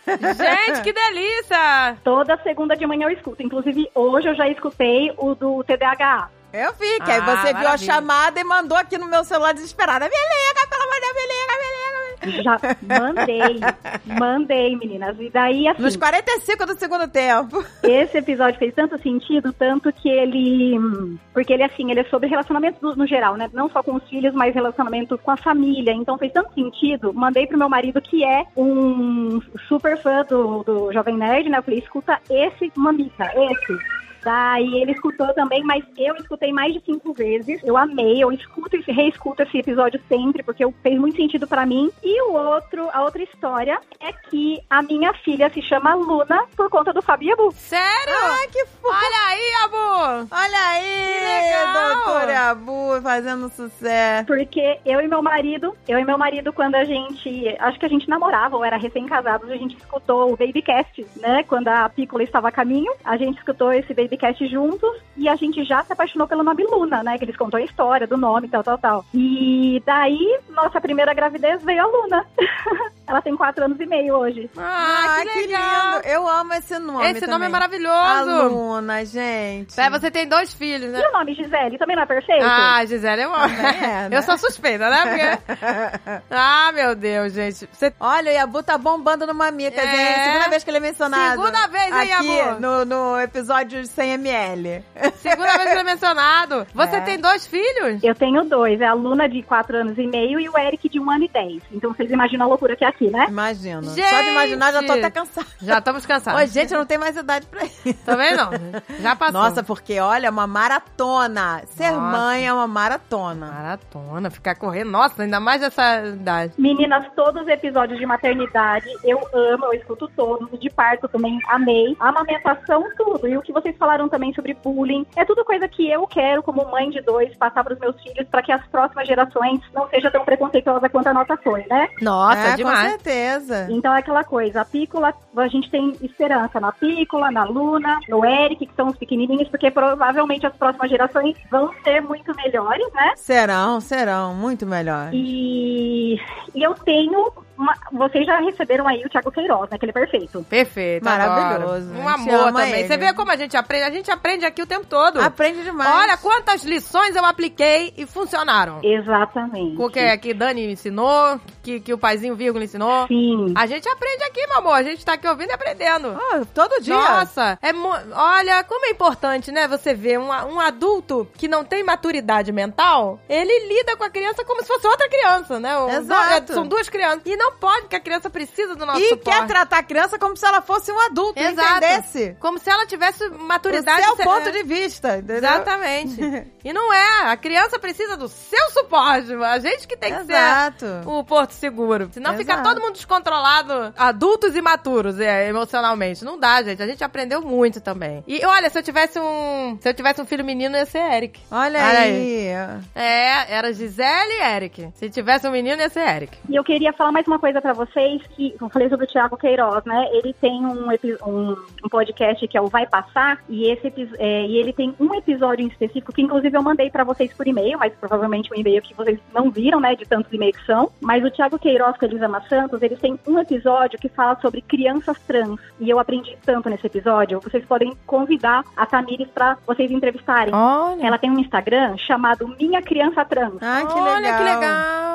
A: Gente, que delícia.
M: Toda segunda de manhã eu escuto. Inclusive, hoje eu já escutei o do TDAH.
B: é Eu vi, que aí
A: Ah,
B: você viu a
A: maravilha.
B: chamada e mandou aqui no meu celular desesperada. Me liga, pelo amor de Deus, me liga, me liga.
M: Já mandei, mandei, meninas. E daí, assim,
B: Nos 45 do segundo tempo.
M: esse episódio fez tanto sentido, tanto que ele. hum, Porque ele, assim, ele é sobre relacionamento no, no geral, né? Não só com os filhos, mas relacionamento com a família. Então fez tanto sentido. Mandei pro meu marido, que é um super fã do, do Jovem Nerd, né? Eu falei, escuta esse mamica, esse. Daí Tá, ele escutou também, mas eu escutei mais de cinco vezes. Eu amei, eu escuto e reescuto esse episódio sempre, porque eu- fez muito sentido pra mim. E o outro, a outra história é que a minha filha se chama Luna por conta do Fabiabu.
A: Sério?
B: Ai, que fofo.
A: Olha aí, amor.
B: Olha aí,
A: legal.
B: doutora Abu fazendo
A: É.
B: sucesso.
M: Porque eu e meu marido, eu e meu marido, quando a gente. Acho que a gente namorava ou era recém-casados, a gente escutou o Babycast, né? Quando a Pícola estava a caminho, a gente escutou esse Babycast juntos e a gente já se apaixonou pelo nome Luna, né? Que eles contou a história do nome, tal, tal, tal. E daí, nossa primeira gravidez veio a Luna. Ela tem quatro anos e meio hoje.
A: Ah, que, legal.
B: lindo. Eu amo esse nome
A: Esse nome
B: também.
A: é maravilhoso.
B: Aluna, gente.
A: Peraí, você tem dois filhos, né?
M: E o nome Gisele também não é perfeito?
A: Ah, Gisele, eu amo.
B: É, né?
A: Eu sou suspeita, né? Porque... Ah, meu Deus, gente. Você...
B: Olha, o Yabu tá bombando no Mamicas,
A: É.
B: hein? Segunda vez que ele é mencionado.
A: Segunda vez, hein,
B: Aqui
A: Yabu?
B: no, no episódio 100ml.
A: Segunda vez que ele é mencionado. Você
B: É.
A: tem dois filhos?
M: Eu tenho dois, é a Luna de quatro anos e meio e o Eric de um ano e dez. Então vocês imaginam a loucura que é aqui, né?
B: Imagina. Só de
A: Gente!
B: imaginar, já tô até cansada.
A: Já estamos
B: Ô,
A: cansados.
B: gente, eu não tenho mais idade pra isso.
A: Também não. Já passou.
B: Nossa, porque olha, é uma maratona. Ser
A: Nossa.
B: mãe é uma maratona.
A: Maratona, ficar correndo. Nossa, ainda mais dessa idade.
M: Meninas, todos os episódios de maternidade eu amo, eu escuto todos, de parto também amei, amamentação, tudo. E o que vocês falaram também sobre bullying, é tudo coisa que eu quero, como mãe de dois, passar para os meus filhos, para que as próximas gerações não seja tão preconceituosa quanto a nossa foi, né?
A: Nossa,
B: é, Com
A: demais.
B: certeza.
M: Então é aquela coisa, a pícola, a gente tem esperança na pícola, na Luna, no Eric, que são os pequenininhos, porque provavelmente as próximas gerações vão ser muito melhores, né?
B: Serão, serão, muito melhor.
M: E, e eu tenho. Uma, vocês já receberam aí o Thiago Queiroz, né? Que ele é perfeito.
A: Perfeito.
B: Maravilhoso,
A: adoro.
B: gente.
A: Um amor
B: Ama
A: também.
B: ele.
A: Você vê como a gente aprende? A gente aprende aqui o tempo todo.
B: Aprende demais.
A: Olha quantas lições eu apliquei e funcionaram.
M: Exatamente.
A: O que, é que Dani me ensinou, que, que o paizinho vírgula ensinou.
M: Sim.
A: A gente aprende aqui, meu amor. A gente tá aqui ouvindo e aprendendo.
B: Ah, todo dia.
A: Nossa, é mu- olha como é importante, né? Você ver um, a- um adulto que não tem maturidade mental, ele lida com a criança como se fosse outra criança, né? Um-
B: Exato.
A: é, São duas crianças. E não pode, porque a criança precisa do nosso
B: e
A: suporte.
B: quer tratar a criança como se ela fosse um adulto,
A: Exato.
B: entendesse?
A: Como se ela tivesse maturidade.
B: Esse é o
A: se-
B: ponto de vista, entendeu?
A: Exatamente. e não é. A criança precisa do seu suporte. A gente que tem que ser
B: Exato.
A: o porto seguro. Senão fica
B: Exato.
A: todo mundo descontrolado, adultos e maturos, é, emocionalmente. Não dá, gente. A gente aprendeu muito também. E olha, se eu tivesse um, se eu tivesse um filho menino, ia ser Eric.
B: Olha,
A: Olha
B: aí.
A: É, era Gisele e Eric. Se tivesse um menino, ia ser Eric.
M: E eu queria falar mais uma coisa pra vocês que eu falei sobre o Thiago Queiroz, né? Ele tem um, epi- um, um podcast que é o Vai Passar e esse epi- é, e ele tem um episódio em específico que inclusive eu mandei pra vocês por e-mail, mas provavelmente um e-mail que vocês não viram, né? De tantos e-mails que são. Mas o Thiago Queiroz com a Elisama Santos, eles têm um episódio que fala sobre crianças trans e eu aprendi tanto nesse episódio. Vocês podem convidar a Tamires pra vocês entrevistarem.
A: Olha.
M: Ela tem um Instagram chamado Minha Criança Trans.
B: Ai, que legal.
A: Olha que legal.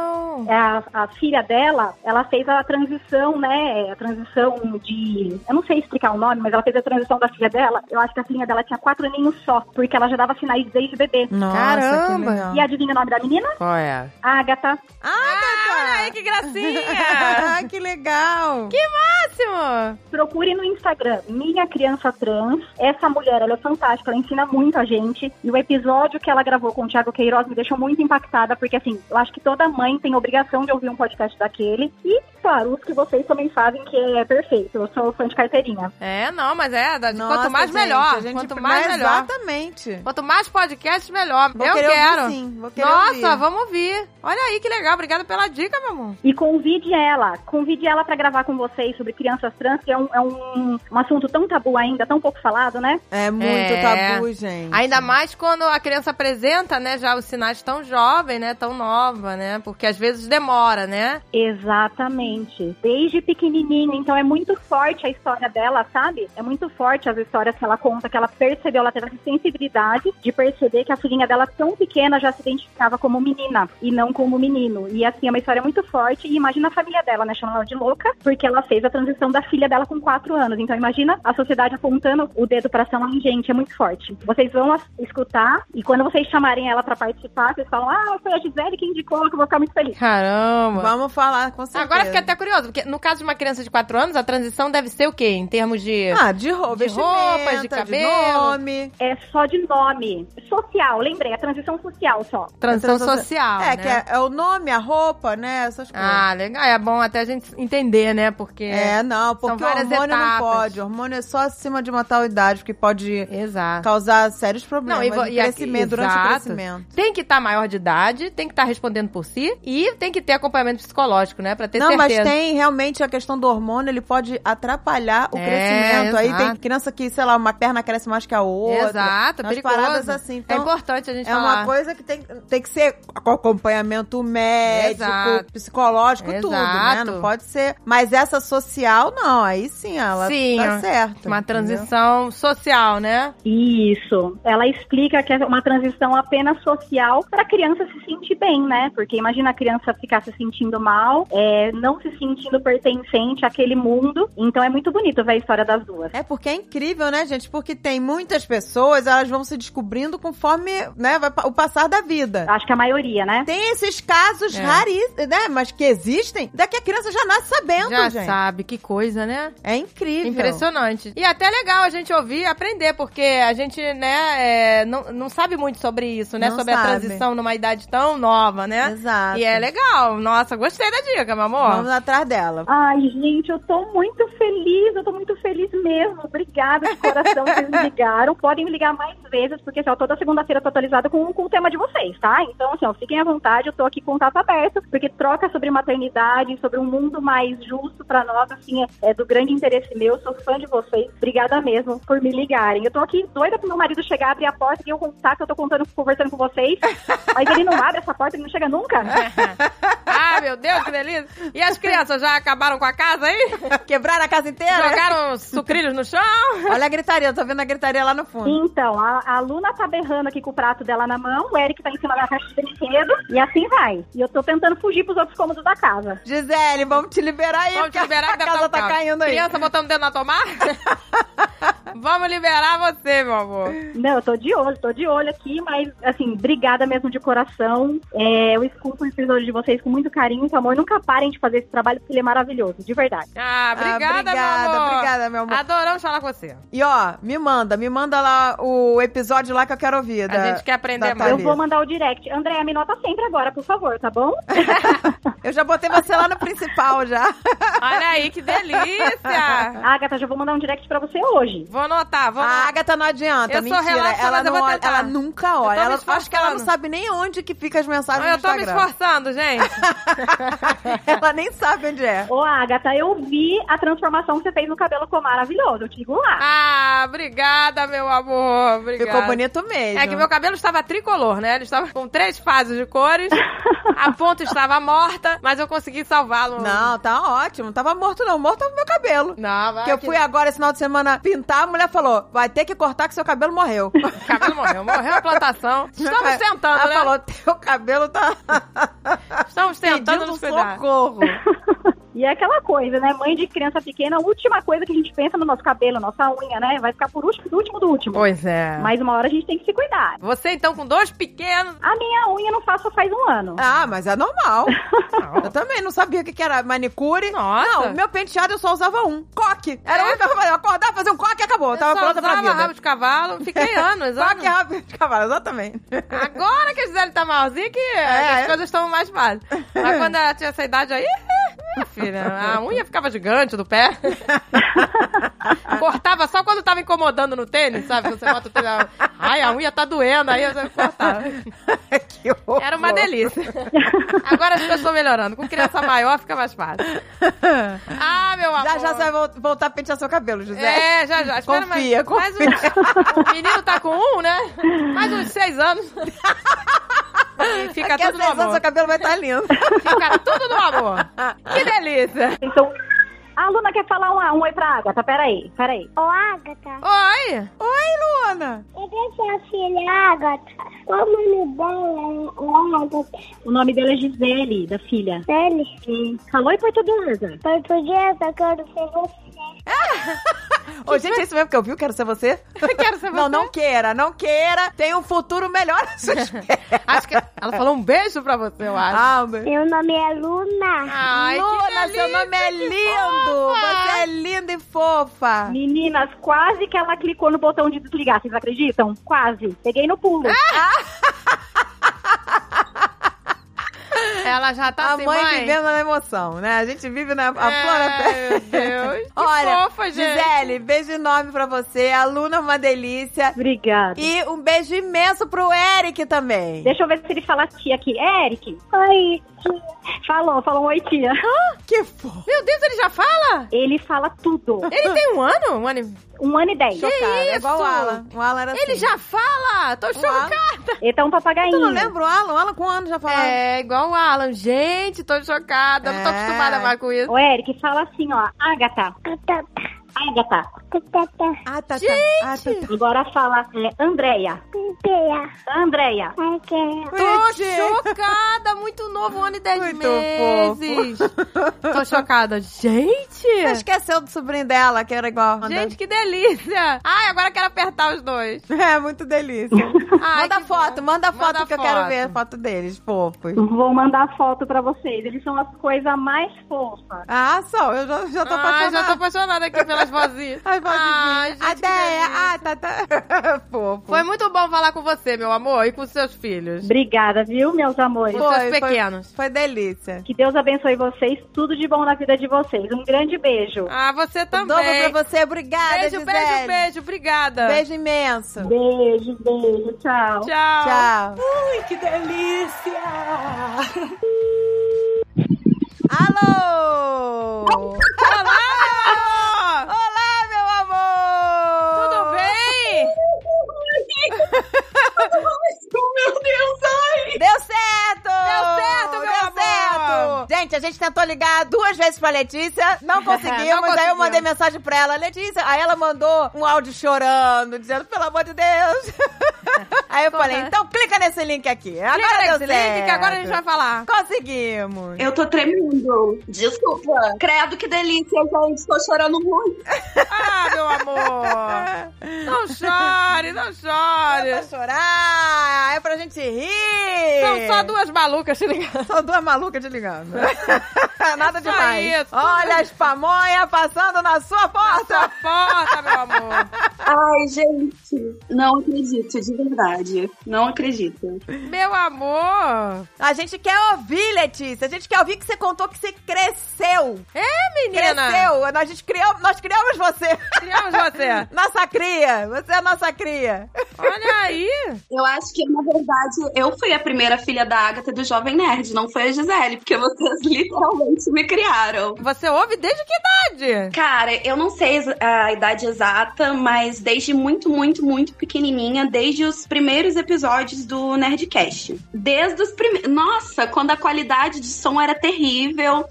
M: É, a, a filha dela, ela fez a transição, né? A transição de. Eu não sei explicar o nome, mas ela fez a transição da filha dela. Eu acho que a filha dela tinha quatro aninhos só, porque ela já dava sinais desde bebê.
B: Nossa,
A: Caramba.
B: que legal.
M: E adivinha o nome da menina?
A: Qual é?
M: Agatha.
A: Olha aí, que gracinha.
B: Ah, que legal.
A: Máximo.
M: Procure no Instagram Minha Criança Trans. Essa mulher, ela é fantástica, ela ensina muito a gente. E o episódio que ela gravou com o Thiago Queiroz me deixou muito impactada, porque assim, eu acho que toda mãe tem obrigação de ouvir um podcast daquele. E, claro, os que vocês também fazem que é perfeito. Eu sou fã de carteirinha.
A: É, não, mas é. da-
B: Nossa,
A: quanto mais
B: gente,
A: melhor.
B: a gente-
A: Quanto mais
B: é,
A: melhor.
B: Exatamente.
A: Quanto mais podcast, melhor.
B: Vou
A: Eu
B: querer ouvir,
A: quero.
B: sim, vou querer
A: Nossa,
B: ouvir.
A: vamos ouvir. Olha aí que legal. Obrigada pela dica, meu amor.
M: E convide ela, convide ela pra gravar com vocês sobre crianças trans, que é, um, é um, um assunto tão tabu ainda, tão pouco falado, né?
B: É muito
A: É.
B: tabu, gente.
A: Ainda mais quando a criança apresenta, né, já os sinais tão jovem, né, tão nova, né? Porque às vezes demora, né?
M: Exatamente. Desde pequenininho, então é muito forte a história dela, sabe? É muito forte as histórias que ela conta, que ela percebeu, ela teve essa sensibilidade de perceber que a filhinha dela tão pequena já se identificava como menina e não como menino. E assim, é uma história muito forte. E imagina a família dela, né? Chamando ela de louca, porque ela fez a transição da filha dela com 4 anos. Então imagina a sociedade apontando o dedo pra cima, gente, é muito forte. Vocês vão as- escutar e quando vocês chamarem ela pra participar, vocês falam: "Ah, foi a Gisele que indicou, que eu vou ficar muito feliz".
A: Caramba.
B: Vamos falar, com certeza.
A: Agora fiquei até curioso, porque no caso de uma criança de 4 anos, a transição deve ser o quê? Em termos de.
B: Ah, de roupa,
A: De roupas, de
B: vestimenta,
A: cabelo.
B: nome.
M: é só de nome. Social, lembrei, é transição social só.
A: transição
B: transição-
A: social.
B: é,
A: né?
B: que é, é o nome, a roupa, né? Essas coisas.
A: Ah, legal. É bom até a gente entender, né? Porque.
B: É, não,
A: São
B: porque o
A: várias
B: hormônio não
A: etapas.
B: pode. O hormônio é só acima de uma tal idade, porque pode
A: Exato.
B: causar sérios problemas
A: vo-
B: de
A: a-
B: crescimento, durante o
A: exato.
B: crescimento.
A: Tem que estar maior de idade, tem que estar respondendo por si e tem que ter acompanhamento psicológico, né? Pra ter
B: não,
A: certeza.
B: mas tem realmente a questão do hormônio, ele pode atrapalhar o
A: É,
B: crescimento. Aí tem
A: exato.
B: criança que, sei lá, uma perna cresce mais que a outra.
A: Exato,
B: umas
A: perigoso.
B: paradas assim.
A: é
B: Então,
A: importante a gente
B: É
A: falar.
B: uma coisa que tem, tem que ser com acompanhamento médico,
A: Exato.
B: psicológico, tudo, né?
A: Exato.
B: Não pode ser. Mas essa social, não. Aí sim, ela
A: Sim,
B: tá
A: ó,
B: certa.
A: Uma
B: entendeu?
A: transição social, né?
M: Isso. Ela explica que é uma transição apenas social para a criança se sentir bem, né? Porque imagina a criança ficar se sentindo mal, é, não se sentindo pertencente àquele mundo. Então é muito bonito ver a história das duas.
B: É porque é incrível, né, gente? Porque tem muitas pessoas, elas vão se descobrindo conforme, né, vai pa- o passar da vida.
M: Acho que a maioria, né?
B: Tem esses casos
A: É.
B: raríssimos, né? Mas que existem, daqui a criança já nasce sabendo,
A: Já
B: gente.
A: sabe, que coisa, né?
B: É incrível.
A: Impressionante. E até legal a gente ouvir e aprender, porque a gente, né, é, não, não sabe muito sobre isso, né?
B: Não
A: sobre a
B: sabe.
A: transição numa idade tão nova, né?
B: Exato.
A: E é legal. Nossa, gostei da dica, meu amor.
B: Vamos atrás dela.
M: Ai, gente, eu tô muito feliz, eu tô muito feliz mesmo. Obrigada de coração que vocês me ligaram. Podem me ligar mais vezes, porque assim, ó, toda segunda-feira eu tô atualizada com, com o tema de vocês, tá? Então, assim, ó, fiquem à vontade, eu tô aqui com o tapo aberto, porque troca sobre maternidade, sobre um mundo mais justo pra nós, assim, é, é do grande interesse meu, sou fã de vocês. Obrigada mesmo por me ligarem. Eu tô aqui doida pro meu marido chegar, abrir a porta e eu contar que eu tô contando, conversando com vocês, mas ele não abre essa porta, ele não chega nunca.
A: ah, meu Deus, que delícia. E as crianças já acabaram com a casa aí?
B: Quebraram a casa inteira?
A: Jogaram sucrilhos no chão?
B: Olha a gritaria, eu tô vendo a gritaria lá no fundo.
M: Então, a, a Luna tá berrando aqui com o prato dela na mão, o Eric tá em cima da caixa de brinquedo, e assim vai. E eu tô tentando fugir pros outros cômodos da casa.
B: Gisele, vamos te liberar aí,
A: Vamos
B: porque
A: liberar
B: a
A: que deve
B: casa
A: estar
B: tá
A: um caos.
B: caindo aí.
A: Criança botando o dedo na tomada? Vamos liberar você, meu amor.
M: Não, eu tô de olho, tô de olho aqui, mas, assim, obrigada mesmo de coração. É, eu escuto o episódio de vocês com muito carinho, com amor. Nunca parem de fazer esse trabalho, porque ele é maravilhoso, de verdade.
A: Ah, obrigada,
B: Ah,
A: meu amor.
B: Obrigada, meu amor.
A: Adoramos falar com você.
B: E ó, me manda, me manda lá o episódio lá que eu quero ouvir.
A: A
B: da-
A: gente quer aprender
B: da
A: mais.
M: Eu
B: Thalita.
M: vou mandar o direct. Andréa, me nota sempre agora, por favor, tá bom?
B: Eu já botei você lá no principal já.
A: Olha aí, que delícia.
M: Agatha, já vou mandar um direct pra você hoje.
A: Vou anotar. Vamos
B: A
A: lá.
B: Agatha não adianta,
A: Eu sou
B: mentira.
A: relapsa,
B: ela,
A: mas eu
B: não
A: vou
B: olha-
A: tentar.
B: ela nunca olha.
A: Eu tô me
B: Ela, acho que ela não
A: esforçando.
B: sabe nem onde que fica as mensagens
A: Eu
B: no
A: tô me
B: Instagram.
A: esforçando, gente.
B: ela nem sabe onde é.
M: Ô, Agatha, eu vi a transformação que você fez no cabelo ficou maravilhoso. Eu te digo lá.
A: Ah, obrigada, meu amor. Obrigada.
B: Ficou bonito mesmo.
A: É que meu cabelo estava tricolor, né? Ele estava com três fases de cores. A ponta estava morta, mas eu consegui salvá-lo.
B: Não, tá ótimo. Não tava morto, não. Morto tava meu cabelo.
A: Não, vai.
B: Porque eu
A: que-
B: fui agora esse final de semana pintar, a mulher falou: vai ter que cortar que seu cabelo morreu.
A: O cabelo morreu. Morreu a plantação. Estamos
B: Ela-
A: tentando,
B: Ela
A: né?
B: falou: teu cabelo tá.
A: Estamos tentando
B: pedindo
A: nos cuidar.
B: um socorro.
M: E é aquela coisa, né? Mãe de criança pequena, a última coisa que a gente pensa no nosso cabelo, nossa unha, né? Vai ficar por último, do último, do último.
A: Pois é.
M: Mas uma hora a gente tem que se cuidar.
A: Você, então, com dois pequenos.
M: A minha unha eu não faço faz um ano.
B: Ah, mas é normal. Eu também não sabia o que que era manicure.
A: Nossa.
B: Não, meu penteado eu só usava um. Coque. Era o
A: É?
B: único que eu fazia. Eu acordava, fazer um coque e acabou. Eu tava
A: eu só
B: pronta pra
A: usava
B: vida.
A: rabo de cavalo. Fiquei anos, anos.
B: Coque rápido de cavalo, exatamente.
A: Agora que a Gisele tá malzinha que as
B: é.
A: coisas estão mais fáceis. Mas quando ela tinha essa idade aí, minha filha, a unha ficava gigante do pé. Cortava só quando tava incomodando no tênis, sabe? Quando você bota o tênis, ela, ai, a unha tá doendo, aí eu cortava.
B: que horror.
A: Era uma delícia. Agora as coisas estão melhorando. Com criança maior fica mais fácil. Ah, meu amor.
B: Já já você vai vol- voltar a pentear seu cabelo, José.
A: É, já, já. Espera
B: Confia,
A: mais, mais uns- o menino tá com um, né? Mais uns seis anos. E fica
B: Daqui a
A: tudo no
B: seis anos
A: amor.
B: seu cabelo vai estar lindo.
A: Fica tudo no amor. Que delícia.
M: Então, a aluna quer falar um, um oi pra Agatha. Peraí, peraí.
L: Ô, Agatha,
A: Oi.
B: Oi, Luana.
L: eu tenho sua filha, Agatha. Qual o
M: é
L: nome
M: né,
L: dela? é
M: O nome dela é Gisele, da filha.
L: Agatha. Ele,
M: Falou em portuguesa.
L: portuguesa, quero ser você.
B: Ô, gente, é isso mesmo que eu vi? Eu Quero ser você?
A: Quero ser
B: Não,
A: você.
B: não queira, não queira. Tem um futuro melhor a sua espera.
A: Acho que ela falou um beijo pra você, eu acho.
B: Ah, meu.
L: Meu nome é Luna.
A: Ai,
B: Luna,
A: que
B: seu
A: delícia,
B: nome é
A: que
B: lindo.
A: fofa.
B: Você é linda e fofa.
M: Meninas, quase que ela clicou no botão de desligar, vocês acreditam? Quase. Peguei no pulo.
B: Ah!
A: Ela já tá
B: a
A: assim,
B: mãe,
A: mãe.
B: vivendo na emoção, né? A gente vive na a flora.
A: Ai, meu Deus. Que
B: Olha,
A: fofa, gente.
B: Gisele, beijo enorme pra você. A Luna é uma delícia.
M: Obrigada.
B: E um beijo imenso pro Eric também.
M: Deixa eu ver se ele fala tia aqui. É, Eric?
L: Oi,
M: Falou, falou um oi tia.
B: Que fofo.
A: Meu Deus, ele já fala?
M: Ele fala tudo.
A: Ele tem um ano? Um ano e...
M: Um ano e dez.
A: Que
B: Cara, é igual o
A: isso?
B: Alan. O Alan era assim.
A: Ele já fala! Tô chocada!
M: Ele tá um papagainho.
B: Tu não lembra o Alan? O Alan com um ano já falava.
A: É, igual o Alan. Gente, tô chocada. Não tô
B: É.
A: acostumada mais com isso.
M: O Eric fala assim, ó. Agatha,
L: Catata,
M: Agatha.
L: Catata,
B: Ah, tá, tá.
A: Gente!
B: Ah, tá, tá.
M: Agora fala é, Andréia.
L: Pimpeia,
M: Andréia.
L: Aquela.
A: Tô
B: Bonitinho.
A: chocada! Muito novo, um ano e dez
B: Muito
A: meses. Tô chocada. Gente!
B: Você esqueceu do sobrinho dela, que era igual.
A: Gente, que delícia! Ai, agora quero apertar os dois.
B: É, muito delícia.
A: Ai,
B: manda
A: que
B: foto,
A: bom.
B: manda foto
A: Manda
B: que eu quero
A: foto.
B: ver a foto deles, fofos.
M: Vou mandar foto pra vocês. Eles são as coisas mais fofas.
B: Ah, só, eu já, já tô
A: Ai,
B: apaixonada.
A: já tô apaixonada aqui pelas vozinhas.
B: Ai,
A: Ai,
B: vozinha.
A: gente, que
B: Até,
A: delícia.
B: ah, tá, tá. Fofo.
A: Foi muito bom falar com você, meu amor, e com seus filhos.
M: Obrigada, viu, meus amores?
A: Com seus pequenos.
B: Foi delícia.
M: Que Deus abençoe vocês. Tudo de bom na vida de vocês. Um grande beijo.
A: Ah, você também.
B: Dobro pra você, obrigada,
A: Beijo,
B: Gisele.
A: beijo, beijo. Obrigada.
B: Beijo imenso.
M: Beijo, beijo. Tchau.
A: Tchau.
B: Tchau.
C: Ui, que delícia!
B: Alô!
A: Olá!
B: Olá, meu amor!
A: Tudo bem?
C: Meu Deus, ai!
B: Deu certo!
A: Deu certo, meu
B: Deu
A: amor!
B: certo! Gente, a gente tentou ligar duas vezes pra Letícia, não conseguimos.
A: Não
B: aí eu
A: conseguimos.
B: mandei mensagem pra ela, Letícia. Aí ela mandou um áudio chorando, dizendo, pelo amor de Deus. aí eu falei, então clica nesse link aqui. Agora deu
A: Clica nesse
B: certo.
A: link que agora a gente vai falar.
B: Conseguimos.
O: Eu tô tremendo. Desculpa. Credo, que delícia, gente. Tô chorando muito.
A: Ah, meu amor. Não chore, não chore.
B: É pra chorar, é pra gente rir.
A: São só duas malucas te ligando.
B: São duas malucas te ligando. Nada
A: Só
B: demais.
A: isso.
B: Olha as pamonhas passando na sua porta.
A: porta, meu amor.
O: Ai, gente, não acredito, de verdade. Não acredito.
A: Meu amor.
B: A gente quer ouvir, Letícia. A gente quer ouvir que você contou que você cresceu.
A: É, menina.
B: Cresceu. A gente criou, nós criamos você.
A: Criamos você.
B: nossa cria. Você é nossa cria.
A: Olha aí.
O: Eu acho que, na verdade, eu fui a primeira filha da Agatha do Jovem Nerd, não foi a Gisele, porque vocês literalmente me criaram.
A: Você ouve desde que idade?
O: Cara, eu não sei exa- a idade exata, mas desde muito, muito, muito pequenininha, desde os primeiros episódios do Nerdcast. Desde os primeiros. Nossa, quando a qualidade de som era terrível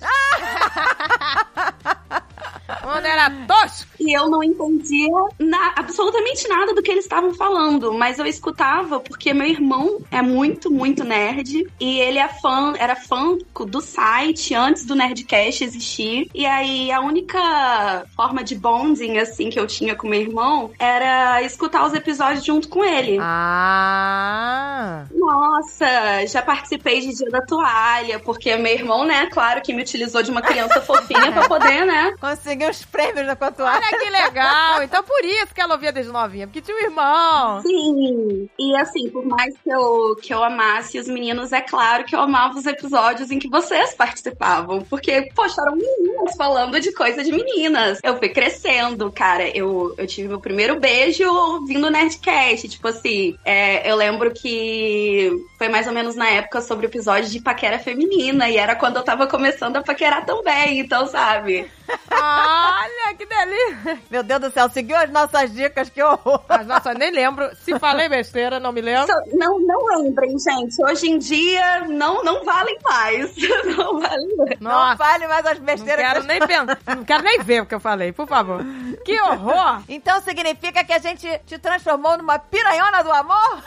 A: Quando era tosco.
O: e eu não entendia na- absolutamente nada do que eles estavam falando, mas eu escutava porque meu irmão é muito, muito nerd e ele é fã, era fã do site antes do Nerdcast existir. E aí a única forma de bonding assim que eu tinha com meu irmão era escutar os episódios junto com ele.
A: Ah.
O: Nossa, já participei de Dia da Toalha, porque meu irmão, né, claro que me utilizou de uma criança fofinha pra poder, né?
B: Conseguiu os prêmios da Cotuá.
A: Olha que legal. Então por isso que ela ouvia desde novinha. Porque tinha um irmão.
O: Sim, e assim, por mais que eu, que eu amasse os meninos, é claro que eu amava os episódios em que vocês participavam, porque, poxa, eram meninas falando de coisa de meninas. Eu fui crescendo, cara, eu, eu tive meu primeiro beijo ouvindo o Nerdcast, tipo assim, é, eu lembro que foi mais ou menos na época sobre o episódio de paquera feminina, e era quando eu tava começando a paquerar também, então, sabe?
A: Ah, Olha que delícia.
B: Meu Deus do céu, seguiu as nossas dicas, que horror.
A: Mas nossa, nem lembro. Se falei besteira, não me lembro.
O: Então, Não, não lembrem, gente. Hoje em dia não, não valem mais. Não valem mais.
B: Não
A: Nossa.
B: fale mais as
A: Não
B: besteiras
A: quero
B: que
A: nem pensar. Não quero nem ver o que eu falei, por favor. Que horror!
B: Então significa que a gente te transformou numa piranhona do amor?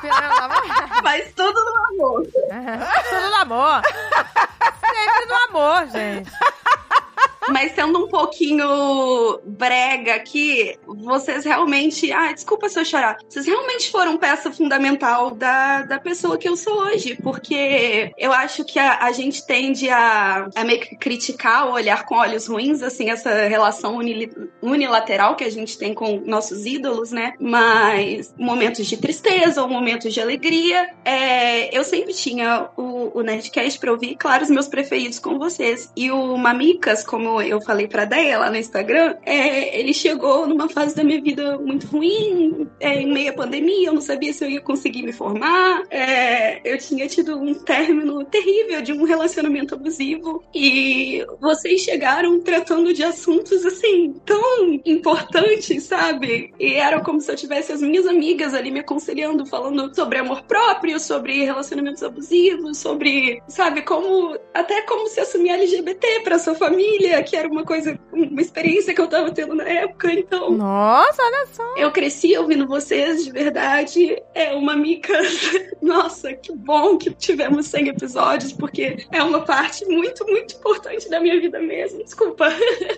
O: Mas tudo no amor.
A: Tudo no amor. Sempre no amor, gente.
O: Mas sendo um pouquinho brega aqui, vocês realmente. Ah, desculpa se eu chorar. Vocês realmente foram peça fundamental da, da pessoa que eu sou hoje. Porque eu acho que a, a gente tende a, a meio que criticar ou olhar com olhos ruins, assim, essa relação unili- unilateral que a gente tem com nossos ídolos, né? Mas momentos de tristeza ou momentos de alegria. é, eu sempre tinha o, o Nerdcast pra ouvir, claro, os meus preferidos com vocês. E o Mamicas, como eu falei pra Deia lá no Instagram, é, ele chegou numa fase da minha vida muito ruim, é, em meio à pandemia, eu não sabia se eu ia conseguir me formar. é, eu tinha tido um término terrível de um relacionamento abusivo. E vocês chegaram tratando de assuntos assim, tão importantes, sabe? E era como se eu tivesse as minhas amigas ali me aconselhando, falando sobre amor próprio, sobre relacionamentos abusivos, sobre, sabe, como até como se assumir LGBT pra sua família, que era uma coisa, uma experiência que eu tava tendo na época, então.
A: Nossa, olha só.
O: Eu cresci ouvindo vocês, de verdade. É uma mica. Nossa, que bom que tivemos 100 episódios, porque é uma parte muito, muito importante da minha vida mesmo. Desculpa.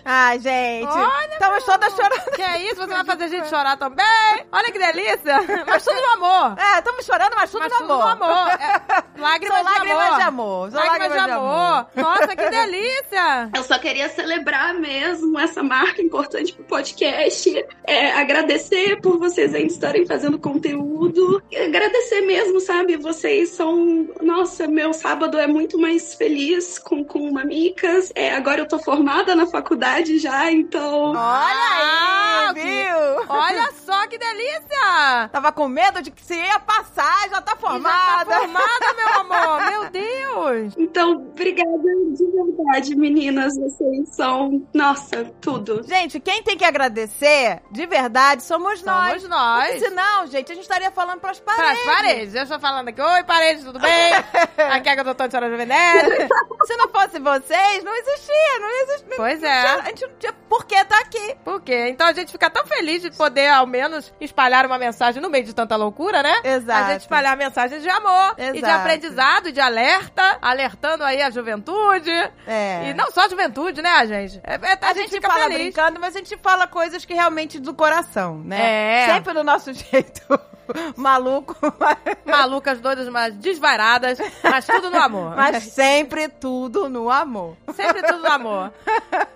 B: Ah, gente.
A: Olha,
B: Estamos todas chorando.
A: Que é isso? Você vai fazer a gente chorar também? Olha que delícia! Mas tudo no amor!
B: É, estamos chorando, mas tudo
A: Mas
B: no
A: tudo
B: amor.
A: no amor. É, lágrimas,
B: São lágrimas
A: de
B: de
A: amor.
B: amor. São
A: Lágrimas de amor. Nossa, que delícia!
O: Eu só queria celebrar mesmo essa marca importante pro podcast. É, agradecer por vocês ainda estarem fazendo conteúdo. E agradecer mesmo, sabe? Vocês são. Nossa, meu sábado é muito mais feliz com, com mamicas. É, agora eu tô formada na faculdade já, então.
B: Olha
A: Ah,
B: aí, viu?
A: Olha só que delícia!
B: Tava com medo de que se ia passar, já tá formada.
A: Já tá formada, meu amor! Meu Deus!
O: Então, obrigada de verdade, meninas. Vocês são, nossa, tudo.
B: Gente, quem tem que agradecer, de verdade, somos nós.
A: Somos nós!
B: Porque senão, gente, a gente estaria falando pras
A: Para
B: paredes.
A: as paredes. Eu estou falando aqui, oi paredes, tudo bem? aqui é a doutora Senhora Jovem Nerd.
B: Se não fosse vocês, não existia, É, não existia.
A: Pois
B: A
A: é.
B: gente não tinha por que tá aqui.
A: Por quê? Então a gente fica tão feliz de poder, ao menos, espalhar uma mensagem no meio de tanta loucura, né?
B: Exato.
A: A gente espalhar mensagens de amor e de
B: Exato.
A: aprendizado, e de alerta, alertando aí a juventude.
B: É.
A: E não só a juventude, né, gente? É, é-
B: A, gente,
A: fica
B: fala
A: feliz.
B: brincando, mas a gente fala coisas que realmente do coração, né?
A: É.
B: Sempre do nosso jeito. maluco.
A: Malucas, doidas, mas desvairadas, mas tudo no amor.
B: Mas sempre tudo no amor.
A: Sempre tudo no amor.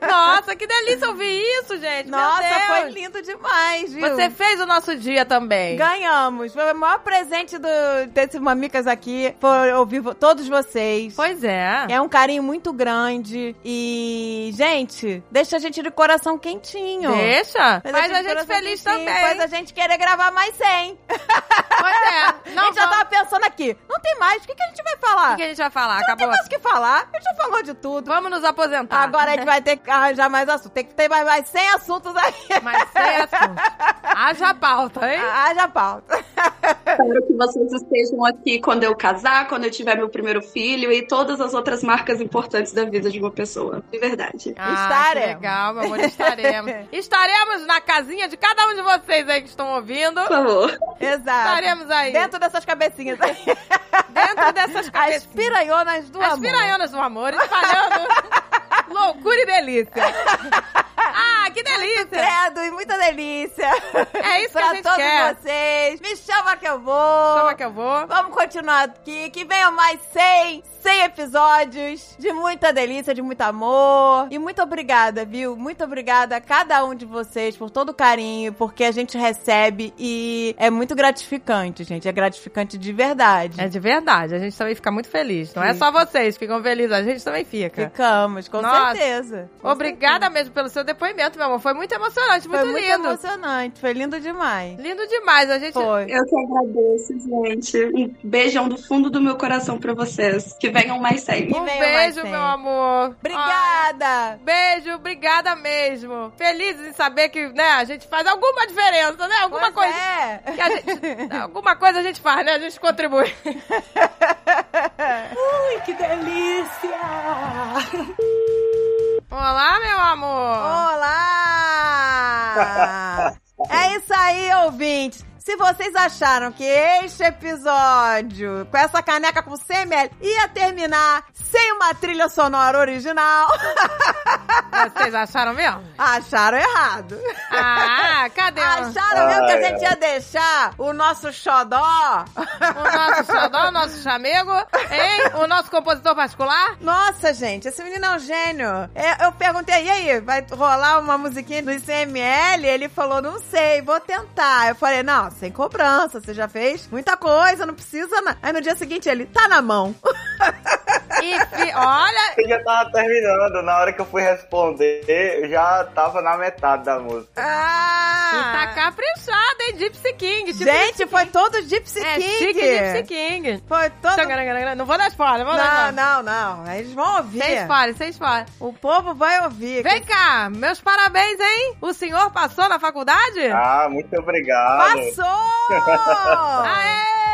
A: Nossa, que delícia ouvir isso, gente. Meu
B: Nossa,
A: Deus.
B: foi lindo demais, viu?
A: Você fez o nosso dia também.
B: Ganhamos. Foi o maior presente do, desse Mamicas aqui. Foi ouvir vo- todos vocês.
A: Pois é.
B: É um carinho muito grande. E, gente, deixa a gente de coração quentinho.
A: Deixa. Faz, a
B: de
A: gente
B: coração
A: feliz
B: quentinho,
A: também.
B: Faz a gente querer gravar mais 100.
A: Pois é.
B: a
A: Não
B: gente já
A: vamos-
B: tava pensando aqui. Não tem mais. O que, que a gente vai falar?
A: O que, que a gente vai falar?
B: Não tem
A: Acabou.
B: mais o que falar. A gente já falou de tudo.
A: Vamos nos aposentar.
B: Agora a gente vai ter que arranjar mais assunto. Tem que ter mais, mais 100 assuntos aí.
A: Mas sem assunto. Haja pauta, hein?
B: Haja pauta.
O: Espero que vocês estejam aqui quando eu casar, quando eu tiver meu primeiro filho e todas as outras marcas importantes da vida de uma pessoa. De verdade.
A: Ah,
B: Estaremos.
A: que legal, meu amor, estaremos. estaremos na casinha de cada um de vocês aí que estão ouvindo.
O: Por favor.
B: Exato.
A: Estaremos aí.
B: Dentro dessas cabecinhas aí.
A: Dentro dessas
B: As
A: cabeças.
B: piranhonas do
A: As
B: amor.
A: piranhonas do amor, espalhando loucura e delícia. Ah, que delícia!
B: Credo e muita delícia.
A: É isso que
B: pra
A: a gente
B: todos
A: quer.
B: vocês. Me chama que eu vou.
A: Chama que eu vou.
B: Vamos continuar aqui. Que venham mais 100, 100 episódios de muita delícia, de muito amor. E muito obrigada, viu? Muito obrigada a cada um de vocês por todo o carinho, porque a gente recebe e é muito gratificante, gente. É gratificante de verdade.
A: É de verdade, a gente também fica muito feliz. Não é
B: Fica.
A: só vocês que ficam felizes, a gente também fica.
B: Ficamos, com
A: Nossa.
B: certeza. Com
A: Obrigada mesmo pelo seu depoimento, meu amor. Foi muito emocionante, muito
B: certeza. Foi muito
A: lindo.
B: emocionante, foi lindo demais.
A: Lindo demais, a gente.
B: Foi.
O: Eu que agradeço, gente. Um beijão do fundo do meu coração pra vocês. Que venham mais sempre.
B: E
A: Um
B: venham mais
A: beijo,
B: sempre.
A: meu amor.
B: Obrigada!
A: Beijo, obrigada mesmo. Felizes em saber que, né, a gente faz alguma diferença, né? Alguma
B: Pois
A: coisa.
B: É.
A: que a gente- alguma coisa a gente faz, né? A gente contribui.
C: Ai, que delícia!
A: Olá, meu amor.
B: Ah. Olá! É isso aí, ouvintes! Se vocês acharam que este episódio, com essa caneca com CML, ia terminar sem uma trilha sonora original,
A: Vocês acharam mesmo?
B: acharam errado.
A: Ah, cadê o
B: Acharam mesmo que a gente ia deixar o nosso xodó?
A: o nosso xodó, o nosso chamego, hein? O nosso compositor particular?
B: Nossa, gente, esse menino é um gênio. É, Eu perguntei, e aí, vai rolar uma musiquinha do ICML? Ele falou, não sei, vou tentar. Eu falei, não, sem cobrança, você já fez muita coisa, não precisa. na- Aí no dia seguinte ele, tá na mão.
A: E fi- olha,
P: É Eu já tava terminando, na hora que eu fui responder, eu já tava na metade da música.
A: tá
B: Ah!
A: caprichado, hein? Gypsy King. Tipo
B: gente, foi todo Gypsy
A: é,
B: King.
A: chique Gypsy King.
B: Foi todo.
A: Não vou dar spoiler, vou dar
B: Não, não,
A: spoiler.
B: não. Eles vão ouvir.
A: Sem spoiler, sem spoiler.
B: O povo vai ouvir.
A: Vem cá, meus parabéns, hein? O senhor passou na faculdade?
P: Ah, muito obrigado.
B: Passou!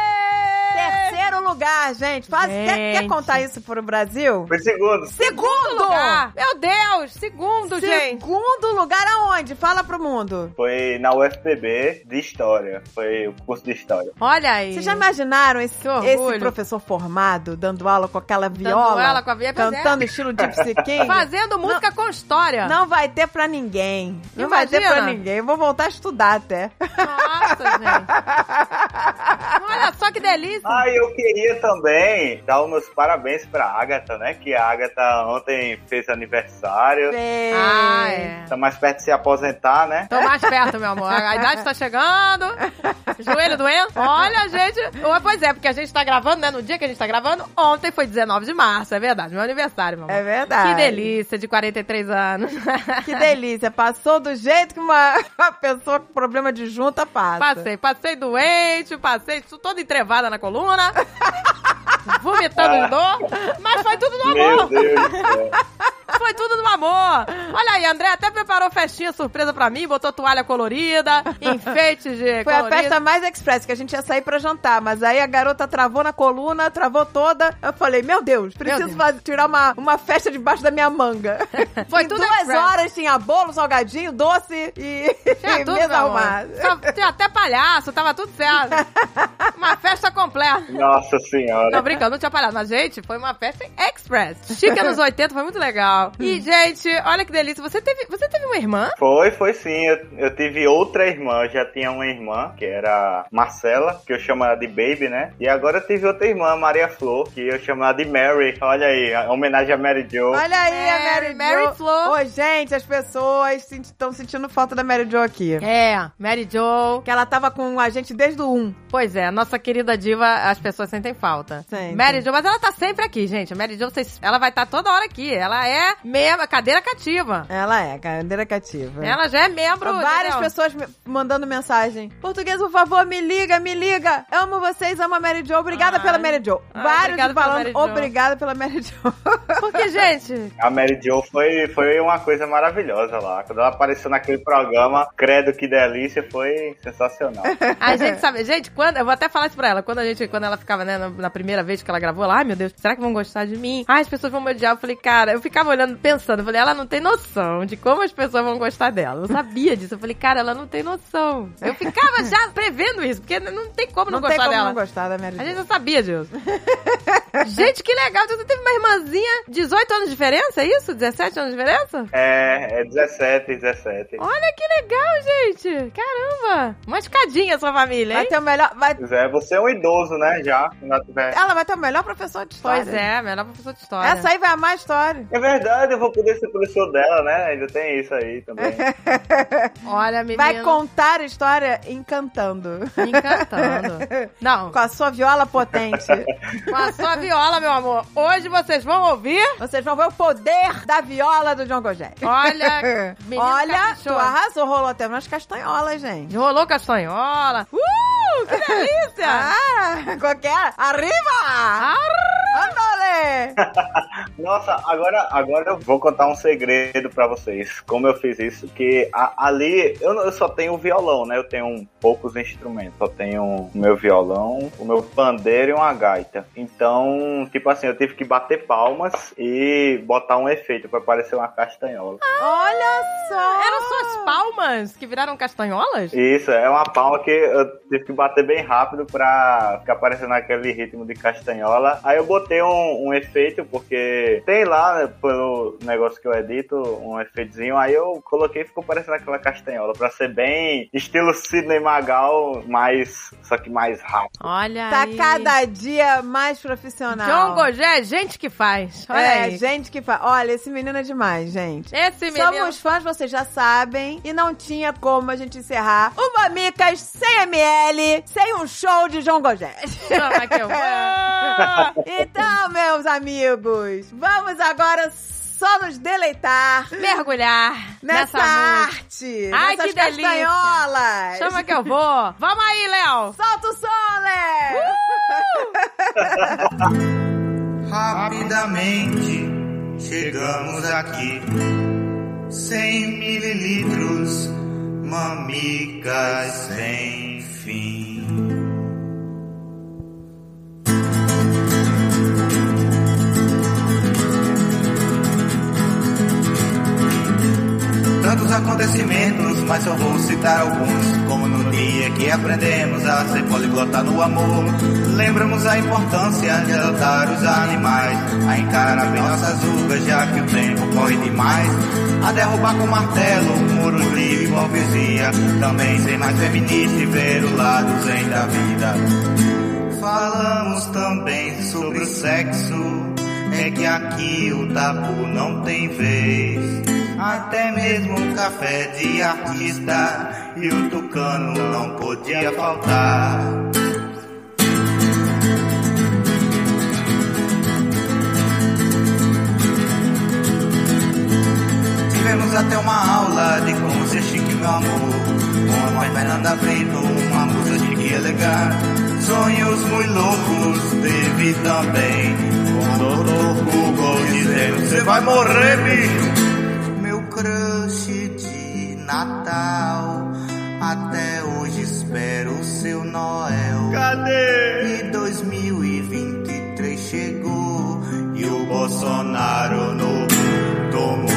A: Aê!
B: Terceiro lugar, gente. Faz- quer- Quer,
A: Gente.
B: contar isso pro Brasil?
P: Por segundo.
B: Segundo
A: lugar! Meu Deus, segundo, gente!
B: Segundo lugar aonde? Fala pro mundo.
P: Foi na UFPB de História. Foi o curso de História.
A: Olha aí.
B: Vocês já imaginaram esse,
A: Que orgulho.
B: esse professor formado dando aula com aquela
A: Dando
B: viola?
A: ela com a via, pois é.
B: Cantando estilo Gypsy King?
A: Fazendo música com história.
B: Não vai ter pra ninguém. Não vai ter
A: Imagina.
B: pra ninguém. Eu vou voltar a estudar até.
A: Nossa, gente. Olha só que delícia.
P: Ah, e eu queria também dar os meus parabéns pra Agatha, né? Que a Agatha ontem fez aniversário.
B: Sei.
A: Ah, é.
P: Tá mais perto de se aposentar, né?
A: Tô mais perto, meu amor. A idade tá chegando. Joelho doendo. Olha, gente. Oh, Pois é, porque a gente tá gravando, né? No dia que a gente tá gravando, ontem foi 19 de março. É verdade, meu aniversário, meu amor.
B: É verdade.
A: Que delícia de 43 anos.
B: Que delícia. Passou do jeito que uma, uma pessoa com problema de junta passa.
A: Passei, passei doente, passei t- toda entrevada na coluna, vomitando dor, mas foi tudo no
P: Meu
A: amor,
P: Deus do céu.
A: foi tudo no amor. Olha aí, André até preparou festinha surpresa pra mim, botou toalha colorida, enfeites de
B: Foi a
A: colorido.
B: festa mais express, que a gente ia sair pra jantar, mas aí a garota travou na coluna, travou toda. Eu falei, meu Deus, preciso
A: Deus.
B: fazer- tirar uma, uma festa debaixo da minha manga.
A: Foi
B: em
A: tudo
B: duas
A: express.
B: horas tinha bolo, salgadinho, doce e,
A: Tinha
B: e
A: tudo,
B: mesa
A: meu amor.
B: arrumada.
A: Tava- Tinha até palhaço, tava tudo certo. Uma festa completa.
P: Nossa
A: Tô
P: senhora.
A: brincando, não tinha palhaço. Mas, gente, foi uma festa express. Express. Chica nos 80 foi muito legal.
B: Hum.
A: E, gente, olha que delícia. Você teve, você teve uma irmã?
P: Foi, foi sim. Eu, eu tive outra irmã. Eu já tinha uma irmã, que era Marcela, que eu chamo ela de Baby, né? E agora eu tive outra irmã, Maria Flor, que eu chamo ela de Mary. Olha aí, a homenagem a Mary Jo.
B: Olha aí a Mary,
A: Mary, Mary
B: Jo.
A: Flo.
B: Ô, gente, as pessoas estão sentindo falta da Mary Jo aqui.
A: É, Mary Jo, que ela tava com a gente desde o 1. Pois é, nossa querida diva, as pessoas sentem falta.
B: Sentem.
A: Mary Jo, mas ela tá sempre aqui, gente. A Mary Jo, vocês- ela vai estar toda hora aqui. Ela é mesmo, cadeira cativa.
B: Ela é, cadeira cativa.
A: Ela já é membro.
B: Várias
A: entendeu?
B: pessoas me- mandando mensagem. Português, por favor, me liga, me liga. Amo vocês, amo a Mary Jo. Obrigada pela Mary Jo.
A: Ai,
B: Vários
A: Ah. obrigada pela
B: falando,
A: Mary Jo.
B: obrigada pela Mary Jo.
A: Porque, gente,
P: A Mary Jo foi, foi uma coisa maravilhosa lá. Quando ela apareceu naquele programa, Credo que Delícia, foi sensacional.
A: A gente sabe, gente, quando. Eu vou até falar isso pra ela. Quando a gente, quando ela ficava, né, na, na primeira vez que ela gravou, ela, ai meu Deus, será que vão gostar de mim? Ai, as pessoas vão me odiar. Eu falei, cara, eu ficava olhando, pensando, eu falei, ela não tem noção de como as pessoas vão gostar dela. Eu sabia disso. Eu falei, cara, ela não tem noção. Eu ficava já prevendo isso, porque não tem como não,
B: Não tem
A: gostar
B: como
A: dela.
B: não gostar né, da Mary
A: A gente
B: Jo.
A: não sabia disso. gente, que legal. Então, Você teve uma irmãzinha, 18 anos de diferença, é isso? 17 anos de diferença?
P: É, é 17, 17.
A: Olha que legal, gente. Caramba. Uma escadinha a sua família, hein?
B: Vai ter o melhor. Vai...
P: Zé, você é um idoso, né? Já. quando ela tiver-
B: Ela vai ter o melhor professor de história.
A: Pois é, melhor professor de história.
B: Essa aí vai amar a história.
P: É verdade, eu vou poder ser professor dela, né? Ainda tem isso aí também.
A: Olha, menina.
B: Vai contar a história encantando.
A: Encantando. Não.
B: Com a sua viola potente.
A: Com a sua viola, meu amor. Hoje vocês vão ouvir.
B: Vocês vão ver o poder da viola do John Gogé.
A: Olha, menino
B: Olha, tu
A: caprichou.
B: arrasou, rolou até umas castanholas, gente.
A: Rolou castanhola. Uh, que delícia!
B: Ah, qualquer. Arriba! Andole!
P: Nossa, agora, agora eu vou contar um segredo pra vocês. Como eu fiz isso, que a- ali eu, não- eu só tenho o violão, né? Eu tenho um- poucos instrumentos. Só tenho o meu violão, o meu pandeiro e uma gaita. Então, tipo assim, eu tive que bater palmas e botar um efeito pra parecer uma castanhola.
B: Ah, Olha só!
A: Eram suas palmas que viraram castanholas?
P: Isso, é uma palma que eu tive que bater bem rápido pra ficar parecendo aquele ritmo de castanhola. Aí eu botei um, um efeito, porque tem lá, né, pelo negócio que eu edito, um efeitozinho. Aí eu coloquei e ficou parecendo aquela castanhola, pra ser bem estilo Sidney Magal, mas só que mais rápido.
A: Olha
B: Tá
A: aí.
B: cada dia mais profissional.
A: John Gogé é gente que faz. Olha
B: é,
A: aí.
B: gente que fala. Olha, esse menino é demais, gente.
A: Esse menino...
B: Somos fãs, vocês já sabem. E não tinha como a gente encerrar o Mamicas sem ML, sem um show de João Gogé.
A: Toma que eu vou.
B: então, meus amigos, vamos agora só nos deleitar
A: Mergulhar
B: nessa,
A: música.
B: arte,
A: Ai,
B: nessas
A: que delícia.
B: castanholas.
A: Chama que eu vou. Vamos aí, Léo. Uh!
B: Solta o som, Lé!
Q: Rapidamente chegamos aqui. 100 mililitros, mamicas sem fim. Tantos acontecimentos, mas só vou citar alguns. Como no dia que aprendemos a ser poliglota no amor. Lembramos a importância de adotar os animais. A encarar bem nossas rugas, já que o tempo corre demais. A derrubar com martelo muros de hipocrisia. Também ser mais feminista e ver o lado zen da vida. Falamos também sobre o sexo. É que aqui o tabu não tem vez. Até mesmo um café de artista e o tucano não podia faltar. Tivemos até uma aula de como ser chique, meu amor. Com a mãe Fernanda Brito, uma musa de que legal. Sonhos muito loucos teve também. Com o doutor Google dizendo: Você vai morrer, bicho. Meu crush de Natal. Até hoje espero o seu Noel. Cadê? E 2023 chegou e o Bolsonaro no tomou.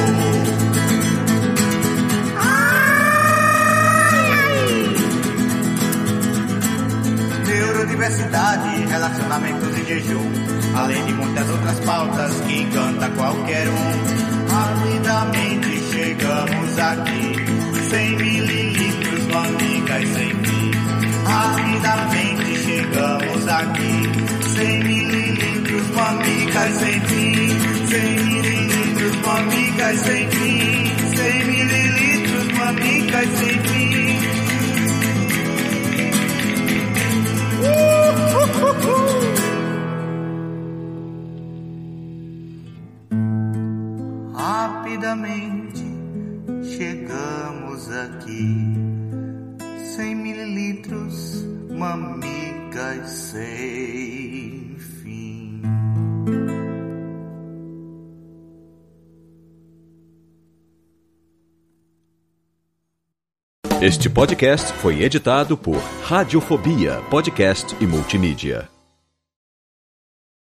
Q: Neurodiversidade diversidade, relacionamentos e jejum, além de muitas outras pautas que encanta qualquer um. Rapidamente chegamos aqui, 100 mililitros, amigas sem fim. Rapidamente chegamos aqui, 100 mililitros, amigas sem fim. 100 mililitros, amigas sem fim. 100 mililitros, amigas sem fim. Rapidamente chegamos aqui. 100 mililitros, mamicas sem fim.
R: Este podcast foi editado por Radiofobia, podcast e multimídia.